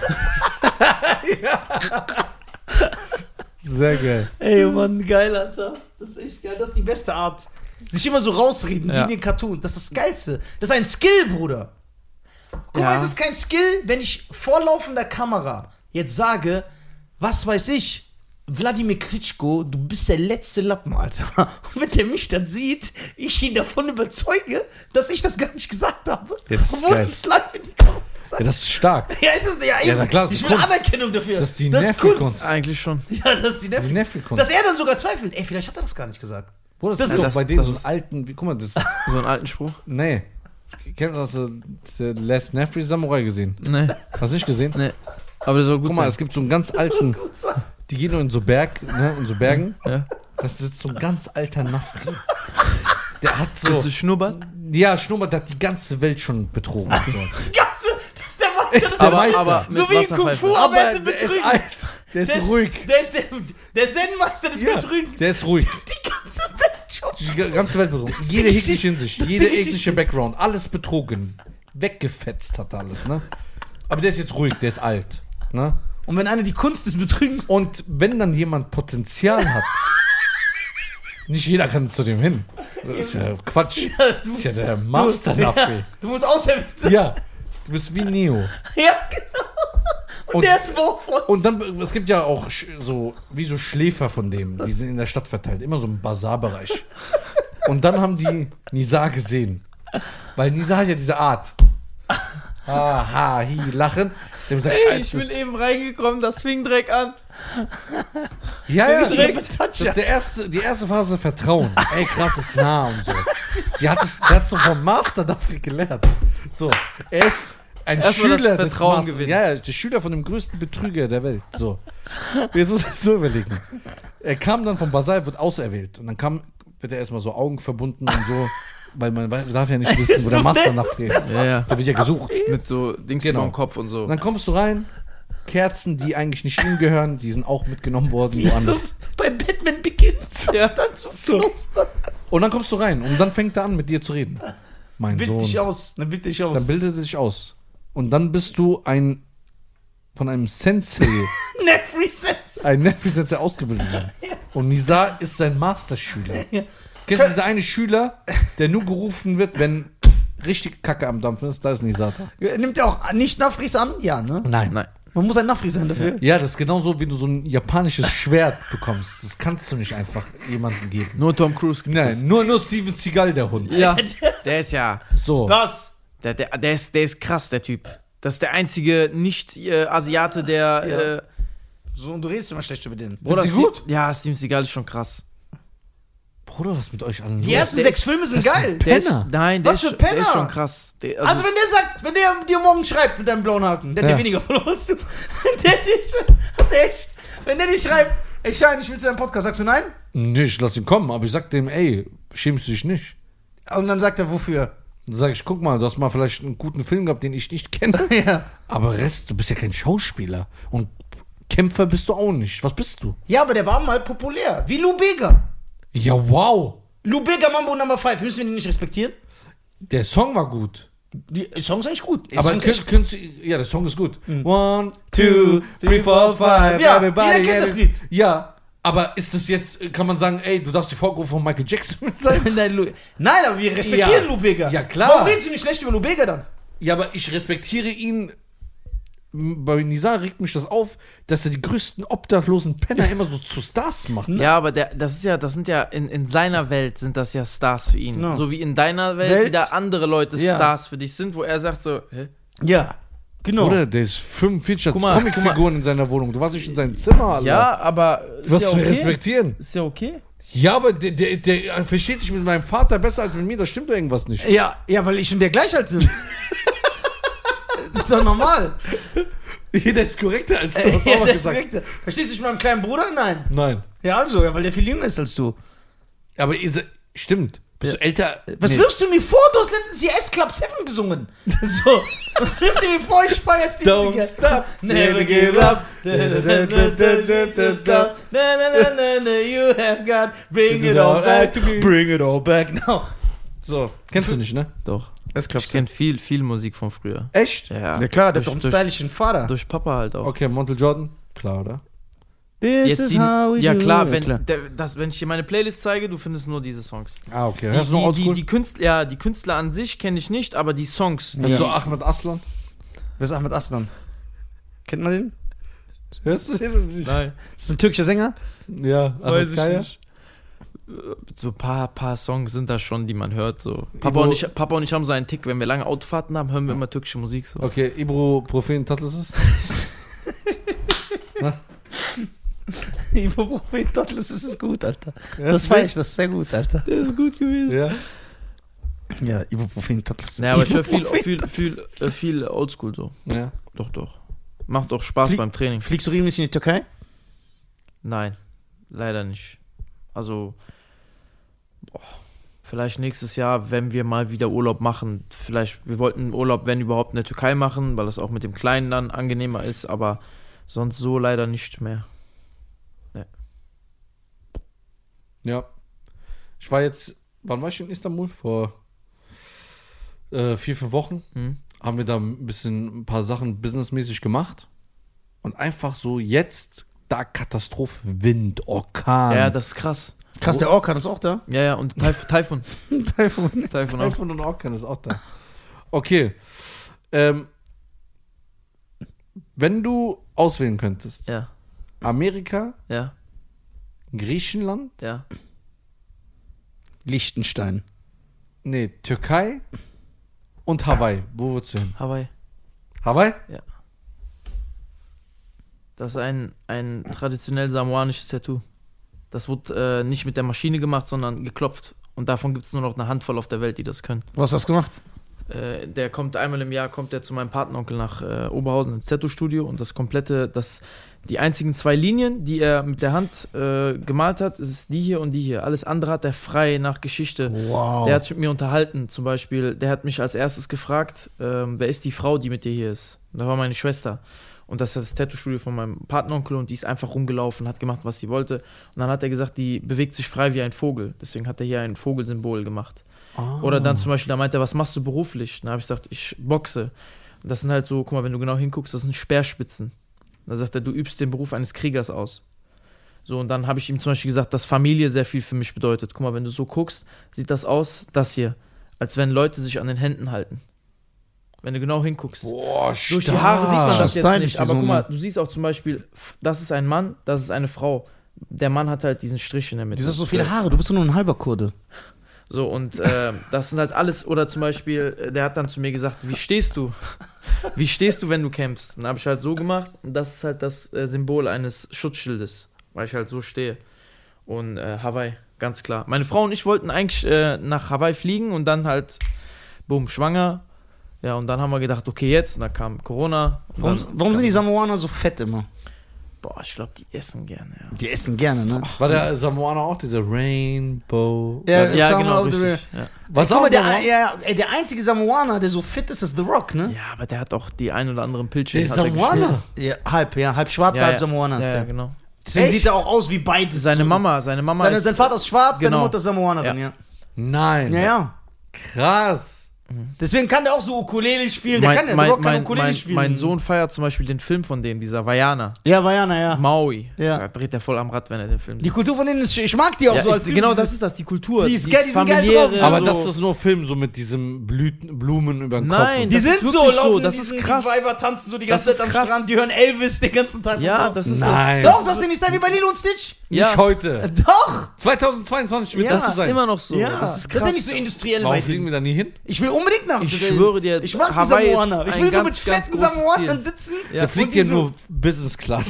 Sehr geil. Ey, Mann, geil, Alter. Das ist echt geil. Das ist die beste Art. Sich immer so rausreden, wie Ja. in den Cartoon. Das ist das Geilste. Das ist ein Skill, Bruder. Guck mal, Ja. es ist kein Skill, wenn ich vor laufender Kamera jetzt sage, was weiß ich, Wladimir Klitschko, du bist der letzte Lappen, Alter. Und wenn der mich dann sieht, ich ihn davon überzeuge, dass ich das gar nicht gesagt habe. Ja, das ist obwohl geil. ich live in die Kamera Ja, sage. das ist stark. Ja, ist es ja eben. na klar, das ist ich will Kunst. Anerkennung dafür. Das ist die Nervenkunst. Eigentlich schon. Ja, das ist die Neffe. Die Neffe-Kunst. Dass er dann sogar zweifelt. Ey, vielleicht hat er das gar nicht gesagt. Bro, das, Das ist ist- doch bei denen das so einen ist- alten. wie- Guck mal, das. So einen alten Spruch. Nee. Kennt ihr das? äh, The Last Nefri Samurai gesehen? Nee, Hast du nicht gesehen? nee. Aber der soll gut Guck mal, es sein. gibt so einen ganz alten. Gut so. Die gehen nur in so Berg, ne, in so Bergen. Ja. Das ist so ein ganz alter Nafri. Der hat so. Willst du schnubbern? Ja, Schnurrbart der hat die ganze Welt schon betrogen. So. Die ganze, das ist der Mann, der das Aber- weiß. aber so mit wie in Kung Wasserpfeife. Fu, Oh, aber, er ist ein der Betrüger. alt. Der ist Der ist- ruhig. Der ist der, der Zen-Meister des Ja, Betrügens. der ist ruhig. die ganze Welt schon. Die ga- ganze Welt betrogen. ist die Jede Geschichte- jegliche Hinsicht. das ist die Jede Geschichte. jegliche Background. Alles betrogen. Weggefetzt hat er alles, ne? Aber der ist jetzt ruhig, der ist alt. Ne? Und wenn einer die Kunst des Betrügens. Und wenn dann jemand Potenzial hat, nicht jeder kann zu dem hin. Das ist ja Quatsch. Du Das ist ja der Master Nafri. ja, du musst auserwählt sein. Ja, du bist wie Neo. Ja, genau. Und, Und- der ist wohl Und dann, es gibt ja auch sch- so, wie so Schläfer von dem, die sind in der Stadt verteilt, immer so im Bazarbereich. Und dann haben die Nisa gesehen. Weil Nisa hat ja diese Art. Aha, hi, lachen. Dem sagt, Ey, Alter, ich bin eben reingekommen, das fing Dreck an. ja, ja, das direkt ist, das ist der erste, die erste Phase Vertrauen. Ey, krass, ist nah und so. Die hat, es- der hat so vom Master dafür gelernt. So, er ist ein Erstmal das Schüler Vertrauen Masters. gewinnen. Ja, ja, der Schüler von dem größten Betrüger der Welt. So, jetzt muss ich so überlegen. Er kam dann vom Basal, wird auserwählt und dann kam, wird er erstmal so Augen verbunden und so, weil man weiß- darf ja nicht wissen, wo der Master nachfragt. Ja, ja. Da wird ja gesucht. Mit so Dings Genau. über dem Kopf und so. Und dann kommst du rein, Kerzen, die eigentlich nicht ihm gehören, die sind auch mitgenommen worden Wie so woanders. bei Batman Begins. Ja. Und dann so Kloster. Und dann kommst du rein und dann fängt er an, mit dir zu reden. Mein Bild Sohn. dich aus. Dann bild dich aus. Dann bildet er dich aus. Und dann bist du ein von einem Sensei, Nefri Sense. ein Nepi-Sensei ausgebildet worden. Und Nizar ist sein Masterschüler. Ja. Kennst du dieser eine Schüler, der nur gerufen wird, wenn richtig Kacke am Dampfen ist? Da ist Nizar da. Nimmt er auch nicht Nafris an? Ja, ne? Nein. Nein. Man muss ein Nafri sein dafür. Ja, das ist genauso, wie du so ein japanisches Schwert bekommst. Das kannst du nicht einfach jemandem geben. Nur Tom Cruise gibt es. Nein, nur, nur Steven Seagal, der Hund. Ja, der ist ja. So. Was? Der, der, der, ist, der ist krass, der Typ. Das ist der einzige Nicht-Asiate, der. Ja. Äh, So, und du redest immer schlecht über den. Bruder, Steve- gut? Ja, Steven Seagal ist schon krass. Bruder, was mit euch allen Die los? ersten der sechs Filme sind geil. Der Penner. Ist, nein, der, Was ist, für der ist Penner? schon krass. Der, also, Also, wenn der sagt, wenn der dir morgen schreibt mit deinem blauen Haken, der hat Ja. dir weniger verloren als du. Der dich, hat der echt. Wenn der dich schreibt, ey Schein, ich will zu deinem Podcast, sagst du nein? Nee, ich lass ihn kommen, aber ich sag dem, ey, schämst du dich nicht. Und dann sagt er, wofür? Dann sag ich, guck mal, du hast mal vielleicht einen guten Film gehabt, den ich nicht kenne. Ja. Aber Rest, du bist ja kein Schauspieler. Und Kämpfer bist du auch nicht. Was bist du? Ja, aber der war mal populär. Wie Lou Bega. Ja, wow. Lou Bega Mambo Number 5. Müssen wir den nicht respektieren? Der Song war gut. Die Song ist eigentlich gut. Die aber Song ist könnt, echt- könnt, ja, der Song ist gut. One, two, three, four, five. Ja, jeder kennt das Lied. Ja, Aber ist das jetzt, kann man sagen, ey, du darfst die Vorgruppe von Michael Jackson mit sein? Nein, Lu Nein, aber wir respektieren Ja. Lubega. Ja, klar. Warum redest du nicht schlecht über Lubega dann? Ja, aber ich respektiere ihn. M- Bei Nizar regt mich das auf, dass er die größten obdachlosen Penner immer so zu Stars macht. Ne? Ja, aber der, das ist ja, das sind ja in, in seiner Welt sind das ja Stars für ihn. No. So wie in deiner Welt, Welt? wieder andere Leute Ja. Stars für dich sind, wo er sagt so, hä? Ja, genau. Oder? Der ist 45, hat Guck mal, Comicfiguren in seiner Wohnung. Du warst nicht in seinem Zimmer, Alter. Ja, aber ist Was ja zu okay. respektieren. Ist ja okay. Ja, aber der, der, der versteht sich mit meinem Vater besser als mit mir. Da stimmt doch irgendwas nicht. Ja, ja, weil ich und der gleich alt sind. das ist doch normal. Jeder ist korrekter als du. Ja, Hast du auch was das gesagt. ist korrekt. Verstehst du dich mit meinem kleinen Bruder? Nein. Nein. Ja, also, ja, weil der viel jünger ist als du. Aber ist, er- stimmt. Bist du älter? Was wirfst du mir vor? Du hast letztens hier S-Club 7 gesungen. So. Was wirft ihr mir vor? Ich feier es die Don't stop, never give up. Stop. Na, na, na, na, na, You have got. Bring it all back to me. Bring it all back now. So. Kennst du nicht, ne? Doch. S Ich kenne viel, viel Musik von früher. Echt? Ja. Ja klar, der hat Durch- doch einen durch- stylischen Vater. Durch Papa halt auch. Okay, Montel Jordan. Klar, oder? This Jetzt die, ja klar, wenn, Der, das, wenn ich dir meine Playlist zeige, du findest nur diese Songs. Ah, okay. Die, Hörst du noch die, die, Oldschool? die, Künstler, ja, die Künstler an sich kenne ich nicht, aber die Songs. Die Das ist Ja. so Ahmed Aslan. Wer ist Ahmed Aslan? Kennt man den? Hörst du den? Nein, Das ist ein türkischer Sänger. Ja, weiß Ahmed ich Kaya. nicht. So ein paar, paar Songs sind da schon, die man hört. So. Papa, Ibo- und ich, Papa und ich haben so einen Tick, wenn wir lange Autofahrten haben, hören wir immer türkische Musik so. Okay, Ibuprofen Tatlis ist. Ibuprofen, Dottles, das ist gut, Alter. Ja, das ist feier gut. ich, das ist sehr gut, Alter. Das ist gut gewesen. Ja. Ja, Ibuprofen, Dottles. Naja, aber ich höre viel, viel, viel, äh, viel Oldschool so. ja. Doch, doch. Macht auch Spaß Flie- beim Training. Fliegst du regelmäßig in die Türkei? Nein, leider nicht. Also, boah, vielleicht nächstes Jahr, wenn wir mal wieder Urlaub machen. Vielleicht, wir wollten Urlaub, wenn überhaupt, in der Türkei machen, weil das auch mit dem Kleinen dann angenehmer ist, aber sonst so leider nicht mehr. Ja. Ich war jetzt, wann war ich in Istanbul? Vor äh, vier, fünf Wochen. Hm? Haben wir da ein bisschen ein paar Sachen businessmäßig gemacht. Und einfach so jetzt da Katastrophe, Wind, Orkan. Ja, das ist krass. Krass, der Orkan ist auch da. Ja, ja, und Taif- Taifun. Taifun. Taifun auch. iPhone und Orkan ist auch da. Okay. Ähm, wenn du auswählen könntest, Ja, Amerika, ja, Griechenland, ja. Liechtenstein. nee, Türkei und Hawaii, wo würdest du hin? Hawaii. Hawaii? Das ist ein, ein traditionell samoanisches Tattoo. Das wurde äh, nicht mit der Maschine gemacht, sondern geklopft. Und davon gibt es nur noch eine Handvoll auf der Welt, die das können. Wo hast du das gemacht? Äh, der kommt einmal im Jahr, kommt der zu meinem Patenonkel nach äh, Oberhausen ins Tattoo-Studio und das komplette, das, die einzigen zwei Linien, die er mit der Hand äh, gemalt hat, ist die hier und die hier. Alles andere hat er frei nach Geschichte. Wow. Der hat sich mit mir unterhalten, zum Beispiel, der hat mich als erstes gefragt, ähm, wer ist die Frau, die mit dir hier ist? Und Da war meine Schwester. Und das ist das Tattoo-Studio von meinem Patenonkel und die ist einfach rumgelaufen, hat gemacht, was sie wollte. Und dann hat er gesagt, die bewegt sich frei wie ein Vogel. Deswegen hat er hier ein Vogelsymbol gemacht. Oder dann zum Beispiel, da meinte er, was machst du beruflich? Dann habe ich gesagt, ich boxe. Und das sind halt so, guck mal, wenn du genau hinguckst, das sind Speerspitzen. Dann sagt er, du übst den Beruf eines Kriegers aus. So, und dann habe ich ihm zum Beispiel gesagt, dass Familie sehr viel für mich bedeutet. Guck mal, wenn du so guckst, sieht das aus, das hier, als wenn Leute sich an den Händen halten. Wenn du genau hinguckst. Boah, Oh, stark. Durch die Haare sieht man das Stylisch, jetzt nicht. die Aber guck Summe. mal, du siehst auch zum Beispiel, f- das ist ein Mann, das ist eine Frau. Der Mann hat halt diesen Strich in der Mitte. Wieso hast du so viele Haare? Du bist doch nur ein halber Kurde. So, und äh, das sind halt alles, oder zum Beispiel, äh, der hat dann zu mir gesagt, wie stehst du? Wie stehst du, wenn du kämpfst? Und dann habe ich halt so gemacht, und das ist halt das äh, Symbol eines Schutzschildes, weil ich halt so stehe. Und äh, Hawaii, ganz klar. Meine Frau und ich wollten eigentlich äh, nach Hawaii fliegen und dann halt, bumm, schwanger. Ja, und dann haben wir gedacht, okay, jetzt. Und dann kam Corona. Und Warum, dann, warum sind die Samoaner so fett immer? Boah, ich glaube, die essen gerne, ja. Die essen gerne, ne? War der Samoaner auch dieser Rainbow? Ja, ja, schau genau, mal, also ob du- richtig. Ja. Was Guck auch mal, der, Samoaner? ja, ja, ey, der einzige Samoaner, der so fit ist, ist The Rock, ne? ja, aber der hat auch die ein oder anderen Der Pilzchen. ist hat er geschmissen. Samoaner. Ja, halb, ja. Halb schwarz, halb Samoaner ist ja, ja, der. genau. Deswegen Echt? sieht er auch aus wie beides. Seine Mama, seine Mama Seine, ist... sein Vater ist schwarz, seine Genau. Mutter ist Samoanerin, ja. Nein. Ja, ja. Krass. Deswegen kann der auch so Ukulele spielen. Der kann Mein, ja mein, Rock kann mein, Ukulele mein, spielen. mein Sohn feiert zum Beispiel den Film von dem, dieser Vajana. Ja, Vajana, ja. Maui. Ah. Ja. Da dreht er voll am Rad, wenn er den Film Die sieht. Kultur von denen ist, ich mag die auch Ja, so ich- als Typ, genau diese- das ist das, die Kultur. Die ist geil, die sind geil familiäre, drauf. Aber so- das ist nur Film, so mit diesem Blüten, Blumen über den Kopf. Nein, und- Die das ist sind so, wirklich laufen so, in das diesen- ist krass. Die Weiber tanzen so die Das ganze ist Zeit am krass. Strand, die hören Elvis den ganzen Tag. Ja, und so. das ist Nein. Doch, das nehme ich da wie bei Lilo und Stitch. Äh, nicht ja. heute. Doch! 2022 wird Ja, das, das ist sein. immer noch so. ja, Das ist krass. ja nicht so industriell Warum bei fliegen denen. wir da nie hin? Ich will unbedingt nach Ich Australien. schwöre dir, ich mag die Hawaii ist Samoaner. Ich ein will so mit ganz, ganz fetten großes Samoanern Ziel. sitzen. Ja. Da fliegt Und die ja so- nur Business Class.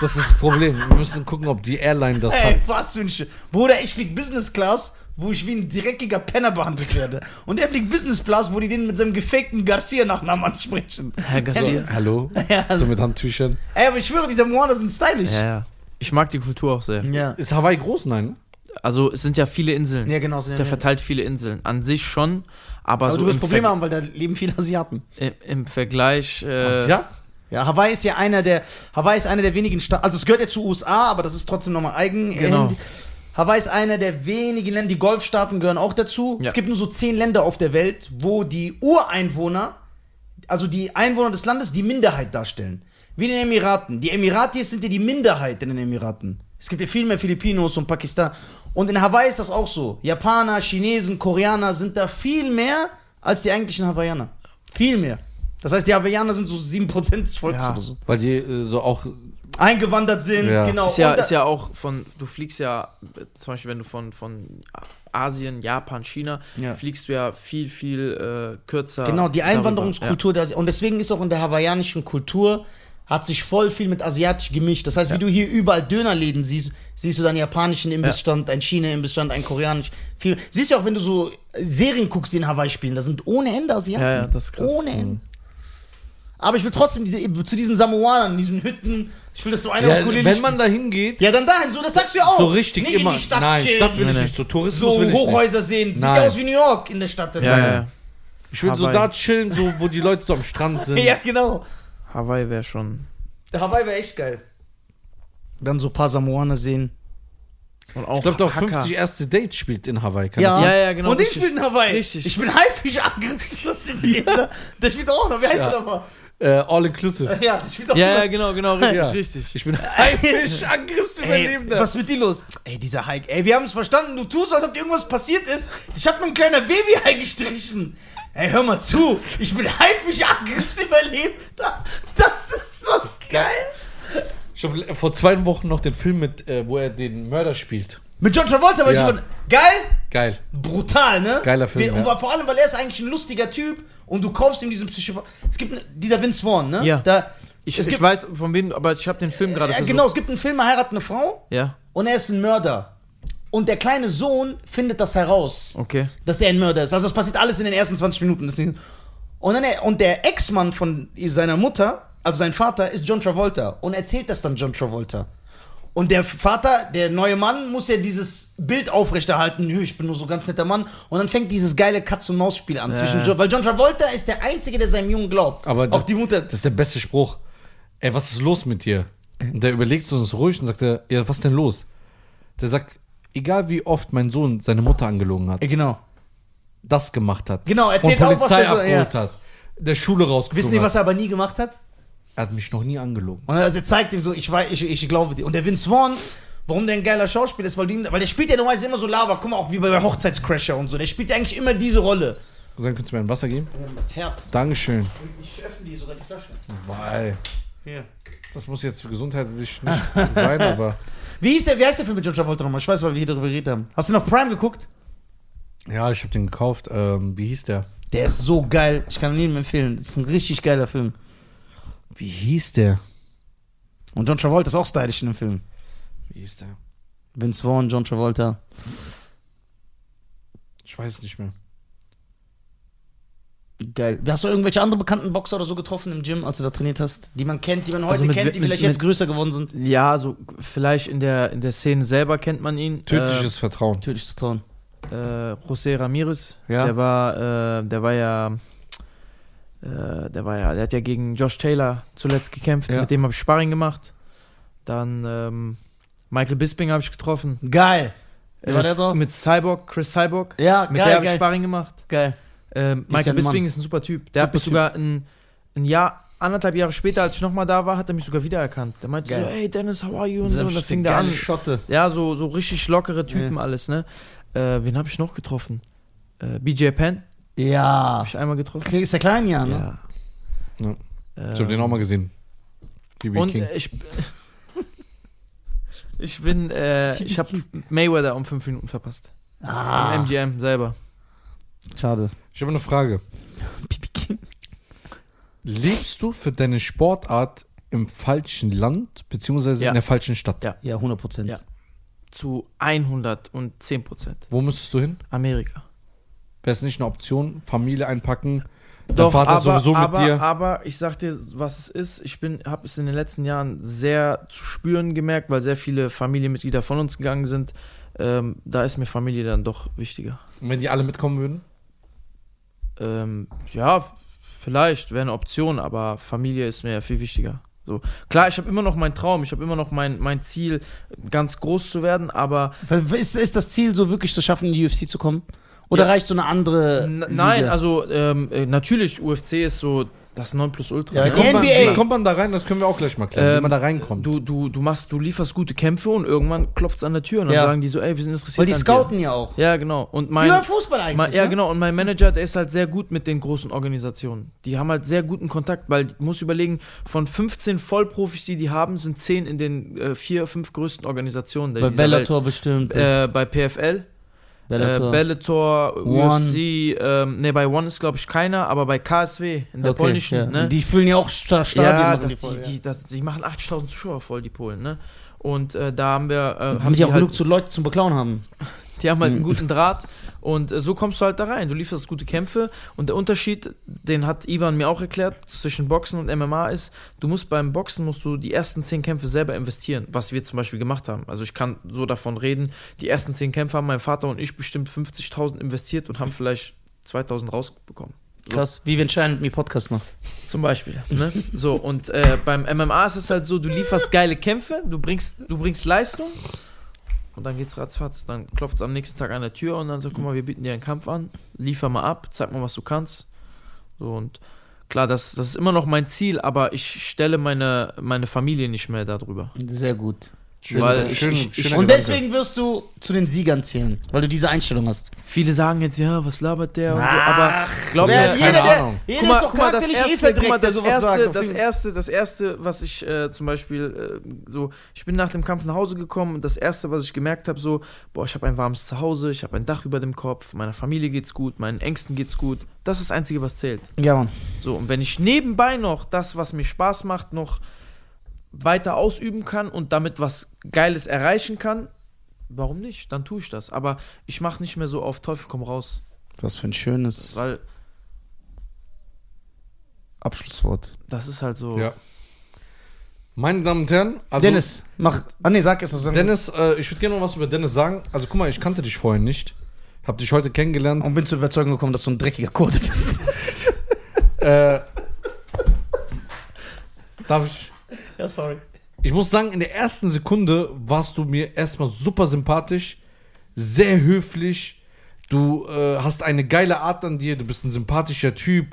Das ist das Problem. Wir müssen gucken, ob die Airline das Ey, hat. was für ein Sch Bruder, ich flieg Business Class, wo ich wie ein dreckiger Penner behandelt werde. Und er fliegt Business Class, wo die den mit seinem gefakten Garcia-Nachnamen ansprechen. Herr So, Garcia. hallo? Ja, also, So mit Handtüchern. Ey, aber ich schwöre, die Samoaner sind stylisch. Ja, ja. Ich mag die Kultur auch sehr. ja. Ist Hawaii groß? Nein. Also es sind ja viele Inseln. Ja, genau. Es sind sind ja- ja verteilt viele Inseln. An sich schon, aber, Aber so du wirst Also im, Probleme Ver haben, weil da leben viele Asiaten. im, im Vergleich. Äh, Ja? Ja, Hawaii ist ja einer der, Hawaii ist einer der wenigen Staaten, also es gehört ja zu USA, aber das ist trotzdem nochmal eigen. Genau. Ähm, Hawaii ist einer der wenigen Länder, die Golfstaaten gehören auch dazu. Ja. Es gibt nur so zehn Länder auf der Welt, wo die Ureinwohner, also die Einwohner des Landes, die Minderheit darstellen. Wie in den Emiraten. Die Emiratis sind ja die Minderheit in den Emiraten. Es gibt ja viel mehr Filipinos und Pakistan. Und in Hawaii ist das auch so. Japaner, Chinesen, Koreaner sind da viel mehr als die eigentlichen Hawaiianer. Viel mehr. Das heißt, die Hawaiianer sind so 7% des Volkes Ja. oder so. Weil die äh, so auch. Eingewandert sind, Ja. genau. Ist ja, Und da- ist ja auch von, du fliegst ja, äh, zum Beispiel, wenn du von, von Asien, Japan, China, Ja. fliegst du ja viel, viel äh, kürzer. Genau, die darüber. Einwanderungskultur. Der Asi- und deswegen ist auch in der hawaiianischen Kultur, hat sich voll viel mit asiatisch gemischt. Das heißt, wie du hier überall Dönerläden siehst, siehst du dann japanischen Imbissstand, einen China-Imbissstand, einen koreanisch. Viel. Siehst du auch, wenn du so äh, Serien guckst, die in Hawaii spielen, da sind ohne Ende Asiaten. Ja, ja, das ist krass. Mhm. Ohne Ende. Aber ich will trotzdem diese, zu diesen Samoanern, diesen Hütten, ich will, dass so einer Ja, Ukulele wenn spielt. man da hingeht, ja, dann dahin, so, das sagst du ja auch. so richtig nicht immer. In die Stadt Nein, chillen, Stadt will Nee, ich nee. nicht. So Tourismus so will ich nicht. Hochhäuser sehen. Sieht ja Nein. aus wie New York in der Stadt. Ja, ja, ja. Ich will so Hawaii. da chillen, so, wo die Leute so am Strand sind. ja genau. Hawaii wäre schon. Hawaii wäre echt geil. Dann so ein paar Samoaner sehen. Und auch Ich glaube, doch Hakka. 50 erste Dates spielt in Hawaii. Kann Ja, ja, genau, Und ich richtig. spiele in Hawaii. Richtig. Ich bin Haifisch-Angriffslustig. Ja. Der spielt auch noch. Wie heißt Ja. der nochmal? das. Äh, all inclusive. Ja, der spielt auch Ja, noch. ja, genau, genau, richtig, Ja. richtig. Ich bin Ey, Haifisch-Angriffsüberlebender. was ist mit dir los? Ey, dieser Hai. Ey, wir haben es verstanden. Du tust, als ob dir irgendwas passiert ist. Ich hab nur ein kleiner Babyhai gestrichen. Ey, hör mal zu. Ich bin Haifisch-Angriffsüberlebender. Das ist so geil. Ich habe vor zwei Wochen noch den Film mit, äh, wo er den Mörder spielt. Mit John Travolta war ich Ja. schon. Geil? Geil. Brutal, ne? Geiler Film, Wir- Und ja. vor allem, weil er ist eigentlich ein lustiger Typ und du kaufst ihm diesen Psychopath. Es gibt ne- dieser Vince Vaughn, ne? Ja. Da, Ich, es ich gibt, weiß von wem, aber ich habe den Film gerade äh, versucht. genau, es gibt einen Film, er heiratet eine Frau Ja, und er ist ein Mörder. Und der kleine Sohn findet das heraus, okay. dass er ein Mörder ist. Also das passiert alles in den ersten 20 Minuten. Das ist nicht- Und, dann er, und der Ex-Mann von seiner Mutter, also sein Vater, ist John Travolta und erzählt das dann John Travolta. Und der Vater, der neue Mann, muss ja dieses Bild aufrechterhalten. Nö, ich bin nur so ein ganz netter Mann. Und dann fängt dieses geile Katz-und-Maus-Spiel an. Zwischen John, weil John Travolta ist der Einzige, der seinem Jungen glaubt. Aber auf das- die Mutter. Das ist der beste Spruch. Ey, was ist los mit dir? Und der überlegt so und ist ruhig und sagt, er, ja, was denn los? Der sagt, egal wie oft mein Sohn seine Mutter angelogen hat, Äh, genau. das gemacht hat. Genau, erzählt und auch, was Polizei der so- abgeholt hat. Der Schule Wissen rausgeflogen Sie, was hat. er aber nie gemacht hat? Er hat mich noch nie angelogen. Und er zeigt ihm so, ich, weiß, ich, ich glaube dir. Und der Vince Vaughn, warum der ein geiler Schauspieler ist, weil, die, weil der spielt ja normalerweise immer so Laber. Guck mal, auch wie bei Hochzeitscrasher und so. Der spielt ja eigentlich immer diese Rolle. Und dann könntest du mir ein Wasser geben? Mit Herz. Dankeschön. Ich öffne die sogar die Flasche. Weil. Hier. Das muss jetzt für gesundheitlich nicht sein, aber. Wie, hieß der, wie heißt der Film mit John Travolta nochmal? Ich weiß, weil wir hier darüber geredet haben. Hast du noch Prime geguckt? Ja, ich habe den gekauft. Ähm, wie hieß der? Der ist so geil. Ich kann ihn jedem empfehlen. Das ist ein richtig geiler Film. Wie hieß der? Und John Travolta ist auch stylisch in dem Film. Wie hieß der? Vince Vaughn, John Travolta. Ich weiß nicht mehr. Geil. Hast du irgendwelche anderen bekannten Boxer oder so getroffen im Gym, als du da trainiert hast? Die man kennt, die man heute Also mit kennt, we- die mit- vielleicht mit- jetzt größer geworden sind? Ja, so vielleicht in der, in der Szene selber kennt man ihn. Tödliches Ähm, Vertrauen. Tödlich zu trauen. Äh, äh, José Ramirez, Ja. der war, äh, der war ja, äh, der war ja, der hat ja gegen Josh Taylor zuletzt gekämpft, Ja. mit dem habe ich Sparring gemacht. Dann ähm, Michael Bisping habe ich getroffen. Geil. Wer war Äh, der so? Mit Cyborg, Chris Cyborg. Ja, Mit der geil, habe ich geil, Sparring gemacht. geil. Ähm, Michael ja ein Bisping Mann. ist ein super Typ. Der hat mich sogar ein, ein Jahr, anderthalb Jahre später, als ich nochmal da war, hat er mich sogar wiedererkannt. Der meinte Geil. so, hey Dennis, how are you? Und, Und so, und dann fing der an. Schotte. Ja, so, so richtig lockere Typen alles, ne? Äh, wen habe ich noch getroffen? Äh, BJ Penn Ja. habe ich einmal getroffen. Ist der klein ja, ne? Ja. Ähm, Ja. Ich habe den auch mal gesehen. BB Und King. äh, ich. Ich bin, äh, ich habe Mayweather um fünf Minuten verpasst. Am Ah, MGM selber. schade. Ich habe eine Frage. Bibi King. Lebst du für deine Sportart im falschen Land beziehungsweise Ja. in der falschen Stadt? Ja. Ja, 100 Prozent. Ja. Zu 110 Prozent. Wo müsstest du hin? Amerika. Wäre es nicht eine Option? Familie einpacken? Dein Vater sowieso mit aber, dir? aber ich sag dir, was es ist. Ich bin, habe es in den letzten Jahren sehr zu spüren gemerkt, weil sehr viele Familienmitglieder von uns gegangen sind. Ähm, da ist mir Familie dann doch wichtiger. Und wenn die alle mitkommen würden? Ähm, ja, f- vielleicht wäre eine Option, aber Familie ist mir ja viel wichtiger. So. Klar, ich habe immer noch meinen Traum, ich habe immer noch mein, mein Ziel, ganz groß zu werden, aber Ist, ist das Ziel, so wirklich zu schaffen, in die UFC zu kommen? Oder Ja. reicht so eine andere. n- Liga? nein, also ähm, äh, natürlich, UFC ist so das Ja, Nonplusultra. ne? Die Kommt man, NBA. wie kommt man da rein? Das können wir auch gleich mal klären, Ähm, wie man da reinkommt. Du, du, du machst, du lieferst gute Kämpfe und irgendwann klopft es an der Tür und dann Ja. sagen die so, ey, wir sind interessiert. Weil die an scouten ja auch. Dir. Ja, genau. Und Wie mein, beim Fußball eigentlich. mein ja ne? genau, und mein Manager, der ist halt sehr gut mit den großen Organisationen. Die haben halt sehr guten Kontakt, weil du musst überlegen, von 15 Vollprofis, die die haben, sind 10 in den äh, vier, fünf größten Organisationen der Bei dieser Welt. Bellator bestimmt. Äh, bei PFL, Bellator, äh, Bellator One. UFC, ähm, ne, bei One ist glaube ich keiner, aber bei KSW in der Okay, polnischen, ja. ne? Und Die füllen ja auch Sta Stadien. ja, machen das, die die, voll, ja. die, das, die machen 80.000 Zuschauer voll, die Polen, ne? Und äh, da haben wir, äh, haben Damit die auch halt, genug zu Leute zum Beklauen haben. die haben halt einen guten Draht und äh, so kommst du halt da rein. Du lieferst gute Kämpfe und der Unterschied, den hat Ivan mir auch erklärt, zwischen Boxen und MMA ist, du musst beim Boxen musst du die ersten 10 Kämpfe selber investieren, was wir zum Beispiel gemacht haben. Also ich kann so davon reden, die ersten 10 Kämpfe haben mein Vater und ich bestimmt 50.000 investiert und haben vielleicht 2.000 rausbekommen. Krass. Wie wenn Schein mit mir Podcast macht. Zum Beispiel. Ne? So, und äh, beim MMA ist es halt so, du lieferst geile Kämpfe, du bringst, du bringst Leistung und dann geht's ratzfatz. Dann klopft es am nächsten Tag an der Tür und dann so, guck mal, wir bieten dir einen Kampf an, liefer mal ab, zeig mal, was du kannst. So, und klar, das, das ist immer noch mein Ziel, aber ich stelle meine, meine Familie nicht mehr darüber. Sehr gut. Schön, weil schön, ich- ich- schöner Und Gedanke. deswegen wirst du zu den Siegern zählen, weil du diese Einstellung hast. Viele sagen jetzt, ja, was labert der und so, aber glaub Wer- mir, keine jeder, der, Ahnung. jeder Guck mal, ist doch guck mal, das charakterlich eh erste, verdreckt, guck mal, der das, sowas erste, sagt. das Auf die- erste, das erste, was ich äh, zum Beispiel äh, so, ich bin nach dem Kampf nach Hause gekommen und das erste, was ich gemerkt habe, so, boah, ich habe ein warmes Zuhause, ich habe ein Dach über dem Kopf, meiner Familie geht's gut, meinen Ängsten geht's gut. Das ist das Einzige, was zählt. Ja, Mann. So, und wenn ich nebenbei noch das, was mir Spaß macht, noch weiter ausüben kann und damit was Geiles erreichen kann, warum nicht? Dann tue ich das. Aber ich mache nicht mehr so auf Teufel komm raus, Was für ein schönes weil Abschlusswort. das ist halt so. Ja. Meine Damen und Herren, also Dennis, mach. Ah, nee, sag erst was. Dennis. Dennis, äh, ich würde gerne noch was über Dennis sagen. Also guck mal, ich kannte dich vorhin nicht. Hab dich heute kennengelernt. Und bin zur Überzeugung gekommen, dass du ein dreckiger Kurde bist. äh, darf ich? ja, sorry. Ich muss sagen, in der ersten Sekunde warst du mir erstmal super sympathisch, sehr höflich. Du äh, hast eine geile Art an dir, du bist ein sympathischer Typ.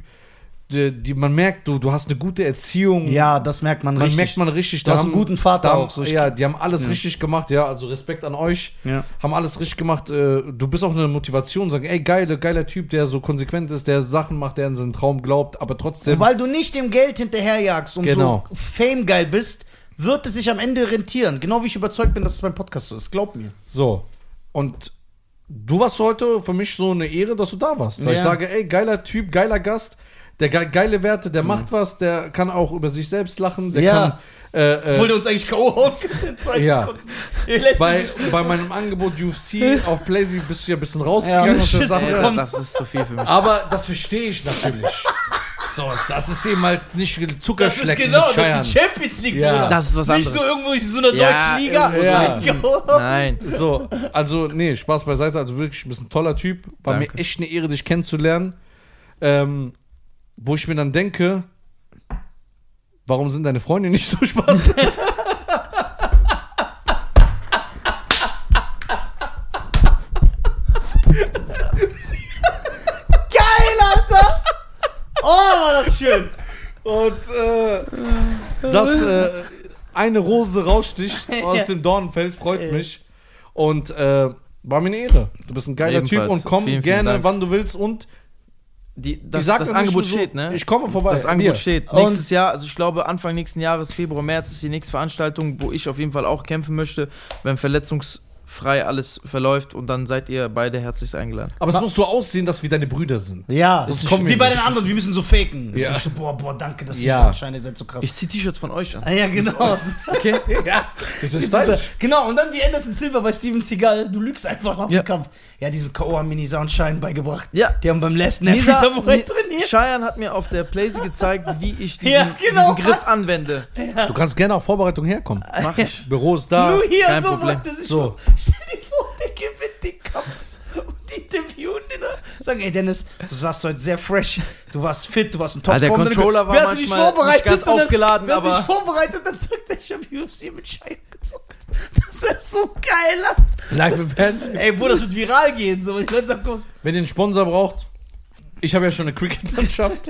Die, die, man merkt, du, du hast eine gute Erziehung. Ja, das merkt man, man richtig. merkt man richtig. Du da hast einen haben- guten Vater da haben- auch, so ich- ja, die haben alles richtig gemacht. Ja, also Respekt an euch. Ja. haben alles richtig gemacht. Äh, Du bist auch eine Motivation, sagen, ey, geile, geiler Typ, der so konsequent ist, der Sachen macht, der an seinen Traum glaubt, aber Und trotzdem. weil du nicht dem Geld hinterherjagst und Genau. so famegeil bist, wird es sich am Ende rentieren. Genau wie ich überzeugt bin, dass es beim Podcast so ist. Glaub mir. So. Und du warst heute für mich so eine Ehre, dass du da warst. Weil Ja. Ich sage, ey, geiler Typ, geiler Gast, der ge geile Werte, der macht was, der kann auch über sich selbst lachen, der Mhm. Ja. kann. Äh, äh, Wollte uns eigentlich K.O. hauen können in zwei Ja. Sekunden. Ihr lässt bei, uns bei meinem Angebot UFC auf Plazy bist du ja ein bisschen rausgegangen Ja, aus der Schiss, Sache. ey. Äh, das ist zu viel für mich. Aber das verstehe ich natürlich. So, das ist eben halt nicht Das ist Zuckerschlecken. genau, mit das Scheiern. ist die Champions League, Ja. Bruder. Das ist was Nicht anderes. so irgendwo in so einer Ja, deutschen Liga. Oh irgendwo Ja. Nein. So, also, nee, Spaß beiseite. Also wirklich, du bist ein toller Typ. War Danke. mir echt eine Ehre, dich kennenzulernen. Ähm, wo ich mir dann denke, warum sind deine Freunde nicht so spannend? Geiler schön. Und äh, dass äh, eine Rose raussticht aus dem Dornenfeld, freut mich. Und äh, war mir eine Ehre. Du bist ein geiler Typ Ebenfalls. und komm Vielen, vielen gerne, Dank. wann du willst. Und Die, das ich sag das nicht Angebot nur so, steht, ne? Ich komme vorbei. das Angebot Mir. steht. Und Nächstes Jahr, also ich glaube Anfang nächsten Jahres, Februar, März ist die nächste Veranstaltung, wo ich auf jeden Fall auch kämpfen möchte, wenn verletzungsfrei alles verläuft und dann seid ihr beide herzlichst eingeladen. aber es muss so aussehen, dass wir deine Brüder sind. Ja, Das kommen wir wie bei den nicht. anderen, wir müssen so faken. Ja. Ja. So, boah, boah, danke, dass Ja. du so anscheinend ihr seid so krass. Ich zieh T-Shirts von euch an. ah, ja, genau. Okay? ja. Das Wir ist sind da- stylisch. Genau, und dann wie Anderson Silver bei Steven Seagal, du lügst einfach nach Ja. dem Kampf. Ja, diese Koa Mini und Schein beigebracht. Ja. Die haben beim letzten Every Nisa, Samurai trainiert. Cheyenne hat mir auf der Playsee gezeigt, wie ich diesen, Ja, genau. diesen Griff anwende. Du kannst gerne auch Vorbereitung herkommen. Mach ich. Büro ist da. Nur hier, kein so Problem. macht er sich. So. nur. Stell dir vor, der gewinnt den Kampf. Und die interviewen den. da. Sagen, ey Dennis, du sahst heute sehr fresh. Du warst fit, du warst ein Ah, top der Form. Controller war Wärst du nicht manchmal nicht vorbereitet, ganz und dann- aufgeladen, wärst du aber- nicht vorbereitet, dann sagt er, ich hab UFC mit Schein gezockt. Das wäre so geil. Alter. Live im Fernsehen. Ey, Bruder, das wird viral gehen. So, ich werde sagen, Wenn ihr einen Sponsor braucht, ich habe ja schon eine Cricket-Mannschaft.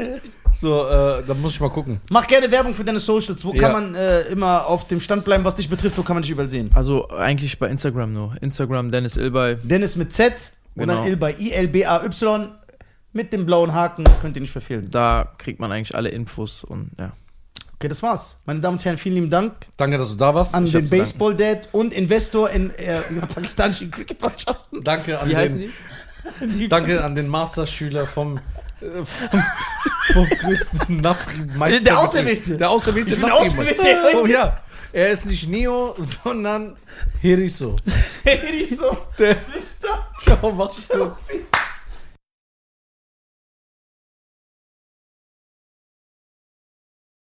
So, äh, dann muss ich mal gucken. Mach gerne Werbung für deine Socials. Wo Ja. kann man äh, immer auf dem Stand bleiben, was dich betrifft? Wo kann man dich überall sehen? Also eigentlich bei Instagram nur. Instagram Dennis Ilbay. Dennis mit Z und Genau. dann Il bei I-L-B-A-Y mit dem blauen Haken. Könnt ihr nicht verfehlen. Da kriegt man eigentlich alle Infos und ja. Okay, das war's. Meine Damen und Herren, vielen lieben Dank Danke, dass du da warst. an Ich hab den zu danken. Baseball Dad und Investor in äh, pakistanischen Cricketmannschaften. Danke an Wie heißen den, die? danke an den Masterschüler vom, äh, vom, vom größten Nafri-Meister. Der Auserwählte. Der Auserwählte. Ich bin der Nafri-Meister. Auserwählte. Oh ja. Er ist nicht Neo, sondern Heriso. Hey, die so. Der- Bis dann. Ciao, mach's gut. Ciao, vielen